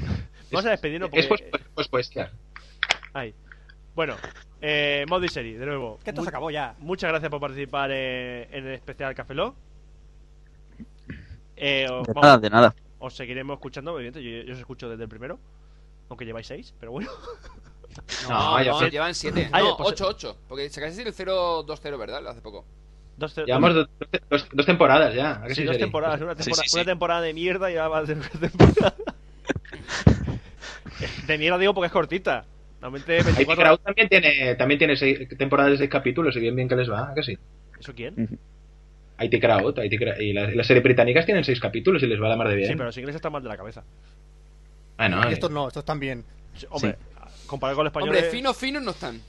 Speaker 1: vamos a despedirnos porque...
Speaker 5: es pues, pues, pues, pues, claro.
Speaker 1: Ahí. Bueno, eh, modo y serie, de nuevo.
Speaker 2: Que esto
Speaker 1: Mu-
Speaker 2: se acabó ya.
Speaker 1: Muchas gracias por participar eh, en el especial Café Lock. Eh, os,
Speaker 4: De
Speaker 1: vamos-
Speaker 4: nada, de nada.
Speaker 1: os seguiremos escuchando, obviamente. Yo, yo os escucho desde el primero, aunque lleváis seis, pero bueno.
Speaker 3: No,
Speaker 5: No, ya
Speaker 3: no,
Speaker 5: fue.
Speaker 3: llevan 7.
Speaker 1: Ah, ya,
Speaker 3: No,
Speaker 1: pues-
Speaker 3: 8, 8. Porque sacaste el 0-2-0, ¿verdad? Hace poco.
Speaker 1: Dos, ce-
Speaker 5: Llevamos dos, dos- dos- dos temporadas ya. ¿a que
Speaker 1: sí,
Speaker 5: sí,
Speaker 1: dos
Speaker 5: Seri?
Speaker 1: temporadas. Una
Speaker 4: Sí,
Speaker 1: temporada,
Speaker 4: sí, sí.
Speaker 1: una temporada de mierda y ahora va a ser una temporada. de mierda digo porque es cortita. Realmente
Speaker 5: Ahí
Speaker 1: 24
Speaker 5: Crowd también tiene, también tiene seis, temporadas de seis capítulos, y bien bien que les va, ¿a que sí?
Speaker 1: ¿Eso quién?
Speaker 5: IT Crowd, IT Crowd- y las, las series británicas tienen seis capítulos y les va la mar de bien.
Speaker 1: Sí, pero los ingleses están mal de la cabeza.
Speaker 5: Ah, no,
Speaker 2: Y
Speaker 5: eh.
Speaker 2: estos no, estos también.
Speaker 1: Hombre, comparado con los españoles.
Speaker 3: Hombre, finos, finos no están.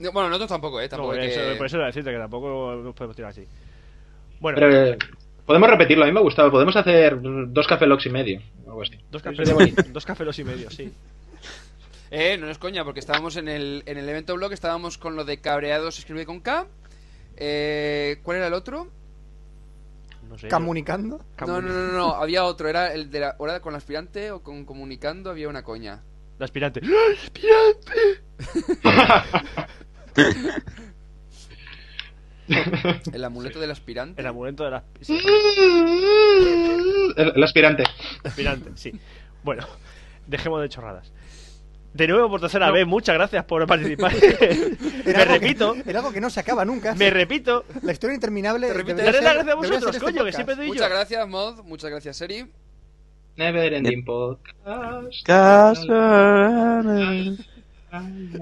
Speaker 3: No, bueno, nosotros tampoco, ¿eh?
Speaker 1: No,
Speaker 3: Tampoco es
Speaker 1: eso,
Speaker 3: que-
Speaker 1: Por eso era decirte que tampoco nos podemos tirar así. Bueno,
Speaker 5: Pero, eh, podemos repetirlo, a mí me ha gustado. Podemos hacer dos Café Locks y medio. Algo así.
Speaker 1: dos,
Speaker 5: Eso
Speaker 1: café,
Speaker 5: sería bonito.
Speaker 1: dos cafelos y medio, sí.
Speaker 3: Eh, no es coña, porque estábamos en el, en el evento blog, estábamos con lo de cabreados, escribe con K. Eh, ¿Cuál era el otro?
Speaker 1: No sé.
Speaker 2: Comunicando.
Speaker 3: No, no, no, no, había otro, era el de la hora con la aspirante o con comunicando, había una coña.
Speaker 1: El aspirante. ¡Ah, ¡Aspirante!
Speaker 3: El amuleto del aspirante.
Speaker 1: El amuleto del asp- sí,
Speaker 5: El, el aspirante.
Speaker 1: aspirante, sí. Bueno, dejemos de chorradas. De nuevo, por tercera vez, muchas gracias por participar. me
Speaker 2: algo que-
Speaker 1: repito,
Speaker 2: era algo que no se acaba nunca.
Speaker 1: me repito.
Speaker 2: La historia interminable.
Speaker 3: Te repito,
Speaker 2: debería
Speaker 1: Daré las
Speaker 2: ser-
Speaker 1: gracias a
Speaker 2: debería
Speaker 1: vosotros,
Speaker 2: ser este
Speaker 1: coño, que
Speaker 2: podcast.
Speaker 1: siempre doy yo.
Speaker 3: Muchas gracias, Mod, muchas gracias, Seri.
Speaker 5: Never Ending Podcast.
Speaker 4: Casa-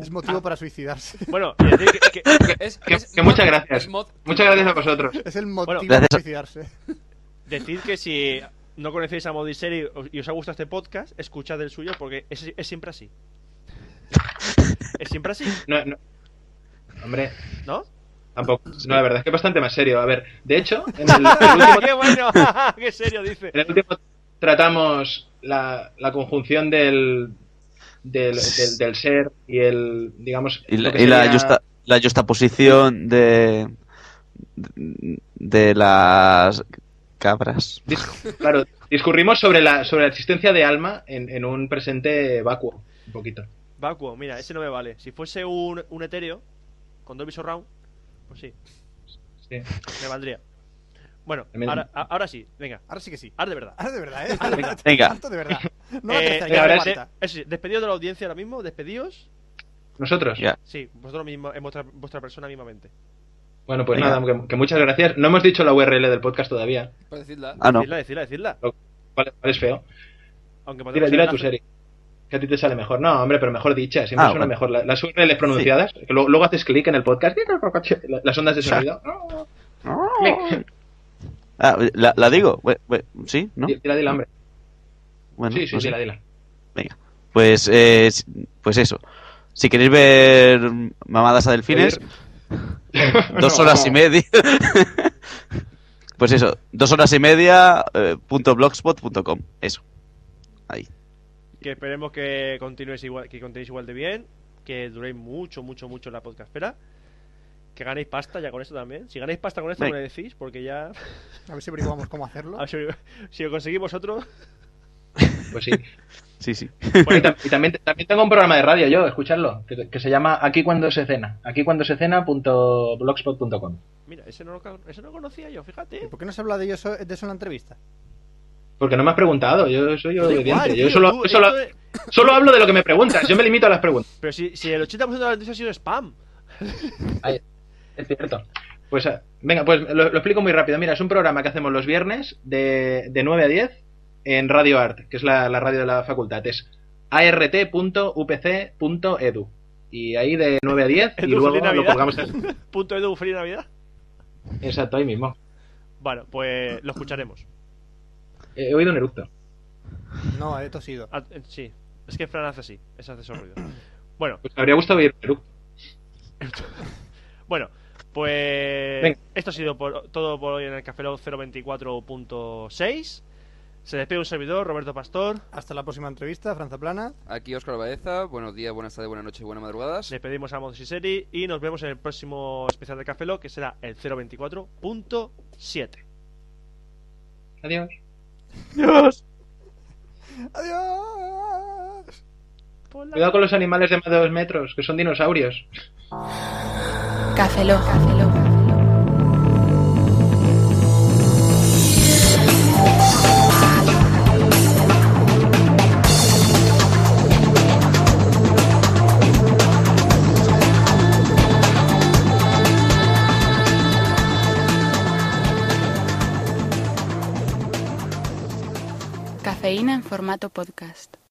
Speaker 2: Es
Speaker 1: Ah.
Speaker 2: motivo para suicidarse.
Speaker 1: Bueno, y decir que- que-
Speaker 3: Es-
Speaker 5: Que,
Speaker 3: es
Speaker 5: que
Speaker 3: Mod-
Speaker 5: muchas gracias.
Speaker 3: es Mod-
Speaker 5: Muchas gracias a vosotros.
Speaker 2: Es el motivo
Speaker 1: Bueno,
Speaker 2: para
Speaker 4: gracias a-
Speaker 2: suicidarse.
Speaker 1: Decid que si no conocéis a Modiseri y os ha gustado este podcast, escuchad el suyo porque es, es siempre así. Es siempre así,
Speaker 5: No, no. Hombre,
Speaker 1: ¿no?
Speaker 5: tampoco. No, la verdad es que es bastante más serio. A ver, de hecho, en el, el último,
Speaker 1: ¡Qué bueno! ¡Qué serio dice!
Speaker 5: en el último tratamos la, la conjunción del, del, del, del ser y el, digamos...
Speaker 4: Y la,
Speaker 5: lo que
Speaker 4: y la
Speaker 5: sería-
Speaker 4: justa- la justaposición de, de. de las. cabras.
Speaker 5: Dis- Claro, discurrimos sobre la, sobre la existencia de alma en, en un presente vacuo, un poquito.
Speaker 1: Vacuo, mira, ese no me vale. Si fuese un, un etéreo con Dolby Surround, pues sí,
Speaker 5: Sí.
Speaker 1: me valdría. Bueno,
Speaker 5: También-
Speaker 1: ahora, a- ahora sí, venga,
Speaker 2: Ahora sí que sí.
Speaker 1: ahora Ah, de verdad.
Speaker 2: Ahora de verdad, ¿eh?
Speaker 4: Ah, Venga, venga.
Speaker 2: Harto de verdad. No me
Speaker 1: Eh,
Speaker 2: apetece,
Speaker 1: de-
Speaker 2: ya me
Speaker 5: ahora
Speaker 1: de-
Speaker 2: basta.
Speaker 1: eso sí, despedidos de la audiencia ahora mismo, despedidos.
Speaker 5: Nosotros.
Speaker 4: Ya.
Speaker 1: Sí, vosotros mismos, en vuestra, vuestra persona mismamente.
Speaker 5: Bueno, pues
Speaker 4: Venga.
Speaker 5: nada, que, que muchas gracias. No hemos dicho la URL del podcast todavía.
Speaker 3: Por decirla.
Speaker 4: Ah, no.
Speaker 1: Decidla, decidla, decidla.
Speaker 5: Vale, vale, es feo.
Speaker 1: Aunque
Speaker 5: Dile,
Speaker 1: podemos
Speaker 5: dile a
Speaker 1: hacer
Speaker 5: tu
Speaker 1: una-
Speaker 5: serie. Que a ti te sale mejor. No, hombre, pero mejor dicha. Siempre
Speaker 4: Ah,
Speaker 5: suena
Speaker 4: bueno.
Speaker 5: mejor. La- Las URLs pronunciadas. que lo- luego haces clic en el podcast. la- Las ondas de
Speaker 4: O sea,
Speaker 5: sonido.
Speaker 4: Ah, ¿la, la digo? Bue- bue- ¿Sí? ¿No?
Speaker 5: Dila, dila, hombre.
Speaker 4: Bueno, pues
Speaker 5: sí, sí,
Speaker 4: no sé.
Speaker 5: dila, dila.
Speaker 4: Venga. Pues, eh, s- pues eso. Si queréis ver mamadas a delfines, dos
Speaker 5: No.
Speaker 4: horas y media. pues eso, dos horas y media, eh, punto blogspot.com. Eso. Ahí.
Speaker 1: Que esperemos que continuéis igual, que continuéis igual de bien, que duréis mucho, mucho, mucho en la podcastera, que ganéis pasta ya con esto también. Si ganáis pasta con esto, me
Speaker 4: Venga.
Speaker 1: lo decís, porque ya
Speaker 2: A ver si averiguamos cómo hacerlo.
Speaker 1: a ver si, si lo conseguís vosotros.
Speaker 5: Pues sí.
Speaker 4: Sí, sí.
Speaker 5: Bueno, y tam- y también, también tengo un programa de radio yo, escucharlo, que, que se llama Aquí cuando se cena. Aquí cuando se cena.blogspot.com.
Speaker 1: Mira, ese no lo, ca- ese no lo conocía yo, fíjate.
Speaker 2: ¿Y ¿Por qué no se habla de ello eso- de eso en la entrevista?
Speaker 5: Porque no me has preguntado, yo soy
Speaker 1: Da
Speaker 5: obediente.
Speaker 1: igual,
Speaker 5: yo
Speaker 1: tío,
Speaker 5: solo,
Speaker 1: tú,
Speaker 5: yo solo,
Speaker 1: esto es-
Speaker 5: solo hablo de lo que me preguntas, yo me limito a las preguntas.
Speaker 1: Pero si, si el 80% de la noticia ha sido spam.
Speaker 5: Ay, es cierto. Pues ah, venga, pues lo, lo explico muy rápido. Mira, es un programa que hacemos los viernes de, de 9 a 10 en Radio Art, que es la, la radio de la facultad. Es art.upc.edu. e Y ahí de 9 a 10 y
Speaker 1: Edu,
Speaker 5: luego
Speaker 1: feliz
Speaker 5: lo
Speaker 1: Navidad.
Speaker 5: colgamos.
Speaker 1: Punto edu, feliz Navidad.
Speaker 5: Exacto, ahí mismo.
Speaker 1: Bueno, pues lo escucharemos.
Speaker 5: He he oído un eructo.
Speaker 2: No, esto ha sido.
Speaker 1: Ah, eh, sí, es que Fran hace así, es hace esos ruidos. Bueno,
Speaker 5: Pues me habría gustado oír un eructo.
Speaker 1: Bueno, pues
Speaker 5: Venga.
Speaker 1: esto ha sido por- todo por hoy en el Café Lock 024.6. Se despide un servidor, Roberto Pastor.
Speaker 2: Hasta la próxima entrevista, Franza Plana.
Speaker 3: Aquí Oscar Baeza, buenos días, buenas tardes, buenas noches, buenas madrugadas.
Speaker 1: Despedimos a Modos y Seri y nos vemos en el próximo especial de Café Lock, que será el 024.7.
Speaker 5: Adiós.
Speaker 4: Dios.
Speaker 2: Adiós.
Speaker 5: Cuidado con los animales de más de dos metros, que son dinosaurios.
Speaker 8: Café Lock. Cafeína en formato podcast.